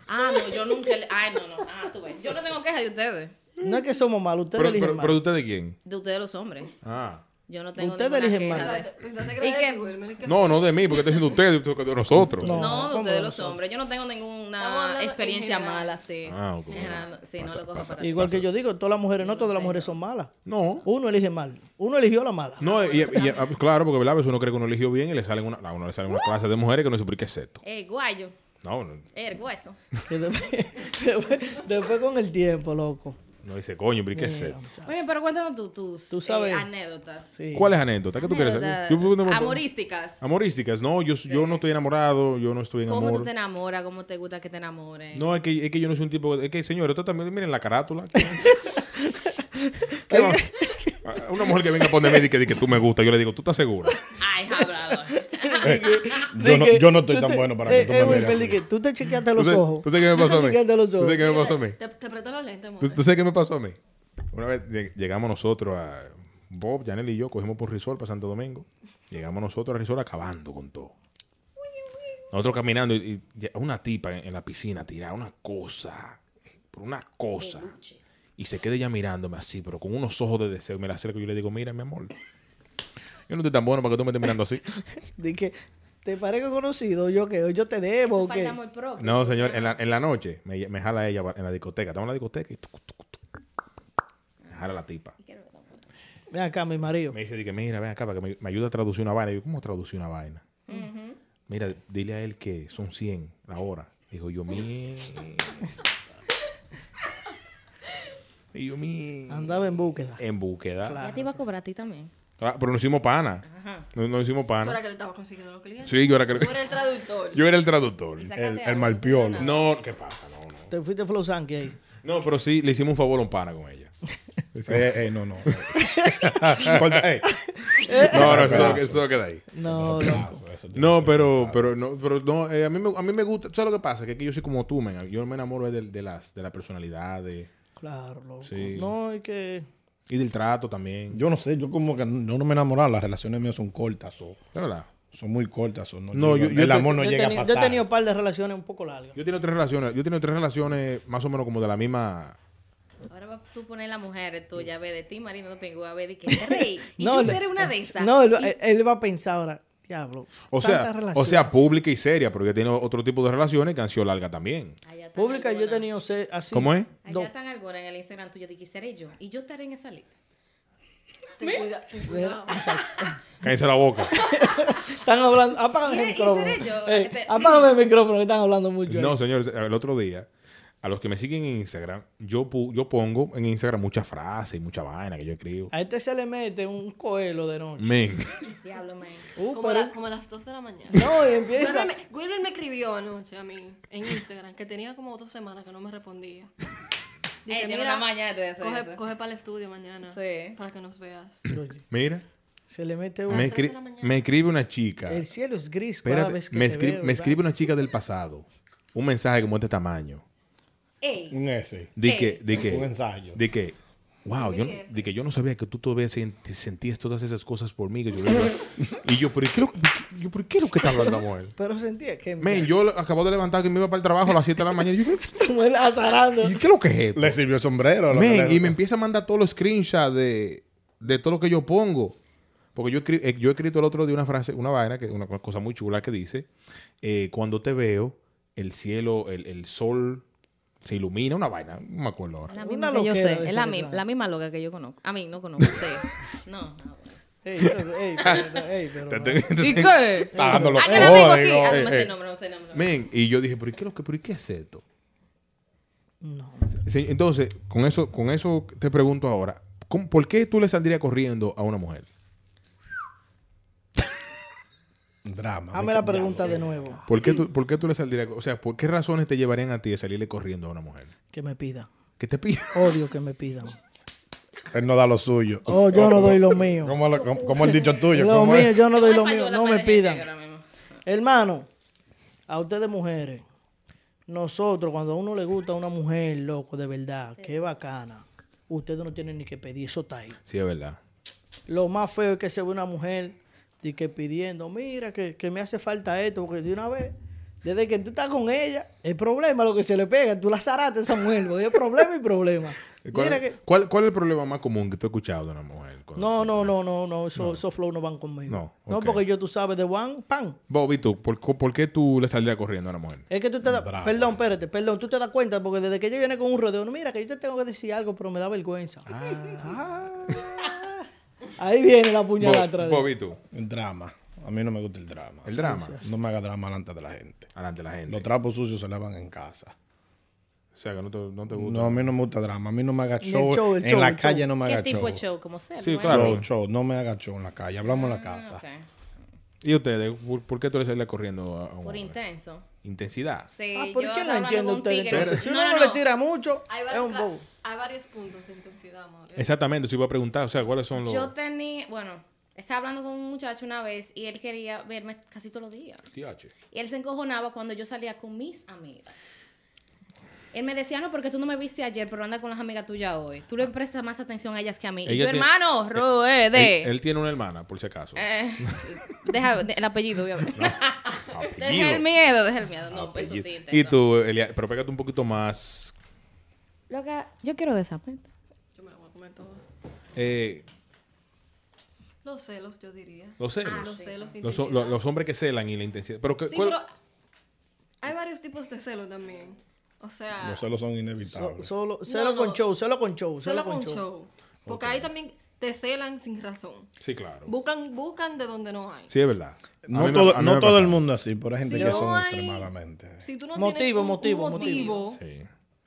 Speaker 4: Ah, no, yo nunca. le- Ay, no, no. Ah, tú ves. Yo no tengo queja de ustedes.
Speaker 2: No es que somos malos, ustedes
Speaker 1: Pero,
Speaker 2: eligen
Speaker 1: pero,
Speaker 2: mal.
Speaker 1: pero ustedes quién?
Speaker 4: De ustedes los hombres.
Speaker 1: Ah.
Speaker 4: Yo no tengo
Speaker 2: Ustedes
Speaker 4: ninguna
Speaker 2: eligen
Speaker 4: queja
Speaker 2: mal.
Speaker 4: de-
Speaker 5: Pues date
Speaker 4: ¿Y
Speaker 5: gracia
Speaker 4: qué?
Speaker 5: de ti, Wilmer, es que-
Speaker 1: No, no de mí, porque estoy diciendo ustedes, de nosotros.
Speaker 2: No.
Speaker 4: No, de
Speaker 2: ¿cómo
Speaker 4: ustedes
Speaker 2: no
Speaker 4: los
Speaker 2: son?
Speaker 4: hombres. Yo no tengo
Speaker 5: Estamos
Speaker 4: ninguna
Speaker 5: hablando en
Speaker 4: experiencia
Speaker 5: general.
Speaker 4: mala, sí.
Speaker 1: Ah, ok.
Speaker 4: En general, sí, no
Speaker 1: Pasa-
Speaker 4: lo cojo
Speaker 1: pasa.
Speaker 4: para ti.
Speaker 2: Igual que yo digo, todas las mujeres, no todas las mujeres son malas.
Speaker 1: No.
Speaker 2: Uno elige mal. Uno eligió la mala.
Speaker 1: No, y, y- ah, claro, porque ¿verdad? A veces uno cree que uno eligió bien y le salen una, a uno le salen una clase de mujeres que no se qué es esto.
Speaker 4: Eh, guayo.
Speaker 1: No, no,
Speaker 4: Eh, el hueso.
Speaker 2: Que después, después- después con el tiempo, loco.
Speaker 1: no dice coño, pero ¿qué es esto?
Speaker 4: Oye, pero cuéntanos tú, tus
Speaker 2: Tú sabes.
Speaker 4: eh, anécdotas.
Speaker 2: Sí.
Speaker 1: ¿Cuál es anécdota? ¿Qué tú quieres saber?
Speaker 4: Anécdotas
Speaker 1: Yo- yo-
Speaker 4: Amorísticas.
Speaker 1: Amorísticas, no, yo, yo no estoy enamorado, yo no estoy en
Speaker 4: ¿Cómo tú
Speaker 1: amor.
Speaker 4: te enamoras? ¿Cómo te gusta que te enamoren?
Speaker 1: No, es que, es que yo no soy un tipo. Es que, señor, esto también, miren la carátula. Que no- a una mujer que venga a ponerme y que, que tú me gusta, yo le digo, ¿tú estás segura?
Speaker 4: Ay, hablador.
Speaker 3: Yo, no,
Speaker 2: Dije,
Speaker 3: yo no estoy
Speaker 2: tú
Speaker 3: tan
Speaker 2: te-
Speaker 3: bueno para
Speaker 2: eh,
Speaker 3: que tú me
Speaker 2: eh, Wilmer,
Speaker 3: mires. así.
Speaker 2: dije, tú te chequeaste los
Speaker 1: ¿Tú sabes-
Speaker 2: ojos.
Speaker 1: ¿Tú sabes qué me pasó a
Speaker 2: te
Speaker 1: mí?
Speaker 2: chequeaste los
Speaker 1: ¿Tú sabes
Speaker 2: ojos.
Speaker 1: qué me pasó a mí?
Speaker 5: Te, te prestó los lentes,
Speaker 1: ¿Tú,
Speaker 5: amor.
Speaker 1: tú sabes qué me pasó a mí? Una vez lleg- llegamos nosotros a. Bob, Janel y yo cogimos por Risol para Santo Domingo. Llegamos nosotros a Risol acabando con todo. Nosotros caminando y, y llega una tipa en, en la piscina tirada, una cosa. Por una cosa. Y se queda ella mirándome así, pero con unos ojos de deseo. Y me la acerco y yo le digo, mira, mi amor. Yo no estoy tan bueno para que tú me estés mirando así.
Speaker 2: Dije, ¿te parezco conocido? ¿Yo qué? ¿Yo te debo o qué?
Speaker 4: Falta amor propio.
Speaker 1: No, señor, en la, en la noche me, me jala ella en la discoteca. Estamos en la discoteca y tuc, tuc, tuc. me jala la tipa.
Speaker 2: Ven acá, mi marido.
Speaker 1: Me dice, dije, mira, ven acá para que me, me ayude a traducir una vaina. Y yo, ¿cómo traducir una vaina? Mira, dile a él que son 100 la hora. Dijo yo, mierda. y yo, mierda.
Speaker 2: Andaba en búsqueda.
Speaker 1: En búsqueda.
Speaker 2: Claro.
Speaker 4: Ya te iba a cobrar a ti también.
Speaker 1: Ah, pero no hicimos pana. No, no hicimos
Speaker 5: Tú eras
Speaker 1: pana.
Speaker 5: que le estabas consiguiendo los clientes.
Speaker 1: Sí, yo era, que-
Speaker 5: Tú eres el traductor.
Speaker 1: yo era el traductor.
Speaker 3: El, el malpiolo.
Speaker 1: No, ¿qué pasa? No, no.
Speaker 2: Te fuiste flow Sanky ahí.
Speaker 1: No, pero sí, le hicimos un favor a un pana con ella.
Speaker 3: Eh, eh, no, no. Corta- eh,
Speaker 1: No, no, eso, eso queda ahí.
Speaker 2: No, loco.
Speaker 3: eso tiene-
Speaker 1: No, pero, pero no, pero no, eh, a, mí me, a mí me gusta, ¿sabes lo que pasa? Que, es que yo soy como tú, men. Yo me enamoro de, de las, de la personalidad de-
Speaker 2: Claro, loco.
Speaker 1: Sí.
Speaker 2: No, es que...
Speaker 1: y del trato también.
Speaker 3: Yo no sé, yo como que no yo no me enamoraba. Las relaciones mías son cortas. o-
Speaker 1: La verdad.
Speaker 3: son muy cortas. o no
Speaker 1: No,
Speaker 3: llega-
Speaker 1: yo- yo
Speaker 3: el
Speaker 1: te-
Speaker 3: amor no
Speaker 2: yo, he
Speaker 3: llega
Speaker 2: teni-
Speaker 3: a
Speaker 2: yo he
Speaker 3: pasar.
Speaker 2: tenido un par de relaciones un poco largas.
Speaker 1: Yo he tenido tres relaciones, yo he tenido tres relaciones más o menos como de la misma.
Speaker 4: Ahora vas tú a poner las mujeres tuyas, ve de ti, Marino de Pingüe, a ver de que te reí. Y
Speaker 2: No,
Speaker 4: tú
Speaker 2: le- eh,
Speaker 4: eres una de esas.
Speaker 2: No, él, él va a pensar ahora, diablo.
Speaker 1: O
Speaker 2: tantas
Speaker 1: sea, o
Speaker 2: relaciones.
Speaker 1: sea, pública y seria, pero yo he tenido otro tipo de relaciones que han sido largas también.
Speaker 4: Allá están
Speaker 2: pública yo he
Speaker 4: algunas.
Speaker 2: tenido se- así.
Speaker 1: ¿Cómo es?
Speaker 4: Allá
Speaker 2: do-
Speaker 4: están algunas en el Instagram tuyo de que seré yo. Y yo estaré en esa lista.
Speaker 5: Ten cuida- ten cuidado.
Speaker 1: Cállense la boca.
Speaker 2: Están hablando. Apágame
Speaker 4: Y-
Speaker 2: el
Speaker 4: y
Speaker 2: micrófono.
Speaker 4: seré yo,
Speaker 2: Eh,
Speaker 4: este-
Speaker 2: apágame el micrófono, que están hablando mucho. ahí.
Speaker 1: No, señores, el otro día, a los que me siguen en Instagram, yo, pu- yo pongo en Instagram muchas frases y mucha vaina que yo escribo.
Speaker 2: A este se le mete un coelo de noche.
Speaker 1: Men.
Speaker 4: Diablo, man.
Speaker 2: Uh,
Speaker 5: Como,
Speaker 2: pero-
Speaker 5: la- como a las 2 de la mañana.
Speaker 2: No, y
Speaker 5: Wilmer
Speaker 2: empieza.
Speaker 5: me- Wilmer me escribió anoche a mí en Instagram que tenía como dos semanas que no me respondía. Dije,
Speaker 4: Ey, tiene
Speaker 5: mira,
Speaker 4: una maña de hacer
Speaker 5: coge,
Speaker 4: eso.
Speaker 5: coge para el estudio mañana
Speaker 4: Sí.
Speaker 5: para que nos veas.
Speaker 2: Oye,
Speaker 1: Mira,
Speaker 2: se le mete un.
Speaker 1: me,
Speaker 5: las tres de
Speaker 1: escri-
Speaker 5: la mañana.
Speaker 1: me escribe una chica.
Speaker 2: El cielo es gris cada
Speaker 1: Espérate,
Speaker 2: vez que
Speaker 1: me,
Speaker 2: te
Speaker 1: escri-
Speaker 2: veo,
Speaker 1: me
Speaker 2: ¿verdad?
Speaker 1: escribe una chica del pasado. Un mensaje como este tamaño.
Speaker 4: Ey,
Speaker 3: Un ese.
Speaker 1: Di
Speaker 4: Ey.
Speaker 1: que, di que,
Speaker 3: Un ensayo.
Speaker 1: di que, wow, yo, di que yo no sabía que tú todavía sen- te sentías todas esas cosas por mí. que yo- y yo, ¿pero qué, lo- yo, ¿por qué lo que está hablando la mujer?
Speaker 2: Pero sentía que.
Speaker 1: Men, yo lo- acabo de levantar que me iba para el trabajo a las 7 de la mañana. Y yo, ¿qué-
Speaker 2: Como él azarando.
Speaker 1: ¿y qué es lo que es esto?
Speaker 3: Le sirvió el sombrero. lo que
Speaker 1: Men,
Speaker 3: le-
Speaker 1: y me empieza a mandar todos los screenshots de, de todo lo que yo pongo. Porque yo, escri- eh, yo he escrito el otro día una frase, una vaina, que una cosa muy chula que dice, eh, cuando te veo, el cielo, el, el sol se ilumina, una vaina, no me acuerdo ahora.
Speaker 4: la
Speaker 2: Una
Speaker 4: misma que yo
Speaker 2: loquera
Speaker 4: sé.
Speaker 2: de
Speaker 4: Es la,
Speaker 2: esa que
Speaker 4: mi-
Speaker 2: trae.
Speaker 4: la misma loca que yo conozco. A mí, no conozco. Sí. No, no.
Speaker 2: Ey, pero- ey, pero- ey, pero-
Speaker 1: Te- te- te-
Speaker 4: ¿Y qué?
Speaker 3: Está dando los
Speaker 4: ¿A qué lo tengo
Speaker 3: cojones,
Speaker 4: aquí?
Speaker 3: digo,
Speaker 4: Ah,
Speaker 3: eh,
Speaker 4: no me sé
Speaker 3: eh.
Speaker 4: el nombre, no me sé el nombre.
Speaker 1: Men, y yo dije, ¿por qué, lo que- por qué es esto?
Speaker 2: No.
Speaker 1: Sí, Entonces, con eso, con eso te pregunto ahora, ¿cómo- ¿por qué tú le saldrías corriendo a una mujer?
Speaker 3: Drama.
Speaker 2: Hazme la pregunta de nuevo.
Speaker 1: ¿Por qué tú, por qué tú le saldrías? O sea, ¿por qué razones te llevarían a ti de salirle corriendo a una mujer?
Speaker 2: Que me pidan.
Speaker 1: ¿Qué te pide?
Speaker 2: Odio que me pidan.
Speaker 3: Él no da lo suyo.
Speaker 2: Oh, yo no doy lo mío.
Speaker 3: ¿Cómo, lo- cómo- cómo el dicho tuyo?
Speaker 2: Lo
Speaker 3: ¿Cómo
Speaker 2: mío,
Speaker 3: es?
Speaker 2: yo no doy
Speaker 4: Ay,
Speaker 2: lo
Speaker 4: falló
Speaker 2: mío.
Speaker 4: la
Speaker 2: No me
Speaker 4: pareja
Speaker 2: pidan.
Speaker 4: negra mismo.
Speaker 2: Hermano, a ustedes mujeres, nosotros cuando a uno le gusta a una mujer, loco, de verdad, qué bacana, ustedes no tienen ni que pedir, eso está ahí.
Speaker 1: Sí, es verdad.
Speaker 2: Lo más feo es que se ve una mujer de que pidiendo, mira, que, que me hace falta esto, porque de una vez, desde que tú estás con ella, el problema lo que se le pega, tú la zaraste a esa mujer, porque es problema y problema. Mira
Speaker 1: ¿Cuál,
Speaker 2: que...
Speaker 1: cuál, cuál es el problema más común que tú has escuchado de una mujer? Con-
Speaker 2: No, no, no, no, no, esos esos flow no van conmigo.
Speaker 1: No,
Speaker 2: no
Speaker 1: ok.
Speaker 2: porque yo, tú sabes, de one, pan.
Speaker 1: Bobby, tú, ¿por, co- por qué tú le saldrías corriendo a una mujer?
Speaker 2: Es que tú te das. Perdón, espérate, perdón. Tú te das cuenta porque desde que ella viene con un rodeo, no, mira, que yo te tengo que decir algo, pero me da vergüenza. Ah. Ahí viene la puñalada
Speaker 1: Bo-
Speaker 2: atrás. de-
Speaker 1: Bobby, tú.
Speaker 3: El drama. A mí no me gusta el drama.
Speaker 1: El drama.
Speaker 3: No me haga drama delante de la gente.
Speaker 1: Adelante la gente.
Speaker 3: Los trapos sucios se lavan en casa.
Speaker 1: O sea, que no te, no te gusta.
Speaker 3: No, a mí no me gusta drama. A mí no me haga
Speaker 2: Ni el
Speaker 3: show.
Speaker 2: show, el
Speaker 3: en
Speaker 2: show,
Speaker 3: la
Speaker 2: el
Speaker 3: calle
Speaker 2: show.
Speaker 3: no me
Speaker 4: ¿Qué
Speaker 3: haga
Speaker 4: tipo de
Speaker 3: show.
Speaker 4: show? Como sea.
Speaker 1: Sí,
Speaker 4: ¿no?
Speaker 1: claro.
Speaker 3: Show, show. No me haga show en la calle. Hablamos en la
Speaker 2: Ah,
Speaker 3: casa.
Speaker 4: Ok.
Speaker 1: ¿Y ustedes? ¿Por, por qué tú le saldrías corriendo a, a una
Speaker 4: Por
Speaker 1: mujer?
Speaker 4: intenso.
Speaker 1: Intensidad.
Speaker 4: Sí,
Speaker 2: Ah, ¿por
Speaker 4: yo
Speaker 2: qué
Speaker 4: estaba
Speaker 2: la
Speaker 4: hablando
Speaker 2: entiendo
Speaker 4: con un
Speaker 2: ustedes?
Speaker 4: tigre.
Speaker 2: Entonces, si uno no, le tira mucho,
Speaker 5: Hay
Speaker 2: es
Speaker 5: varios,
Speaker 2: un
Speaker 5: ca-
Speaker 2: bobo.
Speaker 5: hay varios puntos de intensidad, amor.
Speaker 1: Exactamente, se iba a preguntar, o sea, ¿cuáles son los...?
Speaker 4: Yo tenía, bueno, estaba hablando con un muchacho una vez y él quería verme casi todos los días.
Speaker 1: TH.
Speaker 4: Y él se encojonaba cuando yo salía con mis amigas. Él me decía, no, porque tú no me viste ayer, pero anda con las amigas tuyas hoy. Tú le prestas más atención a ellas que a mí. y
Speaker 1: Ella
Speaker 4: yo,
Speaker 1: tiene- eh,
Speaker 4: hermano,
Speaker 1: Él,
Speaker 4: Ruede.
Speaker 1: él tiene una hermana, por si acaso.
Speaker 4: Eh, deja de- el apellido, obviamente. deja el
Speaker 1: Apellido.
Speaker 4: miedo, deja el miedo. No, pues eso sí.
Speaker 1: Ah, y
Speaker 4: intenso.
Speaker 1: tú, Elia, pero pégate un poquito más.
Speaker 4: Loca, yo quiero de esa cuenta.
Speaker 5: Yo me lo voy a comer todo.
Speaker 1: Eh,
Speaker 5: Los celos, yo diría.
Speaker 1: los
Speaker 5: Ah,
Speaker 1: celos.
Speaker 5: los celos,
Speaker 1: los,
Speaker 5: intensidad.
Speaker 1: lo- los hombres que celan y la intensidad. Pero, ¿qué-
Speaker 5: Sí,
Speaker 1: cuál-
Speaker 5: pero hay varios tipos de celos también. O sea,
Speaker 3: Los celos son
Speaker 2: So-
Speaker 3: inevitables.
Speaker 2: Ah, solo, celo
Speaker 5: no.
Speaker 2: con show, solo con show, solo
Speaker 5: celos
Speaker 2: con
Speaker 5: con
Speaker 2: show.
Speaker 5: show. Porque ahí también te celan sin razón.
Speaker 1: sí, claro.
Speaker 5: Buscan, buscan de donde no hay.
Speaker 1: Sí, es verdad. A mí
Speaker 3: No
Speaker 1: me-
Speaker 3: todo,
Speaker 1: a mí
Speaker 3: no
Speaker 1: me
Speaker 3: todo
Speaker 1: pasa.
Speaker 3: el mundo así, pero hay gente
Speaker 5: Si
Speaker 3: que
Speaker 5: no
Speaker 3: son
Speaker 5: hay-
Speaker 3: extremadamente.
Speaker 5: Si tú no
Speaker 2: Motivo,
Speaker 5: tienes un- un
Speaker 2: motivo, motivo.
Speaker 5: motivo
Speaker 1: Sí.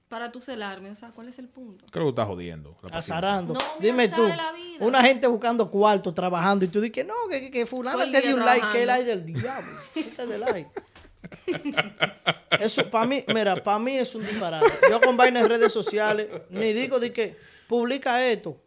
Speaker 5: para tú celarme, o sea, ¿cuál es el punto?
Speaker 1: Creo que tú estás jodiendo. la paciencia.
Speaker 2: Azarando.
Speaker 5: No me
Speaker 2: Dime tú,
Speaker 5: azare la vida.
Speaker 2: una gente buscando cuarto, trabajando, y tú dices que no, que, que- que fulana
Speaker 5: Todo el
Speaker 2: te
Speaker 5: día
Speaker 2: dio un like,
Speaker 5: trabajando.
Speaker 2: que es el like del diablo. Quita de like. Eso para mí, mira, para mí es un disparate. Yo con vainas en redes sociales, ni digo de que publica esto.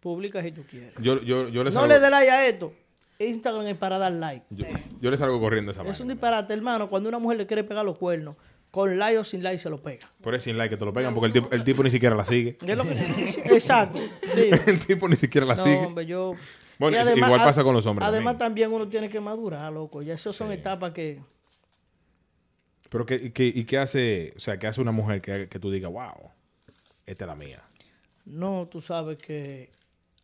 Speaker 2: Publica si tú quieres.
Speaker 1: Yo, yo, yo le
Speaker 2: No
Speaker 1: salgo,
Speaker 2: le dé like a esto. Instagram es para dar like.
Speaker 1: yo, yo le salgo corriendo a esa
Speaker 2: Es un
Speaker 1: vaina.
Speaker 2: disparate, hermano. Cuando una mujer le quiere pegar los cuernos, con like o sin like se lo pega.
Speaker 1: Por eso sin like que te lo pegan porque el tipo, el tipo ni siquiera la sigue.
Speaker 2: Es lo que- Exacto. Digo.
Speaker 1: el tipo ni siquiera la
Speaker 2: No,
Speaker 1: sigue.
Speaker 2: hombre, yo.
Speaker 1: Bueno,
Speaker 2: y
Speaker 1: i- igual pasa con los hombres
Speaker 2: Además, también. uno tiene que madurar, loco. Ya esas son etapas que.
Speaker 1: Pero que, que- ¿y qué hace? O sea, ¿qué hace una mujer que, que tú digas, wow, esta es la mía?
Speaker 2: No, tú sabes que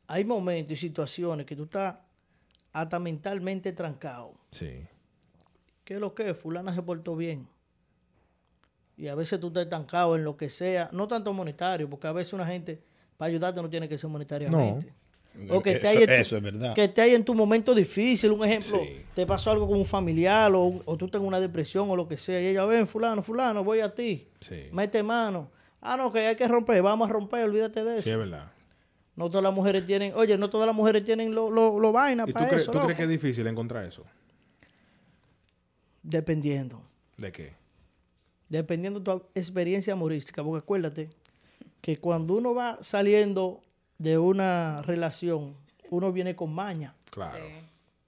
Speaker 2: hay momentos y situaciones que tú estás hasta mentalmente trancado.
Speaker 1: Sí.
Speaker 2: ¿Qué es lo que es? Fulana se portó bien. Y a veces tú estás estancado en lo que sea, no tanto monetario, porque a veces una gente para ayudarte no tiene que ser monetariamente. O que esté ahí
Speaker 3: Eso-
Speaker 2: en tu-
Speaker 3: eso es verdad.
Speaker 2: Que esté ahí en tu momento difícil. Un ejemplo,
Speaker 1: Sí.
Speaker 2: te pasó algo con un familiar o, o tú tengas una depresión o lo que sea. Y ella, ven, fulano, fulano, voy a ti.
Speaker 1: Sí.
Speaker 2: Mete mano. Ah, no, que hay que romper. Vamos a romper, olvídate de eso.
Speaker 1: Sí, es verdad.
Speaker 2: No todas las mujeres tienen, oye, no todas las mujeres tienen lo, lo, lo vaina
Speaker 1: ¿Y tú,
Speaker 2: para
Speaker 1: cre-
Speaker 2: eso.
Speaker 1: tú crees
Speaker 2: loco.
Speaker 1: que es difícil encontrar eso?
Speaker 2: Dependiendo.
Speaker 1: ¿De qué?
Speaker 2: dependiendo de tu experiencia amorística, porque acuérdate que cuando uno va saliendo de una relación, uno viene con maña.
Speaker 1: Claro.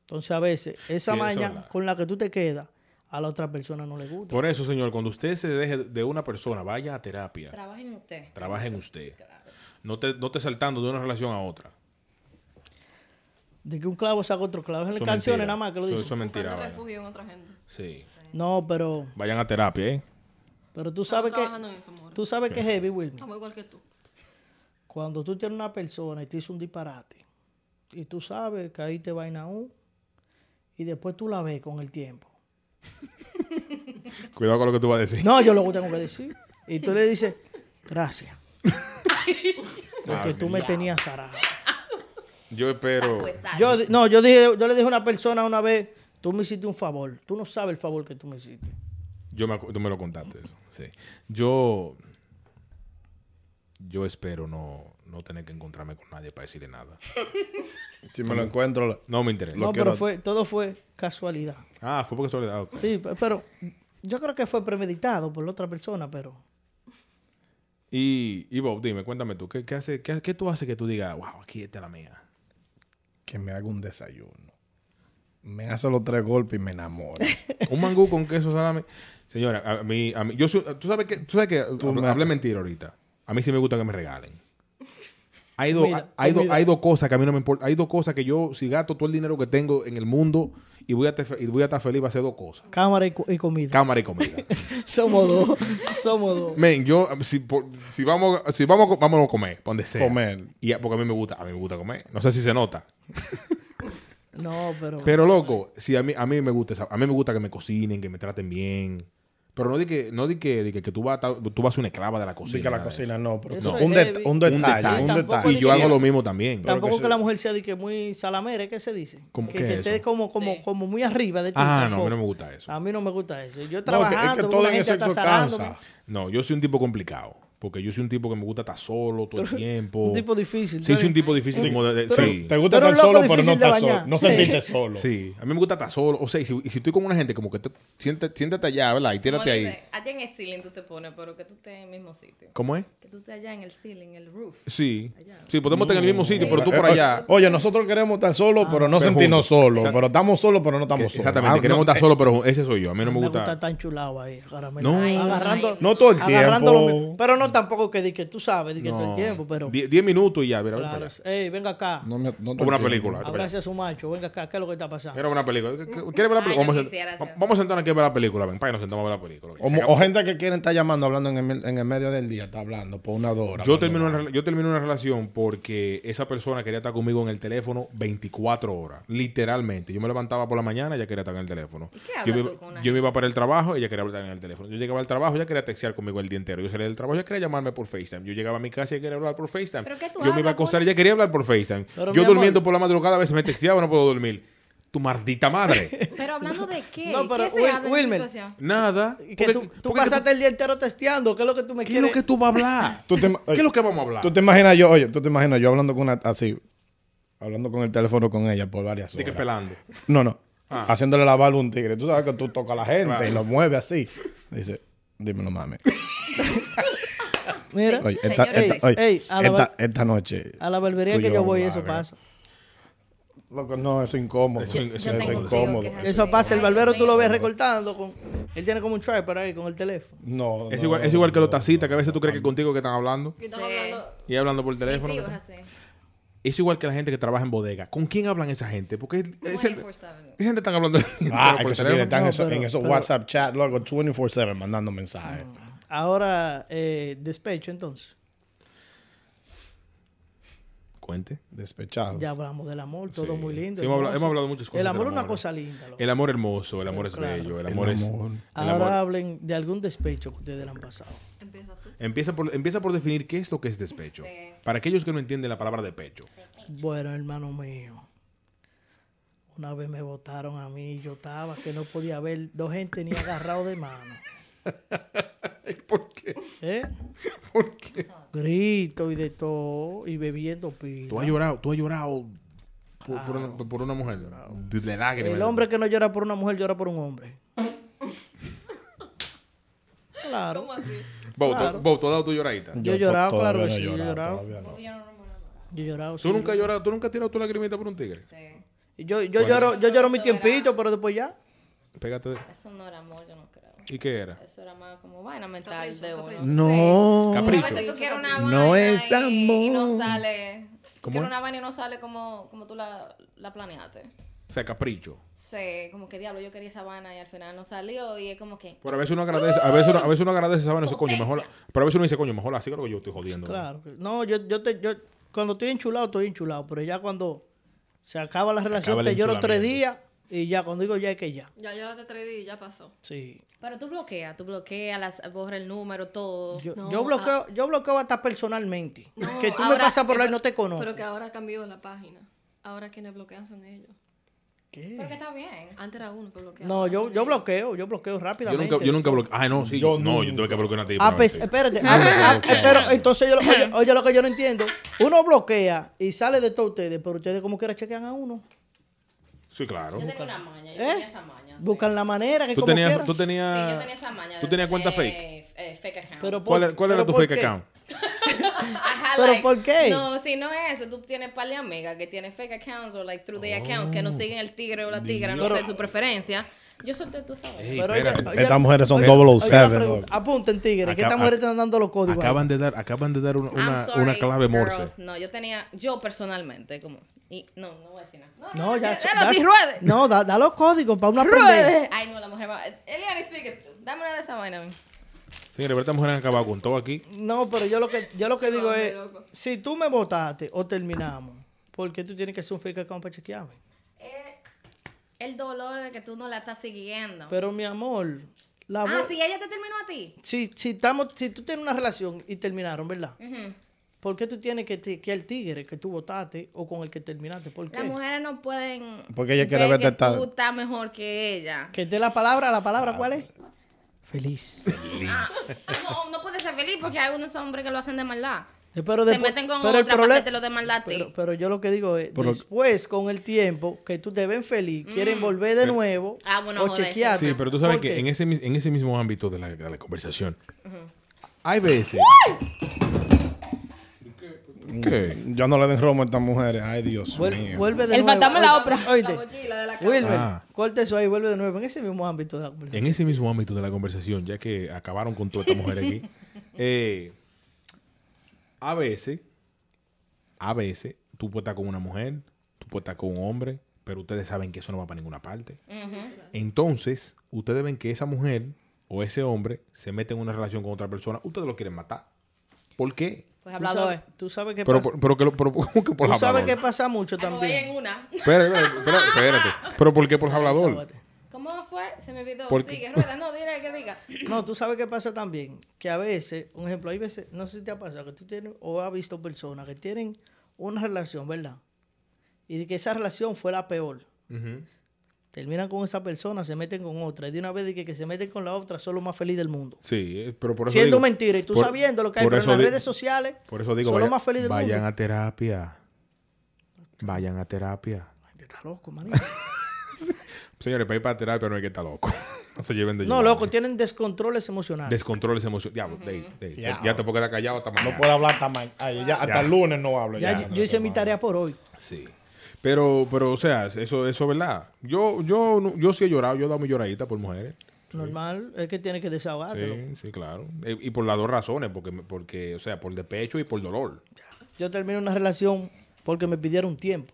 Speaker 2: Entonces a veces esa
Speaker 1: Sí, eso
Speaker 2: maña
Speaker 1: es verdad.
Speaker 2: con la que tú te quedas, a la otra persona no le gusta.
Speaker 1: Por eso, señor, cuando usted se deje de una persona, vaya a terapia.
Speaker 4: Trabajen usted.
Speaker 1: Trabaja en usted. No te, no te saltando de una relación a otra.
Speaker 2: De que un clavo saca otro clavo. Es en
Speaker 1: Eso
Speaker 2: las
Speaker 1: es
Speaker 2: canciones
Speaker 1: mentira.
Speaker 2: nada más que lo
Speaker 1: Eso-
Speaker 2: dicen.
Speaker 1: Eso es mentira.
Speaker 5: Buscando
Speaker 1: vaina.
Speaker 5: refugio en otra gente.
Speaker 1: Sí.
Speaker 2: No, pero,
Speaker 1: Vayan a terapia, ¿eh?
Speaker 2: pero tú
Speaker 5: Estamos
Speaker 2: sabes que
Speaker 5: trabajando en eso, amor.
Speaker 2: tú sabes que es heavy, Wilmer.
Speaker 5: Estamos igual que tú.
Speaker 2: Cuando tú tienes una persona y te hizo un disparate, y tú sabes que ahí te vaina aún, y después tú la ves con el tiempo.
Speaker 1: Cuidado con lo que tú vas a decir.
Speaker 2: No, yo lo tengo que decir. Y tú le dices, gracias. Porque tú me tenías zarado.
Speaker 1: Yo espero.
Speaker 4: Saco, es saco.
Speaker 2: Yo, di- no, yo, dije, yo le dije a una persona una vez, tú me hiciste un favor. Tú no sabes el favor que tú me hiciste.
Speaker 1: Yo me, acu- tú me lo contaste eso. Sí. Yo. Yo espero no, no tener que encontrarme con nadie para decirle nada.
Speaker 3: Si me lo encuentro, lo-
Speaker 1: No me interesa.
Speaker 3: Lo
Speaker 2: no,
Speaker 3: quiero-
Speaker 2: pero fue, todo fue casualidad.
Speaker 1: Ah, fue porque solo le daba.
Speaker 2: Sí, pe- pero yo creo que fue premeditado por la otra persona, pero
Speaker 1: Y, y Bob, dime, cuéntame tú, ¿qué, qué, hace, qué, qué tú haces que tú digas, wow, aquí está la mía?
Speaker 3: que me haga un desayuno. Me hace los tres golpes y me enamora.
Speaker 1: Un mangú con queso salami. Señora, a mí, a mí yo soy- tú sabes que, tú sabes que, hab-
Speaker 3: me-
Speaker 1: hablé mentira ahorita. A mí sí me gusta que me regalen. Hay dos,
Speaker 2: Comida,
Speaker 1: hay, dos,
Speaker 2: comida.
Speaker 1: hay dos cosas que a mí no me importa. Hay dos cosas que yo, si gasto todo el dinero que tengo en el mundo y voy a, te- y voy a estar feliz, va a ser dos cosas.
Speaker 2: cámara y, co- y comida.
Speaker 1: Cámara y comida.
Speaker 2: somos dos, somos dos.
Speaker 1: Men, yo, si, por- si vamos, si vamos, a co- vámonos a comer, pa' donde sea.
Speaker 3: Comer.
Speaker 1: Y, a- porque a mí me gusta, a mí me gusta comer. No sé si se nota.
Speaker 2: No, pero,
Speaker 1: Pero loco, sí, a mí, a mí me gusta esa- a mí me gusta que me cocinen, que me traten bien. Pero no di que, no di que, di que, que tú vas a, ta- tú vas a ser una esclava de la cocina.
Speaker 3: Así que la
Speaker 1: nada de
Speaker 3: cocina no, pero
Speaker 2: Eso
Speaker 3: un,
Speaker 2: es
Speaker 3: det-
Speaker 2: heavy.
Speaker 3: un
Speaker 1: eso.
Speaker 3: detalle, un
Speaker 1: Un
Speaker 3: detalle.
Speaker 1: detalle.
Speaker 2: tampoco
Speaker 1: Y yo hago
Speaker 2: diría-
Speaker 1: lo mismo también.
Speaker 2: tampoco
Speaker 3: que
Speaker 2: que,
Speaker 3: sí.
Speaker 2: la mujer sea de que muy salamere, ¿qué se dice?
Speaker 1: ¿Cómo qué
Speaker 2: que que
Speaker 1: es
Speaker 2: esté
Speaker 1: eso?
Speaker 2: como, como,
Speaker 4: Sí.
Speaker 2: como muy arriba de ti.
Speaker 1: ah, no, a
Speaker 2: tampoco.
Speaker 1: mí no me gusta eso.
Speaker 2: A mí no me gusta eso. Yo
Speaker 3: No, es que-
Speaker 2: trabajando,
Speaker 3: es que
Speaker 2: con
Speaker 3: todo
Speaker 2: la
Speaker 3: en el
Speaker 2: gente
Speaker 3: sexo
Speaker 2: atazarándome.
Speaker 3: cansa.
Speaker 1: No, yo soy un tipo complicado. Porque yo soy un tipo que me gusta estar solo todo el tiempo.
Speaker 2: Un tipo difícil.
Speaker 1: Sí,
Speaker 2: ¿no?
Speaker 1: soy un tipo difícil. como de- de-
Speaker 2: Pero-
Speaker 1: sí.
Speaker 3: Te gusta
Speaker 2: Pero
Speaker 3: estar
Speaker 2: un loco
Speaker 3: solo, pero no
Speaker 2: difícil de
Speaker 3: estás solo.
Speaker 2: bañar.
Speaker 3: No
Speaker 2: Sí.
Speaker 3: sentirte solo.
Speaker 1: Sí, a mí me gusta estar solo. O sea, y si, y si estoy con una gente como que te, siéntate, siéntate allá, ¿verdad? Y
Speaker 4: Como
Speaker 1: tírate ahí.
Speaker 4: dice, Allá en el ceiling tú te pones, pero que tú estés en el mismo sitio.
Speaker 1: ¿Cómo es?
Speaker 4: Que tú estés allá en el ceiling, el roof.
Speaker 1: Sí. Sí, podemos estar en el mismo sitio, pero tú
Speaker 3: Eh,
Speaker 1: por
Speaker 3: oye,
Speaker 1: allá. Ah.
Speaker 3: Oye, nosotros queremos estar solos, pero no
Speaker 1: Pero
Speaker 3: sentirnos
Speaker 1: juntos.
Speaker 3: solos. Pero estamos solos, pero no estamos solos.
Speaker 1: Exactamente,
Speaker 3: Ah,
Speaker 1: queremos
Speaker 3: no,
Speaker 1: estar
Speaker 3: eh,
Speaker 1: solos, pero ese soy yo. A mí no
Speaker 2: Me
Speaker 1: me gusta.
Speaker 2: gusta tan chulado ahí. Caramelo.
Speaker 1: No. Ay,
Speaker 2: agarrando.
Speaker 3: No todo el
Speaker 2: agarrando lo mismo.
Speaker 3: tiempo.
Speaker 2: Pero no tampoco que di que tú sabes, di que todo el
Speaker 1: No.
Speaker 2: tiempo, pero.
Speaker 1: Die- diez minutos y ya, mira, ven para
Speaker 2: Claro.
Speaker 1: allá.
Speaker 2: Ey, venga acá.
Speaker 3: No me- no
Speaker 1: O
Speaker 3: todo el
Speaker 1: una
Speaker 3: tiempo.
Speaker 1: película. vete para allá.
Speaker 2: Abrace a su macho. Venga acá. ¿Qué es lo que está pasando?
Speaker 1: Quiero ver una película. ¿Qué- qué- ¿Quieres ver la
Speaker 4: Ay,
Speaker 1: película?
Speaker 4: yo
Speaker 1: Vamos, a-
Speaker 4: quisiera hacer-
Speaker 1: vamos a sentarnos aquí a ver la película. Ven, para nos sentamos a ver la película.
Speaker 3: O, mo- o gente que quiere estar llamando, hablando en el, mil- en el medio del día, está hablando por una hora.
Speaker 1: yo,
Speaker 3: hablando.
Speaker 1: termino una, rela- yo termino una relación porque esa persona quería estar conmigo en el teléfono 24 horas. Literalmente. Yo me levantaba por la mañana y ella quería estar en el teléfono.
Speaker 4: ¿Y qué hablas
Speaker 1: yo, me,
Speaker 4: tú
Speaker 1: iba-
Speaker 4: con una
Speaker 1: yo me iba para el trabajo y ella quería hablar en el teléfono. Yo llegaba al trabajo ella quería textear conmigo el día entero. Yo salía del trabajo ella quería llamarme por FaceTime. Yo llegaba a mi casa y ella quería hablar por FaceTime.
Speaker 4: ¿Pero qué tú
Speaker 1: yo me iba a
Speaker 4: hablas,
Speaker 1: acostar
Speaker 4: por-
Speaker 1: y ella quería hablar por FaceTime.
Speaker 2: Pero, mi
Speaker 1: yo
Speaker 2: amor.
Speaker 1: durmiendo por la madrugada a veces me texteaba, no puedo dormir. Tu maldita madre.
Speaker 4: Pero hablando de qué,
Speaker 2: No, pero
Speaker 4: ¿qué se
Speaker 2: Wil-
Speaker 4: habla
Speaker 2: Wilmer.
Speaker 4: en esa situación?
Speaker 1: Nada.
Speaker 2: Que
Speaker 1: Porque-
Speaker 2: tú,
Speaker 1: porque
Speaker 2: tú
Speaker 1: tú-
Speaker 2: pasaste el día entero testeando. ¿Qué es lo que tú me
Speaker 1: ¿Qué es lo
Speaker 2: quieres?
Speaker 1: que tú vas a hablar?
Speaker 3: Tú te-
Speaker 1: ¿Qué es lo que vamos a hablar?
Speaker 3: Tú te imaginas yo, oye, tú te imaginas yo hablando con una, así, hablando con el teléfono con ella por varias
Speaker 1: De que
Speaker 3: horas.
Speaker 1: pelando.
Speaker 3: No, no.
Speaker 1: Ah.
Speaker 3: Haciéndole la barba a un tigre. Tú sabes que tú tocas a la gente
Speaker 1: Claro.
Speaker 3: y lo mueves así. Dice, dímelo, mami.
Speaker 2: Mira,
Speaker 3: Oye,
Speaker 4: Señores,
Speaker 3: esta, esta- oye,
Speaker 2: ey, a la
Speaker 3: esta-
Speaker 2: ba-
Speaker 3: esta noche.
Speaker 2: a la barbería
Speaker 3: tú y
Speaker 2: que yo voy,
Speaker 3: vamos a
Speaker 2: eso
Speaker 3: ver.
Speaker 2: pasa.
Speaker 3: Loco, no, eso es incómodo.
Speaker 1: Eso- Yo- yo
Speaker 3: Eso es
Speaker 1: tengo un tío
Speaker 3: incómodo.
Speaker 4: que es así.
Speaker 2: Eso pasa. El
Speaker 4: Ay,
Speaker 2: barbero tú lo ves
Speaker 3: Dios mío.
Speaker 2: recortando. Con, él tiene como un tripod ahí con el teléfono.
Speaker 3: No,
Speaker 1: Es
Speaker 3: no,
Speaker 1: igual, es igual que los
Speaker 3: no,
Speaker 1: tacitas,
Speaker 3: no,
Speaker 1: que a veces tú
Speaker 3: no,
Speaker 1: crees que
Speaker 3: no.
Speaker 1: contigo que están hablando.
Speaker 5: Que estamos
Speaker 4: Sí.
Speaker 5: hablando-
Speaker 1: Y hablando por teléfono.
Speaker 4: Mi tío
Speaker 1: que-
Speaker 4: es así.
Speaker 1: Es igual que la gente que trabaja en bodega. ¿Con quién hablan esa gente? Porque es- es-
Speaker 4: 24/7.
Speaker 1: ¿qué gente están hablando
Speaker 3: Ah,
Speaker 1: por
Speaker 3: que
Speaker 1: el
Speaker 3: se quiere
Speaker 1: teléfono.
Speaker 3: estar en
Speaker 2: No,
Speaker 3: esos- en
Speaker 2: pero-
Speaker 3: esos
Speaker 2: pero-
Speaker 3: WhatsApp chat, loco, 24-7 mandando mensajes.
Speaker 2: Ahora, eh, despecho entonces.
Speaker 1: Cuente.
Speaker 3: Despechado.
Speaker 2: Ya hablamos del amor, todo
Speaker 1: Sí.
Speaker 2: muy lindo.
Speaker 1: Sí, hemos hablado-
Speaker 2: hermoso.
Speaker 1: hemos hablado muchas cosas
Speaker 2: El
Speaker 1: del
Speaker 2: amor es una
Speaker 1: amor. ¿eh?
Speaker 2: cosa linda. loco.
Speaker 1: El amor hermoso, el amor es
Speaker 2: Claro.
Speaker 1: bello, el amor
Speaker 3: El
Speaker 1: es.
Speaker 3: amor.
Speaker 1: el
Speaker 2: Ahora
Speaker 1: amor-
Speaker 2: hablen de algún despecho que ustedes le han pasado.
Speaker 5: Empieza tú.
Speaker 1: Empieza por, empieza por definir qué es lo que es despecho. Para aquellos que no entienden la palabra despecho.
Speaker 2: Bueno, hermano mío. Una vez me votaron a mí, yo estaba que no podía ver dos gente ni agarrado de mano.
Speaker 1: ¿Por qué?
Speaker 2: ¿Eh?
Speaker 1: ¿Por qué?
Speaker 2: Grito y de todo, y bebiendo pila.
Speaker 1: Tú has llorado, tú has llorado por, por una, por una mujer. De de lágrimas.
Speaker 2: El hombre que no llora por una mujer llora por un hombre. Claro.
Speaker 5: ¿Cómo así?
Speaker 1: Bob, tú-
Speaker 2: Claro.
Speaker 1: Bob, tú has dado tu lloradita.
Speaker 2: Yo he llorado,
Speaker 3: todavía
Speaker 2: claro que
Speaker 3: no he
Speaker 2: sí, yo he llorado.
Speaker 3: todavía no.
Speaker 4: Yo no me enamoro.
Speaker 2: Yo he llorado.
Speaker 1: ¿Tú
Speaker 2: sí.
Speaker 1: nunca has llorado? ¿Tú nunca has tirado tu lagrimita por un tigre?
Speaker 4: Sí.
Speaker 2: Yo, yo lloro, yo lloro mi tiempito, pero después ya.
Speaker 1: Pégate. de-
Speaker 4: Eso no era amor, yo no creo.
Speaker 1: ¿Y qué era?
Speaker 4: Eso era más como vaina mental
Speaker 5: Capricho,
Speaker 4: de
Speaker 5: capricho.
Speaker 4: uno.
Speaker 3: No.
Speaker 1: Capricho.
Speaker 4: A veces tú quieres una vaina
Speaker 3: No es
Speaker 4: y- Y, no
Speaker 3: amor.
Speaker 4: sale. Tú
Speaker 1: ¿Cómo
Speaker 4: quieres
Speaker 1: es?
Speaker 4: una vaina y no sale como, como tú la, la planeaste.
Speaker 1: O sea, capricho.
Speaker 4: Sí, como que diablo, yo quería esa vaina y al final no salió y es como que...
Speaker 1: Pero a veces uno agradece, a veces uno, a veces uno agradece esa vaina, ese coño, mejor. Pero a veces uno dice, coño, mejor así creo que yo estoy jodiendo.
Speaker 2: Claro. que- No, yo, yo te, yo, cuando estoy enchulado, estoy enchulado. Pero ya cuando se acaba la relación,
Speaker 1: acaba el
Speaker 2: te lloro tres días
Speaker 1: enchulamiento.
Speaker 2: y ya, cuando digo ya es que ya.
Speaker 5: Ya lloraste tres días y ya pasó.
Speaker 2: Sí.
Speaker 4: Pero tú bloqueas, tú bloqueas, las, borra el número, todo.
Speaker 2: Yo,
Speaker 5: No, ah.
Speaker 2: yo bloqueo, yo bloqueo hasta personalmente.
Speaker 5: No,
Speaker 2: que tú me
Speaker 5: ahora-
Speaker 2: pasas por ahí y
Speaker 5: eh,
Speaker 2: no te conozco.
Speaker 5: Pero que ahora cambió la página. Ahora quienes bloquean son ellos.
Speaker 4: Pero que
Speaker 2: ¿Qué?
Speaker 4: está bien.
Speaker 5: Antes era uno que bloqueaba.
Speaker 2: No,
Speaker 5: ahora
Speaker 2: yo,
Speaker 5: son
Speaker 2: yo
Speaker 5: ellos.
Speaker 2: bloqueo, yo bloqueo
Speaker 1: Yo
Speaker 2: rápidamente.
Speaker 1: nunca, yo nunca bloqueé. Ah, no, sí.
Speaker 3: Yo
Speaker 1: no, yo
Speaker 3: nunca.
Speaker 1: tuve que bloquear una tipa.
Speaker 2: Ah,
Speaker 1: una
Speaker 2: pues,
Speaker 1: vez.
Speaker 2: espérate, ah, pues, ah, eh, pero entonces yo lo, oye, oye lo que yo no entiendo. Uno bloquea y sale de todos ustedes, pero ustedes como quiera chequean a uno.
Speaker 1: Sí, claro.
Speaker 4: Yo tenía una maña, yo
Speaker 2: ¿Eh?
Speaker 4: tenía esa maña. sí.
Speaker 2: Buscan la manera que
Speaker 1: Tú
Speaker 2: como
Speaker 1: tenías,
Speaker 2: quiera.
Speaker 1: tú
Speaker 4: Sí, yo
Speaker 1: tenías.
Speaker 4: tenía esa maña. de
Speaker 1: ¿Tú tenías cuenta
Speaker 4: tener,
Speaker 1: fake?
Speaker 4: eh, fake account.
Speaker 2: Ah. Pero
Speaker 1: ¿Cuál,
Speaker 2: ¿Por
Speaker 1: era- cuál era
Speaker 2: pero
Speaker 1: tu
Speaker 2: por
Speaker 1: fake
Speaker 2: qué?
Speaker 1: account?
Speaker 4: Ajá,
Speaker 2: ¿Pero
Speaker 4: like,
Speaker 2: por qué?
Speaker 4: No, si no es eso. Tú tienes par de amigas que tienen fake accounts o like through
Speaker 1: Oh.
Speaker 4: their accounts que no siguen el tigre o la tigra, no sé, su preferencia. Yo solté tu sabes.
Speaker 1: Ey,
Speaker 2: Pero oye,
Speaker 1: espérate.
Speaker 2: oye,
Speaker 3: Estas mujeres son
Speaker 2: oye,
Speaker 3: double
Speaker 2: oye la
Speaker 3: seven,
Speaker 2: pregunta.
Speaker 3: loco.
Speaker 2: Apunten, tigre, que
Speaker 1: Acab-
Speaker 2: estas mujeres están dando los códigos. ahí.
Speaker 1: Acaban de dar, acaban de dar una, una,
Speaker 4: I'm sorry,
Speaker 1: una clave
Speaker 4: girls.
Speaker 1: morse.
Speaker 4: No, yo tenía, yo personalmente, como, y no, no voy a decir nada.
Speaker 2: No, ya.
Speaker 4: Pero
Speaker 2: da-
Speaker 4: si ruede.
Speaker 2: No, da, da los códigos para una aprender.
Speaker 4: Ruede. Ay, no, la mujer va. Eliane, sigue tú. Dame una de esa vaina. a mí.
Speaker 1: Señores, esta mujer han acabado con todo aquí.
Speaker 2: No, pero yo lo que, yo lo que digo
Speaker 5: Hombre,
Speaker 2: es,
Speaker 5: loco.
Speaker 2: si tú me votaste o terminamos, ¿por qué tú tienes que hacer un fake account para chequearme?
Speaker 4: Eh, el dolor de que tú no la estás siguiendo.
Speaker 2: Pero mi amor, la
Speaker 4: ah,
Speaker 2: vo-
Speaker 4: si ella te terminó a ti.
Speaker 2: si, si, estamos, si tú tienes una relación y terminaron, ¿verdad?
Speaker 4: Ujú.
Speaker 2: ¿Por qué tú tienes que chequear el tigre que tú votaste o con el que terminaste? ¿Por qué?
Speaker 4: Las mujeres no pueden.
Speaker 3: Porque ella quiere
Speaker 4: ver
Speaker 3: verte
Speaker 4: que
Speaker 3: estar-
Speaker 4: tú estás mejor que ella.
Speaker 2: Que dé la palabra, la palabra, ¿cuál es? Feliz.
Speaker 4: Ah, no, no puedes ser feliz porque hay unos hombres que lo hacen de maldad.
Speaker 2: Eh, Pero
Speaker 4: Se
Speaker 2: después-
Speaker 4: meten con
Speaker 2: pero el
Speaker 4: otra para
Speaker 2: problema-
Speaker 4: hacértelo de maldad a ti.
Speaker 2: Pero, pero yo lo que digo es,
Speaker 3: Pero-
Speaker 2: después con el tiempo que tú te ven feliz, quieren volver de nuevo
Speaker 4: Mm. Ah, bueno,
Speaker 2: o
Speaker 4: joder, sí,
Speaker 2: chequearte.
Speaker 1: Eh. Sí, pero tú sabes
Speaker 2: ¿Por
Speaker 1: que
Speaker 2: qué?
Speaker 1: en ese, mis- en ese mismo ámbito de la, de la conversación, hay veces. ¿Qué?
Speaker 3: Yo no le den romo a estas mujeres. Ay, Dios
Speaker 2: Vuel-
Speaker 3: mío.
Speaker 2: vuelve de
Speaker 4: El
Speaker 2: nuevo.
Speaker 4: fantasma de la
Speaker 2: Oíste,
Speaker 4: ópera.
Speaker 2: oíste.
Speaker 5: mochila de la casa.
Speaker 2: Wilmer,
Speaker 1: Ah.
Speaker 2: corta eso ahí, vuelve de nuevo. En ese mismo ámbito de la conversación.
Speaker 1: En ese mismo ámbito de la conversación, ya que acabaron con toda esta mujer aquí, eh, a veces, a veces, tú puedes estar con una mujer, tú puedes estar con un hombre, pero ustedes saben que eso no va para ninguna parte. Entonces, ustedes ven que esa mujer o ese hombre se mete en una relación con otra persona, ustedes lo quieren matar. ¿Por qué?
Speaker 4: Pues
Speaker 2: Tú
Speaker 4: hablado
Speaker 2: sabes,
Speaker 4: es.
Speaker 2: tú sabes que
Speaker 1: Pero,
Speaker 2: pasa,
Speaker 1: por- pero, que lo- pero ¿cómo que por
Speaker 2: tú sabes
Speaker 1: hablador?
Speaker 2: que pasa mucho
Speaker 4: Oye,
Speaker 2: también.
Speaker 4: en una.
Speaker 1: Espérate, espérate, espérate, espérate. Pero ¿por qué por hablador?
Speaker 2: Sábate.
Speaker 4: ¿Cómo fue? Se me olvidó.
Speaker 1: Porque-
Speaker 4: Sigue, rueda. No, dile que diga.
Speaker 2: No, tú sabes qué pasa también, que a veces, un ejemplo, hay veces, no sé si te ha pasado que tú tienes o has visto personas que tienen una relación, ¿verdad? Y de que esa relación fue la peor. Terminan con esa persona, se meten con otra. Y de una vez de que, que se meten con la otra, son los más felices del mundo.
Speaker 1: Sí, eh, pero por eso
Speaker 2: Siendo
Speaker 1: digo-
Speaker 2: mentira. Y tú
Speaker 1: por-
Speaker 2: sabiendo lo que hay
Speaker 1: por
Speaker 2: pero en
Speaker 1: eso
Speaker 2: las
Speaker 1: di-
Speaker 2: redes sociales,
Speaker 1: Por eso digo,
Speaker 2: son los
Speaker 1: vaya-
Speaker 2: más felices del
Speaker 1: vayan
Speaker 2: mundo.
Speaker 1: a terapia. Vayan a terapia.
Speaker 2: Gente, Está loco, manito.
Speaker 1: Señores, para ir para terapia no hay que estar loco. No se lleven de
Speaker 2: No,
Speaker 1: llevar.
Speaker 2: loco, tienen descontroles emocionales.
Speaker 1: Descontroles emocionales. Diablo, Dave, Dave,
Speaker 3: Ya.
Speaker 1: Ya te puedo quedar callado hasta mañana.
Speaker 3: No puede hablar hasta mañana. Ay, ya, hasta el lunes no hablo.
Speaker 2: ya, yo- yo hice mi tarea por hoy.
Speaker 1: Sí. Pero, pero, o sea, eso, eso es verdad. Yo, yo, no- yo sí he llorado, yo he dado mi lloradita por mujeres.
Speaker 2: Normal, es que tienes que desahogártelo.
Speaker 1: Sí, sí, claro. Eh, Y por las dos razones, porque, me- porque, o sea, por despecho y por dolor.
Speaker 2: Yo terminé una relación porque me pidieron tiempo.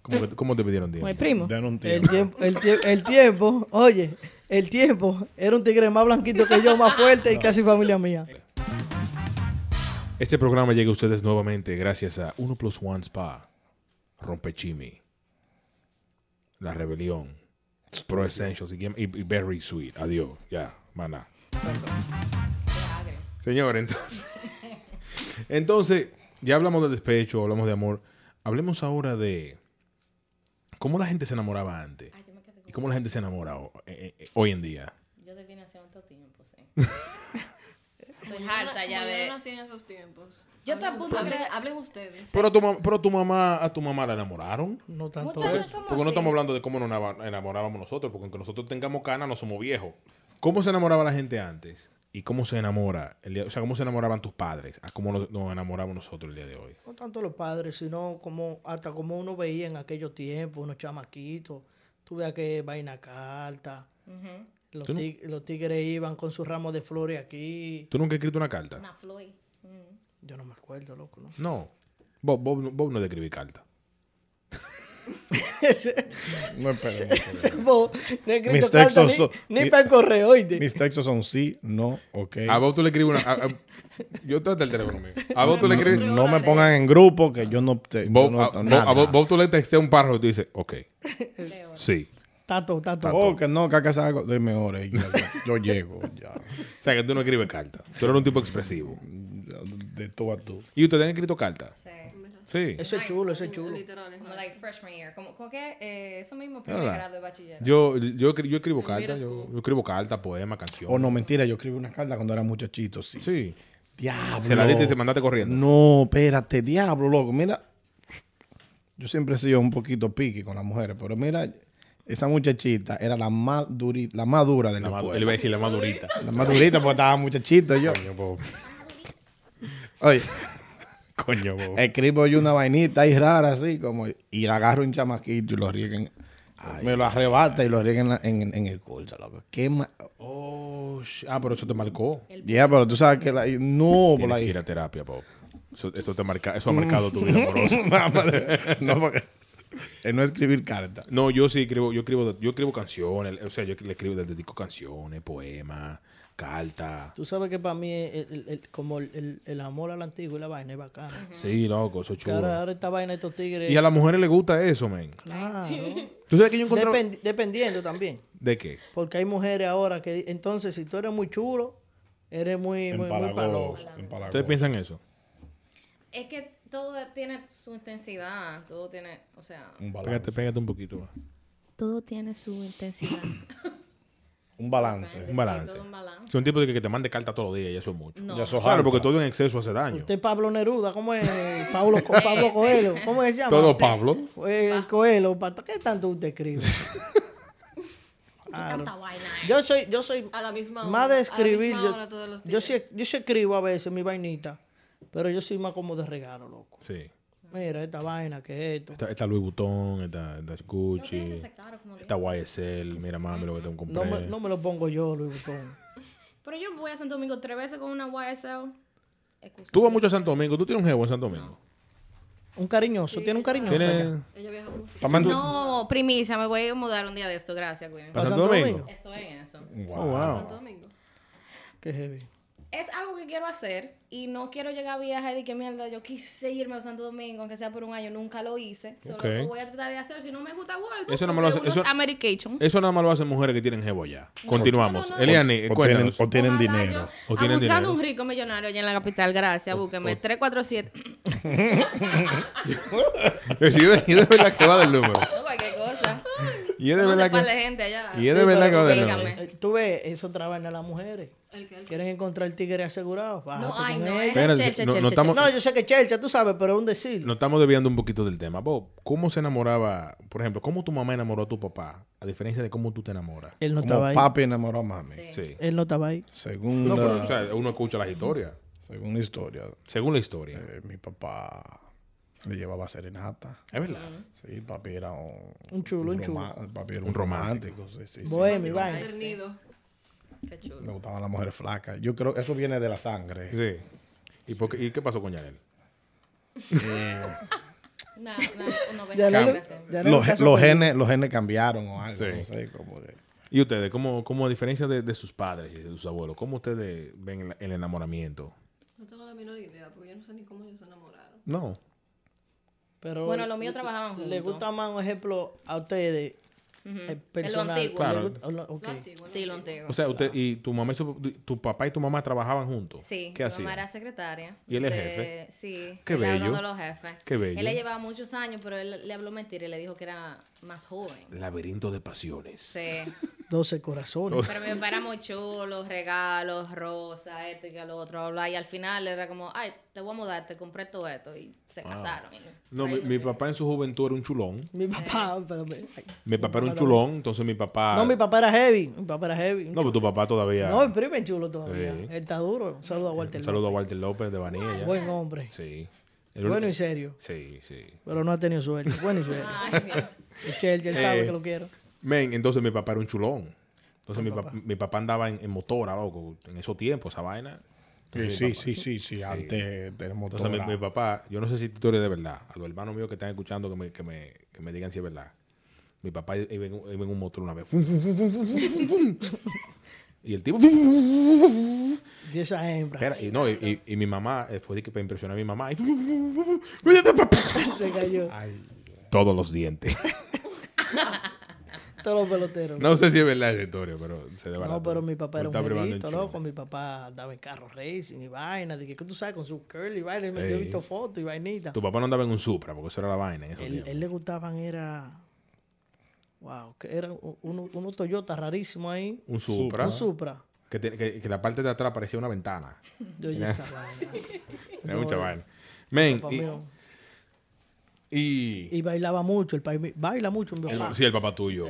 Speaker 1: ¿Cómo, que- cómo te pidieron tiempo?
Speaker 4: Mi primo.
Speaker 3: Den un
Speaker 2: El tiempo, el, tie- el tiempo, oye, el tiempo era un tigre más blanquito que yo, más fuerte y casi familia mía.
Speaker 1: Este programa llega a ustedes nuevamente gracias a 1 Plus One Spa, Rompechimi, La Rebelión, Pro Essentials y, Game- y- y Berry Sweet. Adiós, ya, maná. Señor, entonces. Entonces, ya hablamos de despecho, hablamos de amor. Hablemos ahora de cómo la gente se enamoraba antes
Speaker 4: Yo me quedé
Speaker 1: y cómo la gente se enamora ho- eh, eh, hoy en día.
Speaker 4: con- Yo te vine hace tanto tiempo, sí. Estoy harta ya
Speaker 5: Como Yo no
Speaker 4: de.
Speaker 5: nací en esos tiempos.
Speaker 4: Yo te
Speaker 5: Hablen-
Speaker 4: apunto que-
Speaker 5: hablen, hablen ustedes.
Speaker 1: Pero tu, mam- pero tu mamá, a tu mamá la enamoraron.
Speaker 2: No tanto.
Speaker 4: Muchachos,
Speaker 2: eso.
Speaker 4: ¿cómo
Speaker 1: Pues, Porque no
Speaker 4: así?
Speaker 1: estamos hablando de cómo nos enava- enamorábamos nosotros, porque aunque nosotros tengamos cana, no somos viejos. ¿Cómo se enamoraba la gente antes? ¿Y cómo se enamora? el día- o sea, ¿cómo se enamoraban tus padres? ¿A cómo nos, nos enamoramos nosotros el día de hoy?
Speaker 2: No tanto los padres, sino como hasta como uno veía en aquellos tiempos, unos chamaquitos. Tú veas que vaina carta.
Speaker 4: Ujú.
Speaker 2: Los,
Speaker 1: Tú no-
Speaker 2: tig- los tigres iban con sus ramos de flores aquí.
Speaker 1: ¿Tú nunca has escrito una carta?
Speaker 4: Una Floyd. Ujú.
Speaker 2: Yo no me acuerdo, loco, ¿no?
Speaker 1: No. Bob, Bob, no- Bob no le escribí carta.
Speaker 3: No espero. no espero.
Speaker 2: Bo, no he escrito
Speaker 3: Mis
Speaker 2: carta
Speaker 3: textos
Speaker 2: ni-
Speaker 3: son-
Speaker 2: ni,
Speaker 3: mi-
Speaker 2: para el correo, oíste.
Speaker 3: Mis textos son sí, no, ok.
Speaker 1: A Bob tú le escribes una... a- a- yo te el teléfono mío. A Bob tú le escribes...
Speaker 3: No me pongan en grupo que yo no. Te, yo
Speaker 1: Bob,
Speaker 3: no-
Speaker 1: a- Bob-
Speaker 3: nada.
Speaker 1: a Bob- Bob tú le texteas un párrafo y tú dices, ok. Sí.
Speaker 2: Tato, tato.
Speaker 3: Oh, que no, que acá salgo. Deme hora y yo, yo llego. Ya.
Speaker 1: O sea, que tú no escribes carta. Tú eres un tipo expresivo.
Speaker 3: De tú a tú.
Speaker 1: ¿Y ustedes han escrito cartas?
Speaker 4: Sí.
Speaker 5: En verdad,
Speaker 1: Sí.
Speaker 2: Eso es chulo, eso es chulo.
Speaker 5: Literal, es
Speaker 4: Como
Speaker 5: nice.
Speaker 4: like freshman year. Como, como que eh, eso mismo primer
Speaker 1: Hola.
Speaker 4: grado de bachiller.
Speaker 1: Yo, yo, escri- yo escribo cartas, yo,
Speaker 5: school.
Speaker 1: yo escribo cartas, poemas, canciones.
Speaker 3: Oh, no, mentira, yo escribí una carta cuando era muchachito, sí.
Speaker 1: Sí.
Speaker 3: Diablo.
Speaker 1: Se la diste y te mandaste corriendo.
Speaker 3: No, espérate, diablo, loco. Mira, yo siempre he sido un poquito piqui con las mujeres, pero mira, esa muchachita era la más durita, la más dura de la,
Speaker 1: La más,
Speaker 3: escuela.
Speaker 1: él iba a decir la más durita.
Speaker 3: La más durita porque estaba muchachito yo. Oye,
Speaker 1: Coño,
Speaker 3: Eh.
Speaker 1: bobo.
Speaker 3: escribo yo una vainita ahí rara así como y la agarro un chamaquito y lo rieguen. me lo arrebata y lo rieguen en, en, en el curso, loco. Qué ma-
Speaker 1: Oh, sh- ah, pero eso te marcó.
Speaker 3: Ya, pero tú sabes que la... No, por
Speaker 1: Tienes
Speaker 3: la
Speaker 1: que ir a terapia, Bob. Eso, eso te marca, eso ha marcado tu vida amorosa.
Speaker 3: no, porque... Es no escribir cartas.
Speaker 1: No, yo sí escribo, yo escribo, yo escribo canciones, o sea, yo le escribo, le dedico canciones, poemas, cartas.
Speaker 2: Tú sabes que para mí, el- el- el- como el, el- el amor a la antigua y la vaina es bacana.
Speaker 1: Sí, loco, eso es
Speaker 2: Que
Speaker 1: chulo.
Speaker 2: ahora, ahora esta vaina de estos tigres.
Speaker 1: Y a las mujeres les gusta eso, men.
Speaker 2: Claro.
Speaker 1: ¿Tú sabes que yo encontré?
Speaker 2: Dependi- dependiendo también.
Speaker 1: ¿De qué?
Speaker 2: Porque hay mujeres ahora que. di- Entonces, si tú eres muy chulo, eres muy, muy, muy paloso.
Speaker 1: ¿Ustedes piensan eso?
Speaker 4: Es que todo tiene su intensidad. Todo tiene, o sea...
Speaker 3: Un
Speaker 1: Pégate,
Speaker 3: balance.
Speaker 1: pégate un poquito más.
Speaker 4: Todo tiene su intensidad.
Speaker 3: Un balance.
Speaker 1: Un balance.
Speaker 4: todo un balance.
Speaker 1: Si un tipo de que, que te mande carta todos los días y eso es mucho.
Speaker 4: No.
Speaker 3: Ya sos
Speaker 1: Claro,
Speaker 3: alta.
Speaker 1: porque todo en exceso hace daño.
Speaker 2: Usted es Pablo Neruda, ¿cómo es? Pablo, Co- Pablo Coelho, ¿cómo es que se llama?
Speaker 1: Todo Pablo.
Speaker 2: Eh, el Coelho, ¿pa- ¿qué tanto usted escribe?
Speaker 1: Ah,
Speaker 2: Claro.
Speaker 4: Tanta vaina.
Speaker 2: Yo soy, yo soy
Speaker 5: A la misma hora.
Speaker 2: más de
Speaker 5: A
Speaker 2: escribir.
Speaker 5: la misma hora todos
Speaker 2: Yo,
Speaker 5: los días.
Speaker 2: yo, sí, yo sí escribo a veces mi vainita, pero yo soy más como de regalo, loco.
Speaker 1: Sí.
Speaker 2: Mira, esta vaina, que esto.
Speaker 1: Está, está Louis Vuitton, está, está Gucci,
Speaker 4: Está claro, como
Speaker 1: está YSL. Mira, mami, lo que te
Speaker 2: No
Speaker 1: compré.
Speaker 2: me, no me lo pongo yo, Luis Butón.
Speaker 4: Pero yo voy a Santo Domingo tres veces con una YSL. Excusa.
Speaker 1: Tú vas mucho a Santo Domingo. Tú tienes un jevo en Santo Domingo.
Speaker 2: Un cariñoso, tiene un cariñoso. acá?
Speaker 1: ¿Tienes...
Speaker 5: Ella viaja mucho.
Speaker 4: No, primicia, me voy a mudar un día de esto. Gracias, cuídense.
Speaker 1: ¿Para
Speaker 2: ¿Para
Speaker 1: Santo
Speaker 2: Santo
Speaker 1: Domingo?
Speaker 2: Domingo?
Speaker 4: Estoy en eso.
Speaker 3: Wow.
Speaker 1: Oh, wow.
Speaker 5: Santo Domingo.
Speaker 2: Qué heavy.
Speaker 4: Es algo que quiero hacer y no quiero llegar a viajar y que mierda, yo quise irme a Santo Domingo, aunque sea por un año, nunca lo hice. Solo
Speaker 1: Ok.
Speaker 4: lo voy a tratar de hacer, si no me gusta, vuelvo.
Speaker 1: Eso no me lo hace-
Speaker 4: porque uno
Speaker 1: eso- Eh,
Speaker 4: es Americation.
Speaker 1: Eso nada más lo hacen mujeres que tienen jevo ya. Continuamos.
Speaker 4: No, no, no.
Speaker 1: Eliane,
Speaker 3: O tienen,
Speaker 1: cuéntanos.
Speaker 3: o tienen
Speaker 4: Ojalá
Speaker 3: dinero.
Speaker 4: yo-
Speaker 1: O tienen
Speaker 4: ah, buscando
Speaker 1: dinero.
Speaker 4: un rico millonario allá en la capital, gracias, búsquenme. 347.
Speaker 1: Sí, yo, yo de verdad que va del número.
Speaker 4: No, cualquier cosa.
Speaker 1: Y es de
Speaker 5: Conoce
Speaker 1: verdad
Speaker 5: par de
Speaker 1: que...
Speaker 5: gente allá.
Speaker 1: Y es de verdad que va del
Speaker 4: Dígame.
Speaker 1: número.
Speaker 2: Eh, Tú ves, eso trabaja a las mujeres.
Speaker 5: El que- el que-
Speaker 2: Quieren encontrar tigre asegurado. Bájate
Speaker 4: No, ay,
Speaker 2: con
Speaker 4: Ah, pues no.
Speaker 2: él.
Speaker 4: es
Speaker 1: Espérate,
Speaker 4: chel, chel,
Speaker 1: no-
Speaker 4: chel,
Speaker 1: no
Speaker 4: chel,
Speaker 1: estamos-
Speaker 2: No, yo sé que Chelcha, tú sabes, pero es un decir.
Speaker 1: Nos estamos desviando un poquito del tema. Bob, ¿cómo se enamoraba, por ejemplo, cómo tu mamá enamoró a tu papá? A diferencia de cómo tú te enamoras.
Speaker 2: Él no estaba
Speaker 3: Como
Speaker 2: ahí.
Speaker 3: papi enamoró a mami.
Speaker 1: Sí.
Speaker 2: Él no estaba ahí.
Speaker 3: Según,
Speaker 1: No,
Speaker 3: la,
Speaker 1: pero, o sea, uno escucha las historias.
Speaker 3: según la historia,
Speaker 1: Según la historia.
Speaker 3: eh, mi papá le llevaba serenata.
Speaker 1: Es
Speaker 4: Mm.
Speaker 1: verdad.
Speaker 3: Sí, papi era un...
Speaker 2: Un chulo, un chulo.
Speaker 3: roma- papi era
Speaker 1: Un
Speaker 3: un
Speaker 1: romántico.
Speaker 3: romántico. sí, sí, sí.
Speaker 2: Bohemio, vaina.
Speaker 5: Pernido.
Speaker 4: Qué chulo.
Speaker 3: Me gustaban las mujeres flacas. Yo creo que eso viene de la sangre.
Speaker 1: Sí. ¿Y, por qué- y qué pasó con Yanel?
Speaker 4: Nada, nada, uno ve.
Speaker 2: Ya no-
Speaker 4: Gracias.
Speaker 2: ya no
Speaker 3: Los,
Speaker 2: es caso
Speaker 3: los
Speaker 2: que-
Speaker 3: genes, los genes cambiaron o algo.
Speaker 1: Sí.
Speaker 3: No sé, como de...
Speaker 1: ¿Y ustedes, cómo, cómo a diferencia de, de sus padres y de sus abuelos, cómo ustedes ven el, el enamoramiento?
Speaker 5: No tengo la menor idea, porque yo no sé ni cómo ellos se enamoraron.
Speaker 1: No.
Speaker 2: Pero
Speaker 4: Bueno, los míos trabajaban
Speaker 2: Le
Speaker 4: juntos.
Speaker 2: gusta más, un ejemplo, a ustedes. eh, personal.
Speaker 4: antiguo.
Speaker 1: Claro. Pues,
Speaker 2: Le gusta- o no, ok.
Speaker 5: Lo antiguo, ¿no?
Speaker 4: Sí, lo entiendo.
Speaker 1: O sea, usted y tu mamá y su, tu papá y tu mamá trabajaban juntos.
Speaker 4: Sí,
Speaker 1: ¿Qué
Speaker 4: mi
Speaker 1: hacían?
Speaker 4: mamá era secretaria.
Speaker 1: ¿Y él es
Speaker 4: de-
Speaker 1: jefe?
Speaker 4: Sí.
Speaker 1: Qué
Speaker 4: él era
Speaker 1: bello.
Speaker 4: uno de los jefes.
Speaker 1: Qué bello.
Speaker 4: Él le llevaba muchos años, pero él le habló mentira y le dijo que era más joven.
Speaker 1: Laberinto de pasiones.
Speaker 4: Sí.
Speaker 2: 12 corazones.
Speaker 4: Pero mi papá era muy chulo, regalos, rosas, esto y que lo otro, bla, bla. Y al final era como, ay, te voy a mudar, te compré todo esto. Y se casaron.
Speaker 1: No, mi, mi papá en su juventud era un chulón.
Speaker 2: Mi papá. espérame. Ay.
Speaker 1: Mi papá era un chulón, entonces mi
Speaker 3: Ah.
Speaker 1: papá...
Speaker 2: No, mi papá era heavy. Mi papá era heavy.
Speaker 1: No, pero tu papá todavía...
Speaker 2: No, el primo es chulo todavía.
Speaker 1: Sí.
Speaker 2: Él está duro. Un saludo a Walter.
Speaker 1: un saludo a Walter López de Vanilla.
Speaker 2: López. Buen hombre.
Speaker 1: Sí. El-
Speaker 2: Bueno y serio.
Speaker 1: Sí, sí.
Speaker 2: Pero no ha tenido suerte. Bueno y serio. Y Chelcha, él sabe que lo quiero.
Speaker 1: Men, entonces mi papá era un chulón. Entonces mi, papá. mi papá andaba en, en motora, loco, en esos tiempos, esa vaina.
Speaker 3: Sí,
Speaker 1: Entonces, mi
Speaker 3: sí,
Speaker 1: papá-
Speaker 3: sí, sí, sí, Antes tenemos
Speaker 1: Entonces mi,
Speaker 3: motora.
Speaker 1: mi papá, yo no sé si tu historia es de verdad, a los hermanos míos que están escuchando que me, que me, que me digan si es verdad. Mi papá iba en, un- iba en un motor una vez. ¡fum, fum, fum, fum, fum, fum, fum! y el tipo... ¡fum, fum, fum, fum, fum!
Speaker 2: Y esa hembra.
Speaker 1: Era- y, no, y, y- y mi mamá, eh, fue de que para impresionar a mi mamá. y
Speaker 2: Se cayó.
Speaker 1: todos los dientes.
Speaker 2: Todos los peloteros.
Speaker 1: No sé si es verdad esa historia, pero se
Speaker 2: No,
Speaker 1: desbarató.
Speaker 2: pero mi papá era
Speaker 1: Está
Speaker 2: un
Speaker 1: privando el
Speaker 2: jevito,
Speaker 1: chino.
Speaker 2: loco. Mi papá andaba en carro racing y vaina. De que tú sabes, con su curly y vaina. él me- Yo he
Speaker 1: Ey.
Speaker 2: visto fotos y vainita.
Speaker 1: Tu papá no andaba en un Supra, porque eso era la vaina en esos
Speaker 2: Él,
Speaker 1: tiempos.
Speaker 2: él le gustaban, era. Wow, que eran u- uno, uno Toyota rarísimo ahí.
Speaker 1: Un Supra.
Speaker 2: Un Supra.
Speaker 1: Que, te- que- que la parte de atrás parecía una ventana.
Speaker 2: Yo oí esa vaina.
Speaker 1: Era mucha
Speaker 2: No,
Speaker 1: vaina. Men,
Speaker 2: papá
Speaker 1: y,
Speaker 2: mío.
Speaker 1: y-
Speaker 2: Y bailaba mucho. El país baila mucho. Mi
Speaker 1: El-
Speaker 2: papá. Ah.
Speaker 1: sí, el papá tuyo.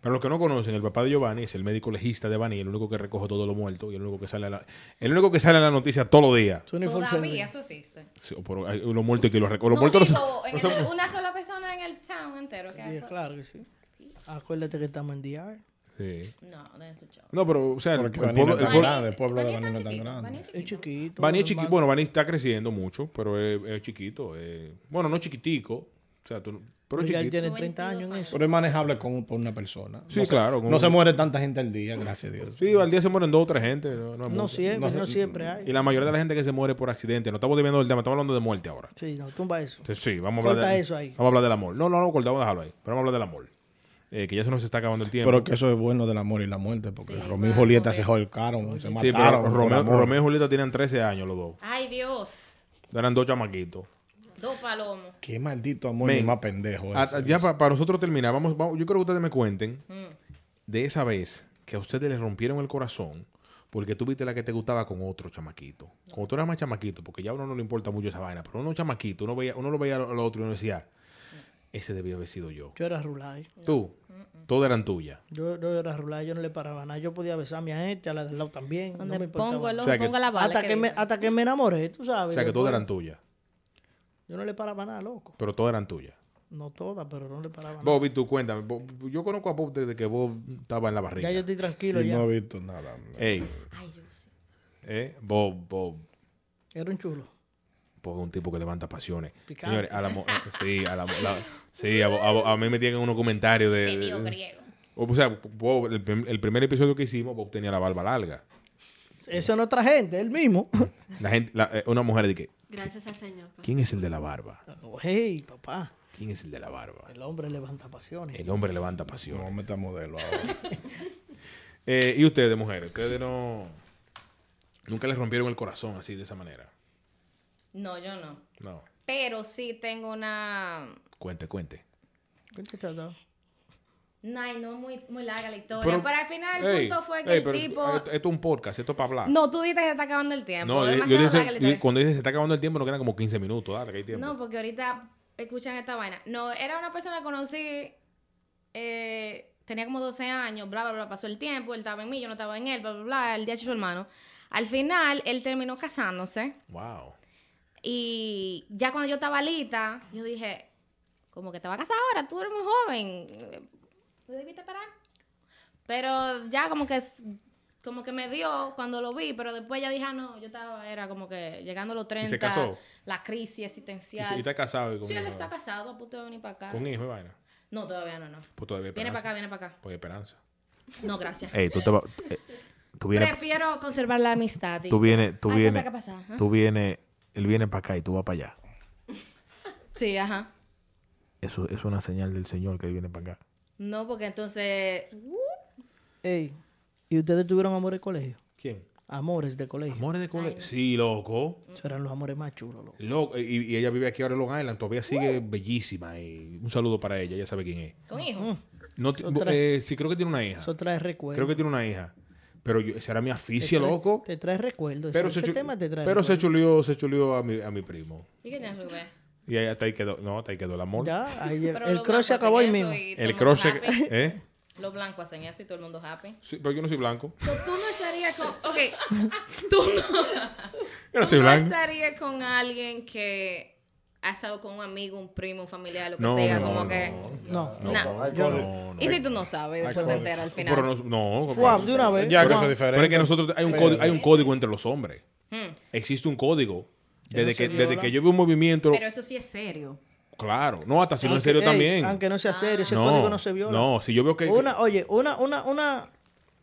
Speaker 1: Para los que no conocen, el papá de Giovanni es el médico legista de Bani, el único que recoge todo lo muerto y el único que sale a la, el único que sale a la noticia todos los días.
Speaker 2: Su uniforme
Speaker 4: Todavía
Speaker 2: service.
Speaker 4: eso existe.
Speaker 1: Sí, o por- hay Los muertos que los recoge. Los
Speaker 4: No,
Speaker 1: muertos no son-
Speaker 4: digo, en
Speaker 1: no son-
Speaker 4: el- una sola persona en el town entero. Que
Speaker 2: Sí, claro que sí. Acuérdate que estamos en DR.
Speaker 1: Sí.
Speaker 4: No, den su show.
Speaker 1: No, pero, o sea, el,
Speaker 3: Porque
Speaker 1: el
Speaker 3: Baní
Speaker 1: pueblo.
Speaker 3: no es
Speaker 1: el
Speaker 3: tan
Speaker 1: pueblo-
Speaker 3: grande, el pueblo de
Speaker 4: Baní es
Speaker 3: Baní
Speaker 4: tan
Speaker 3: no es tan
Speaker 4: chiquito,
Speaker 3: grande.
Speaker 4: Baní es
Speaker 2: Es
Speaker 4: chiquito.
Speaker 2: chiquito.
Speaker 1: Baní es
Speaker 2: normal.
Speaker 1: chiquito. Bueno, Baní está creciendo mucho, pero es, es chiquito. eh, bueno, no chiquitico. O sea, tú no- pero es
Speaker 2: Pero ya él
Speaker 1: chiquito.
Speaker 2: tiene 30 años en eso.
Speaker 3: Pero es manejable con, por una persona.
Speaker 1: Sí,
Speaker 3: No se-
Speaker 1: claro, con
Speaker 3: No se
Speaker 1: un-
Speaker 3: muere tanta gente al día, gracias a Dios.
Speaker 1: Sí, al día se mueren dos o tres gente. No, no es
Speaker 2: No
Speaker 1: mucho.
Speaker 2: siempre, no siempre hay.
Speaker 1: Y la mayoría de la gente que se muere por accidente, no estamos viviendo del tema, estamos hablando de muerte ahora.
Speaker 2: Sí, no, tumba eso.
Speaker 1: Entonces, sí, vamos a hablar
Speaker 2: Corta
Speaker 1: de,
Speaker 2: eso ahí.
Speaker 1: Vamos a hablar del amor. No, no, no, corta, vamos a dejarlo ahí. Pero vamos a hablar del amor. Eh, que ya se nos está acabando el tiempo.
Speaker 3: Pero que eso es bueno del amor y la muerte, porque
Speaker 4: Sí,
Speaker 3: Romeo y
Speaker 4: claro,
Speaker 3: Julieta
Speaker 4: porque-
Speaker 3: se jolcaron, se
Speaker 1: sí, pero
Speaker 3: mataron. por
Speaker 1: Romeo,
Speaker 3: amor.
Speaker 1: Romeo y Julieta tienen 13 años los dos.
Speaker 4: Ay, Dios.
Speaker 1: Eran dos chamaquitos.
Speaker 4: Dos palomos.
Speaker 3: Qué maldito amor
Speaker 1: Men,
Speaker 3: ni más pendejo.
Speaker 1: Ah,
Speaker 3: ese.
Speaker 1: ya para nosotros terminar, vamos, vamos- yo creo que ustedes me cuenten
Speaker 2: Mm.
Speaker 1: de esa vez que a ustedes les rompieron el corazón porque tú viste la que te gustaba con otro chamaquito. Cuando tú eras más chamaquito, porque ya a uno no le importa mucho esa vaina, pero uno chamaquito, uno, veía, uno lo veía al otro y uno decía, ese debió haber sido yo.
Speaker 2: Yo era rulay.
Speaker 1: Tú, todas eran tuyas.
Speaker 2: Yo, yo era rulay, yo no le paraba nada. Yo podía besarme a este, a la del lado también. No
Speaker 4: Donde
Speaker 2: me importaba.
Speaker 4: pongo el
Speaker 1: O
Speaker 4: ojo,
Speaker 1: sea que-
Speaker 4: pongo la bala.
Speaker 2: hasta, que me,
Speaker 4: dice.
Speaker 2: hasta que me enamoré, tú sabes.
Speaker 1: O sea, que
Speaker 2: después.
Speaker 1: todas eran tuyas,
Speaker 2: Yo no le paraba nada, loco.
Speaker 1: pero todas eran tuyas.
Speaker 2: No todas, pero no le paraba nada.
Speaker 1: Bobby, tú cuéntame. Bob- yo conozco a Bob desde que Bob estaba en la barriga.
Speaker 2: Ya yo estoy tranquilo
Speaker 3: Y
Speaker 2: ya.
Speaker 3: no he visto nada. men.
Speaker 1: Ey. Eh, Bob, Bob.
Speaker 2: Era un chulo.
Speaker 1: Bob es un tipo que levanta pasiones.
Speaker 2: Picante.
Speaker 1: Señores, a la mo- a- sí, a la, mo- la- sí, a, Bo- a Bo- a mí me tienen unos comentarios de... de-
Speaker 4: Genio
Speaker 1: de-
Speaker 4: griego.
Speaker 1: o sea, Bob, el, prim- el primer episodio que hicimos, Bob tenía la barba larga.
Speaker 2: Eso es otra gente, él mismo.
Speaker 1: La gente, la- eh, una mujer de que,
Speaker 5: Gracias al Señor. pues.
Speaker 1: ¿quién es el de la barba?
Speaker 2: No, hey, papá.
Speaker 1: ¿Quién es el de la barba?
Speaker 2: El hombre levanta pasiones.
Speaker 1: El hombre levanta
Speaker 3: No
Speaker 1: pasiones.
Speaker 3: meta modelo ahora.
Speaker 1: Eh, y ustedes, mujeres, ustedes no... Nunca les rompieron el corazón así, de esa manera.
Speaker 4: No, yo no.
Speaker 1: No.
Speaker 4: Pero sí tengo una.
Speaker 1: Cuente, cuente.
Speaker 2: ¿Qué te está dando?
Speaker 4: No, ay, no muy, muy larga la historia. Pero, al final el
Speaker 1: Ey,
Speaker 4: punto fue que
Speaker 1: ey,
Speaker 4: el
Speaker 1: pero
Speaker 4: tipo.
Speaker 1: Esto, esto es un podcast, esto es para hablar.
Speaker 4: No, tú dijiste que se está acabando el tiempo.
Speaker 1: No, yo- yo
Speaker 4: Demasiado
Speaker 1: dice-
Speaker 4: larga la historia.
Speaker 1: cuando dices se está acabando el tiempo, no quedan como 15 minutos, dale, que hay tiempo.
Speaker 4: No, pues, porque ahorita escuchan esta vaina. No, era una persona que conocí, eh, tenía como 12 años, bla, bla, bla, pasó el tiempo, él estaba en mí, yo no estaba en él, bla, bla, bla, el día de su hermano. Al final, él terminó casándose
Speaker 1: Wow.
Speaker 4: y ya cuando yo estaba lista, yo dije, como que te vas a casar ahora, tú eres muy joven, eh, ¿te debiste esperar? Pero ya como que... s- Como que me dio cuando lo vi, pero después ya dije, ah, no, yo estaba, era como que llegando a los 30,
Speaker 1: se casó?
Speaker 4: la crisis
Speaker 1: Y,
Speaker 4: existencial.
Speaker 1: se- y está casado y con
Speaker 4: Sí, él
Speaker 1: hijo.
Speaker 4: está casado, a punto de venir para acá.
Speaker 1: Con hijo y vaina.
Speaker 4: No, todavía no, no.
Speaker 1: Pues todavía hay
Speaker 4: Viene
Speaker 1: esperanza.
Speaker 4: para acá, viene para acá.
Speaker 1: Pues hay esperanza.
Speaker 4: No, gracias.
Speaker 1: Ey, tú te vas. eh, tú vienes.
Speaker 4: Prefiero conservar la amistad. y-
Speaker 1: Tú vienes. Tú
Speaker 4: Hay
Speaker 1: vienes.
Speaker 4: cosas que pasan, ¿ah?
Speaker 1: Tú vienes. Él viene para acá y tú vas para allá.
Speaker 4: Sí, ajá.
Speaker 1: Eso es una señal del Señor que él viene para acá.
Speaker 4: No, porque entonces...
Speaker 2: Ey, ¿y ustedes tuvieron amores de colegio?
Speaker 1: ¿Quién?
Speaker 2: Amores de colegio.
Speaker 1: Amores de colegio. Sí, loco.
Speaker 2: Esos eran los amores más chulos, loco.
Speaker 1: Loco. Y, y ella vive aquí ahora en Long Island. Todavía sigue
Speaker 4: Uh.
Speaker 1: bellísima. Y un saludo para ella. Ella sabe quién es.
Speaker 4: Con
Speaker 2: Mm.
Speaker 4: hijo.
Speaker 1: No, ti-
Speaker 2: Son tres.
Speaker 1: eh, sí, creo que tiene una hija.
Speaker 2: Eso trae recuerdos.
Speaker 1: Creo que tiene una hija. Pero yo, esa era mi
Speaker 2: Te
Speaker 1: aficia,
Speaker 2: trae-
Speaker 1: loco.
Speaker 2: Te trae recuerdos.
Speaker 1: Pero,
Speaker 2: ese,
Speaker 1: se,
Speaker 2: ese
Speaker 1: chu-
Speaker 2: tema te trae
Speaker 1: pero se
Speaker 2: recuerdos.
Speaker 1: chulió, se chulió a mi, a mi primo.
Speaker 4: ¿Y qué tienes que ver?
Speaker 1: Y ahí, hasta ahí quedó. No, hasta ahí quedó el amor.
Speaker 2: Ya, ahí el-
Speaker 4: Pero
Speaker 2: el
Speaker 4: los
Speaker 2: cross se
Speaker 4: blancos
Speaker 2: acabó ahí
Speaker 4: hacen eso
Speaker 2: mismo.
Speaker 4: y todo el
Speaker 1: El
Speaker 4: mundo
Speaker 1: cross. se-
Speaker 4: happy.
Speaker 1: ¿Eh?
Speaker 4: Los blancos hacen eso y todo el mundo happy.
Speaker 1: Sí, pero yo no soy blanco.
Speaker 4: So, tú no estarías con... Ok. Tú no,
Speaker 1: Yo no
Speaker 4: tú
Speaker 1: soy
Speaker 4: no
Speaker 1: blanco.
Speaker 4: estarías con alguien que ha estado con un amigo, un primo, un familiar, lo que
Speaker 1: No,
Speaker 4: sea.
Speaker 1: no,
Speaker 4: como
Speaker 1: no,
Speaker 4: que...
Speaker 2: No.
Speaker 1: No,
Speaker 4: Nah.
Speaker 1: yo no. no.
Speaker 4: y si tú no sabes, y después te enteras al final.
Speaker 1: Pero no, no,
Speaker 2: Fuap,
Speaker 1: pero-
Speaker 2: de una vez.
Speaker 3: Ya, que
Speaker 2: Fuap.
Speaker 3: eso es diferente.
Speaker 1: pero es que nosotros hay un, código, hay un código entre los hombres.
Speaker 4: Mm.
Speaker 1: Existe un código. Desde
Speaker 2: se
Speaker 1: que,
Speaker 2: viola.
Speaker 1: desde que yo veo un movimiento,
Speaker 4: Pero eso sí es serio.
Speaker 1: claro. No, hasta si no en
Speaker 2: Aunque-
Speaker 1: serio
Speaker 2: ey,
Speaker 1: también.
Speaker 2: Aunque no sea serio, ese
Speaker 1: no,
Speaker 2: código no se viola.
Speaker 1: No, si yo veo que.
Speaker 2: Una, oye, una, una, una,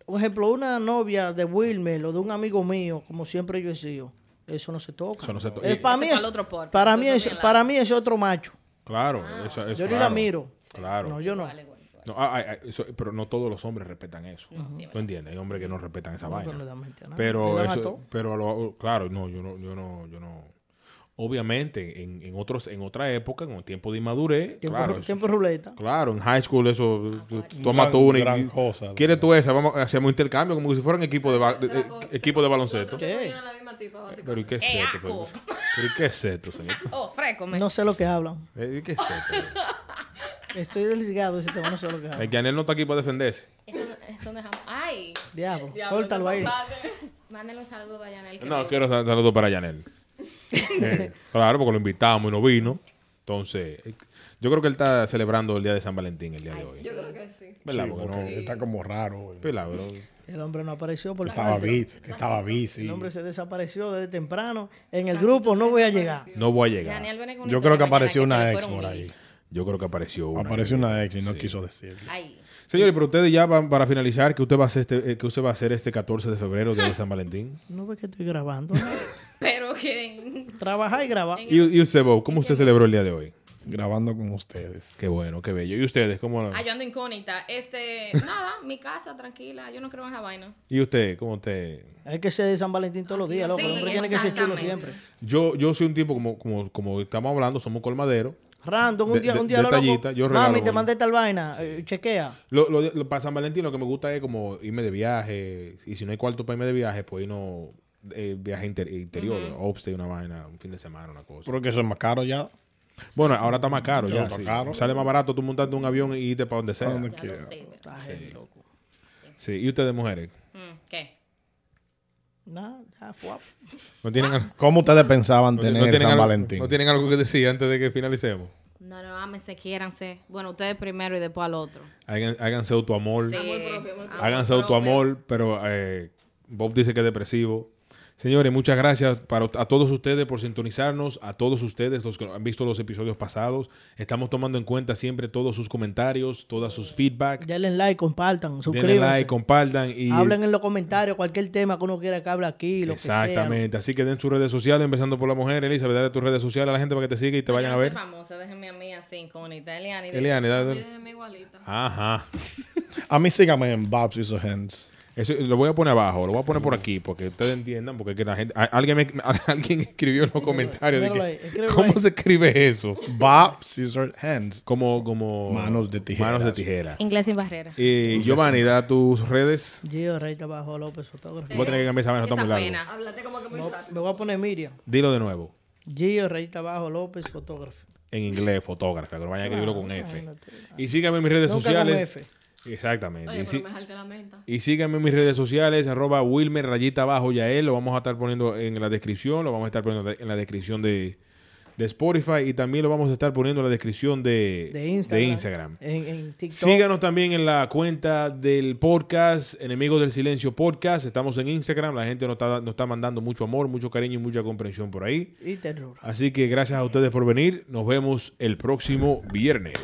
Speaker 2: por ejemplo, una novia de Wilmer o de un amigo mío, como siempre yo he sido, eso no se toca.
Speaker 1: Eso no se toca.
Speaker 2: Eh, para
Speaker 4: Eso
Speaker 2: mí
Speaker 4: para
Speaker 2: es,
Speaker 4: el otro podcast.
Speaker 2: para
Speaker 4: Eso
Speaker 2: mí
Speaker 4: no
Speaker 2: es,
Speaker 4: tiene la-
Speaker 2: para mí es otro macho.
Speaker 1: Claro, eso es
Speaker 2: Yo ni
Speaker 1: claro.
Speaker 2: la miro.
Speaker 1: Claro.
Speaker 2: No, yo no.
Speaker 4: Vale, güey.
Speaker 6: verdad.
Speaker 1: No, ah, ah, ah, eso- pero no todos los hombres respetan eso.
Speaker 6: No, sí,
Speaker 1: ¿Tú entiendes? Hay hombres que no respetan esa
Speaker 2: No,
Speaker 1: vaina.
Speaker 2: pero le dan mente a nada. Le
Speaker 1: Pero
Speaker 2: dan a
Speaker 1: eso,
Speaker 2: todo.
Speaker 1: pero a lo- claro, no, yo no, yo no, yo no. Obviamente, en, en otros, en otra época, con el tiempo de inmadurez,
Speaker 2: Tiempo,
Speaker 1: claro,
Speaker 2: ru-
Speaker 1: eso-
Speaker 2: tiempo ruleta.
Speaker 1: claro, en high school
Speaker 6: Ah,
Speaker 1: eso, tú- tú toma
Speaker 3: gran-
Speaker 1: tú una y-
Speaker 3: gran cosa.
Speaker 1: ¿Quieres tú esa? Vamos, hacemos intercambio como si fuera un equipo de, ba- de- de- equipo de baloncesto.
Speaker 5: ¿Qué?
Speaker 2: ¿Qué?
Speaker 5: la misma tipa, básicamente.
Speaker 1: Pero ¿y qué es
Speaker 6: ¡Qué
Speaker 1: esto? Pero,
Speaker 6: Eh, asco!
Speaker 1: pero ¿y qué es esto, señor?
Speaker 6: Oh, frécome.
Speaker 2: No sé lo que hablan.
Speaker 1: Eh, ¿y qué es esto?
Speaker 2: Estoy desligado de ese tema, no sé lo que
Speaker 1: El
Speaker 2: hablan.
Speaker 1: que Anel no está aquí para defenderse.
Speaker 6: Eso, eso no es jamón. Ay,
Speaker 2: Diablo,
Speaker 5: Diablo,
Speaker 2: córtalo
Speaker 5: te
Speaker 2: ahí.
Speaker 5: pasaste.
Speaker 6: mándale un saludo a Yanel. que
Speaker 1: No,
Speaker 6: le-
Speaker 1: quiero sal- saludos para Yanel. Eh, claro, porque lo invitamos y no vino. Entonces, eh, yo creo que él está celebrando el día de San Valentín el día de
Speaker 2: Eh,
Speaker 1: hoy.
Speaker 5: Yo creo que sí.
Speaker 1: ¿Verdad?
Speaker 3: Sí,
Speaker 1: Porque
Speaker 3: porque
Speaker 1: no-
Speaker 3: Está como raro. güey.
Speaker 1: Pela, pero-
Speaker 2: El hombre no apareció por
Speaker 3: Que estaba,
Speaker 2: tanto.
Speaker 3: bi- que estaba bici.
Speaker 2: El hombre se desapareció desde temprano. En el grupo no voy a llegar.
Speaker 1: No voy a llegar.
Speaker 6: Yanel viene con una
Speaker 3: Yo creo que
Speaker 6: historia mañana
Speaker 3: apareció
Speaker 6: se le
Speaker 3: una ex
Speaker 6: fueron
Speaker 3: por
Speaker 6: mil.
Speaker 3: ahí.
Speaker 1: Yo creo que apareció una.
Speaker 3: Apareció una ex y no quiso decir.
Speaker 6: Ay,
Speaker 1: Señores, pero ustedes ya van para finalizar, ¿qué usted va a hacer este, eh, qué usted va a hacer este 14 de febrero, día de San Valentín?
Speaker 2: No ve que estoy grabando.
Speaker 6: pero que
Speaker 2: Trabajar y grabar.
Speaker 1: Y, y usted, Bob, ¿cómo usted celebró el día de hoy?
Speaker 3: Grabando con ustedes.
Speaker 1: Qué bueno, qué bello. ¿Y ustedes, cómo?
Speaker 6: Ah, yo ando incógnita. Este, nada, mi casa, tranquila. Yo no creo en esa vaina.
Speaker 1: ¿Y usted, cómo usted?
Speaker 2: Hay que ser de San Valentín todos los días, loco. El
Speaker 6: Sí,
Speaker 2: hombre tiene que ser chulo
Speaker 6: exactamente.
Speaker 2: siempre.
Speaker 1: Yo, yo soy un tipo, como, como, como estamos hablando, somos colmaderos.
Speaker 2: Random,
Speaker 1: De-
Speaker 2: un día,
Speaker 1: de-
Speaker 2: un día loco.
Speaker 1: detallita, yo regalo
Speaker 2: Mami, te
Speaker 1: con-
Speaker 2: mandé tal vaina. eh, chequea.
Speaker 1: Lo, lo, lo- para San Valentín lo que me gusta es como irme de viaje. Y si no hay cuarto para irme de viaje, pues irnos eh, viaje inter- interior, offset, una vaina, un fin de semana, una cosa.
Speaker 3: Creo que eso es más caro ya.
Speaker 1: Bueno, ahora está más caro
Speaker 3: Ya
Speaker 1: ya.
Speaker 3: está
Speaker 1: sí.
Speaker 3: caro.
Speaker 1: Sale más barato tú montarte un avión y irte para donde sea.
Speaker 3: Donde
Speaker 6: Ya lo
Speaker 3: quiera.
Speaker 6: sé. pero-
Speaker 2: Está heavy, loco.
Speaker 1: Sí, y ustedes mujeres,
Speaker 6: Mm, ¿Qué?
Speaker 2: Nah, ya, fue.
Speaker 1: ¿no tienen, al-
Speaker 3: ¿Cómo ustedes pensaban
Speaker 1: no,
Speaker 3: tener
Speaker 1: no
Speaker 3: el
Speaker 1: tienen
Speaker 3: San
Speaker 1: algo,
Speaker 3: Valentín?
Speaker 1: no tienen algo que decir antes de que finalicemos?
Speaker 6: No, no, ámense, quiéranse. Bueno, ustedes primero y después al otro.
Speaker 1: Hagan- Háganse autoamor,
Speaker 6: Sí,
Speaker 5: Amor propio, amor propio.
Speaker 1: háganse autoamor, pero eh, Bob dice que es depresivo. Señores, muchas gracias para, a todos ustedes por sintonizarnos, a todos ustedes los que han visto los episodios pasados. Estamos tomando en cuenta siempre todos sus comentarios, todas sus feedback.
Speaker 2: Denle like, compartan,
Speaker 1: Denle like,
Speaker 2: suscríbanse.
Speaker 1: compartan y
Speaker 2: Hablen en los comentarios cualquier tema que uno quiera que hable aquí, lo
Speaker 1: Exactamente. Así que den sus redes sociales, empezando por la mujer, Elizabeth, dale tus redes sociales a la gente para que te siga y te vayan
Speaker 6: yo
Speaker 1: a
Speaker 6: no
Speaker 1: ver.
Speaker 6: soy famosa, déjenme a mí así incógnita. Eliani,
Speaker 1: Eliane, dale.
Speaker 5: Déjeme igualita.
Speaker 1: Ajá.
Speaker 3: A mí síganme en Babs y sus hands.
Speaker 1: Eso lo voy a poner abajo, lo voy a poner por aquí, porque ustedes entiendan, porque que la gente, a- alguien, me- a- alguien escribió en los comentarios de
Speaker 2: míralo
Speaker 1: que,
Speaker 2: ahí, escríbelo
Speaker 1: ¿cómo
Speaker 2: ahí.
Speaker 1: se escribe eso?
Speaker 3: Babs y sus hands.
Speaker 1: Como, como
Speaker 3: Manos de tijeras.
Speaker 1: Manos de tijera.
Speaker 6: Inglés sin barrera.
Speaker 1: Y Giovanni, da tus redes.
Speaker 2: que sea. Gio Rey abajo López fotógrafo.
Speaker 1: Voy a tener que cambiar esa vaina, está
Speaker 6: Esa
Speaker 1: muy largo.
Speaker 6: pena.
Speaker 5: Háblate como que muy rápido.
Speaker 2: Me voy a poner Miriam.
Speaker 1: Dilo de nuevo.
Speaker 2: Gio Rey abajo López fotógrafo.
Speaker 1: En inglés, fotógrafa, que lo vayan a escribirlo con F.
Speaker 2: Ah, imagínate.
Speaker 1: Y síganme en mis redes
Speaker 2: Nunca con
Speaker 1: sociales.
Speaker 2: F.
Speaker 1: Exactamente.
Speaker 5: Oye,
Speaker 1: Y sí-
Speaker 5: pero me jalte la menta.
Speaker 1: Y síganme en mis redes sociales, arroba Wilmer rayita abajo Yael. Lo vamos a estar poniendo en la descripción, lo vamos a estar poniendo en la descripción de, de Spotify y también lo vamos a estar poniendo en la descripción de,
Speaker 2: De Instagram.
Speaker 1: Instagram.
Speaker 2: En, en TikTok.
Speaker 1: Síganos también en la cuenta del podcast, Enemigos del Silencio Podcast. Estamos en Instagram, la gente nos está, nos está mandando mucho amor, mucho cariño y mucha comprensión por ahí.
Speaker 2: Y ternura.
Speaker 1: Así que gracias a ustedes por venir. Nos vemos el próximo viernes.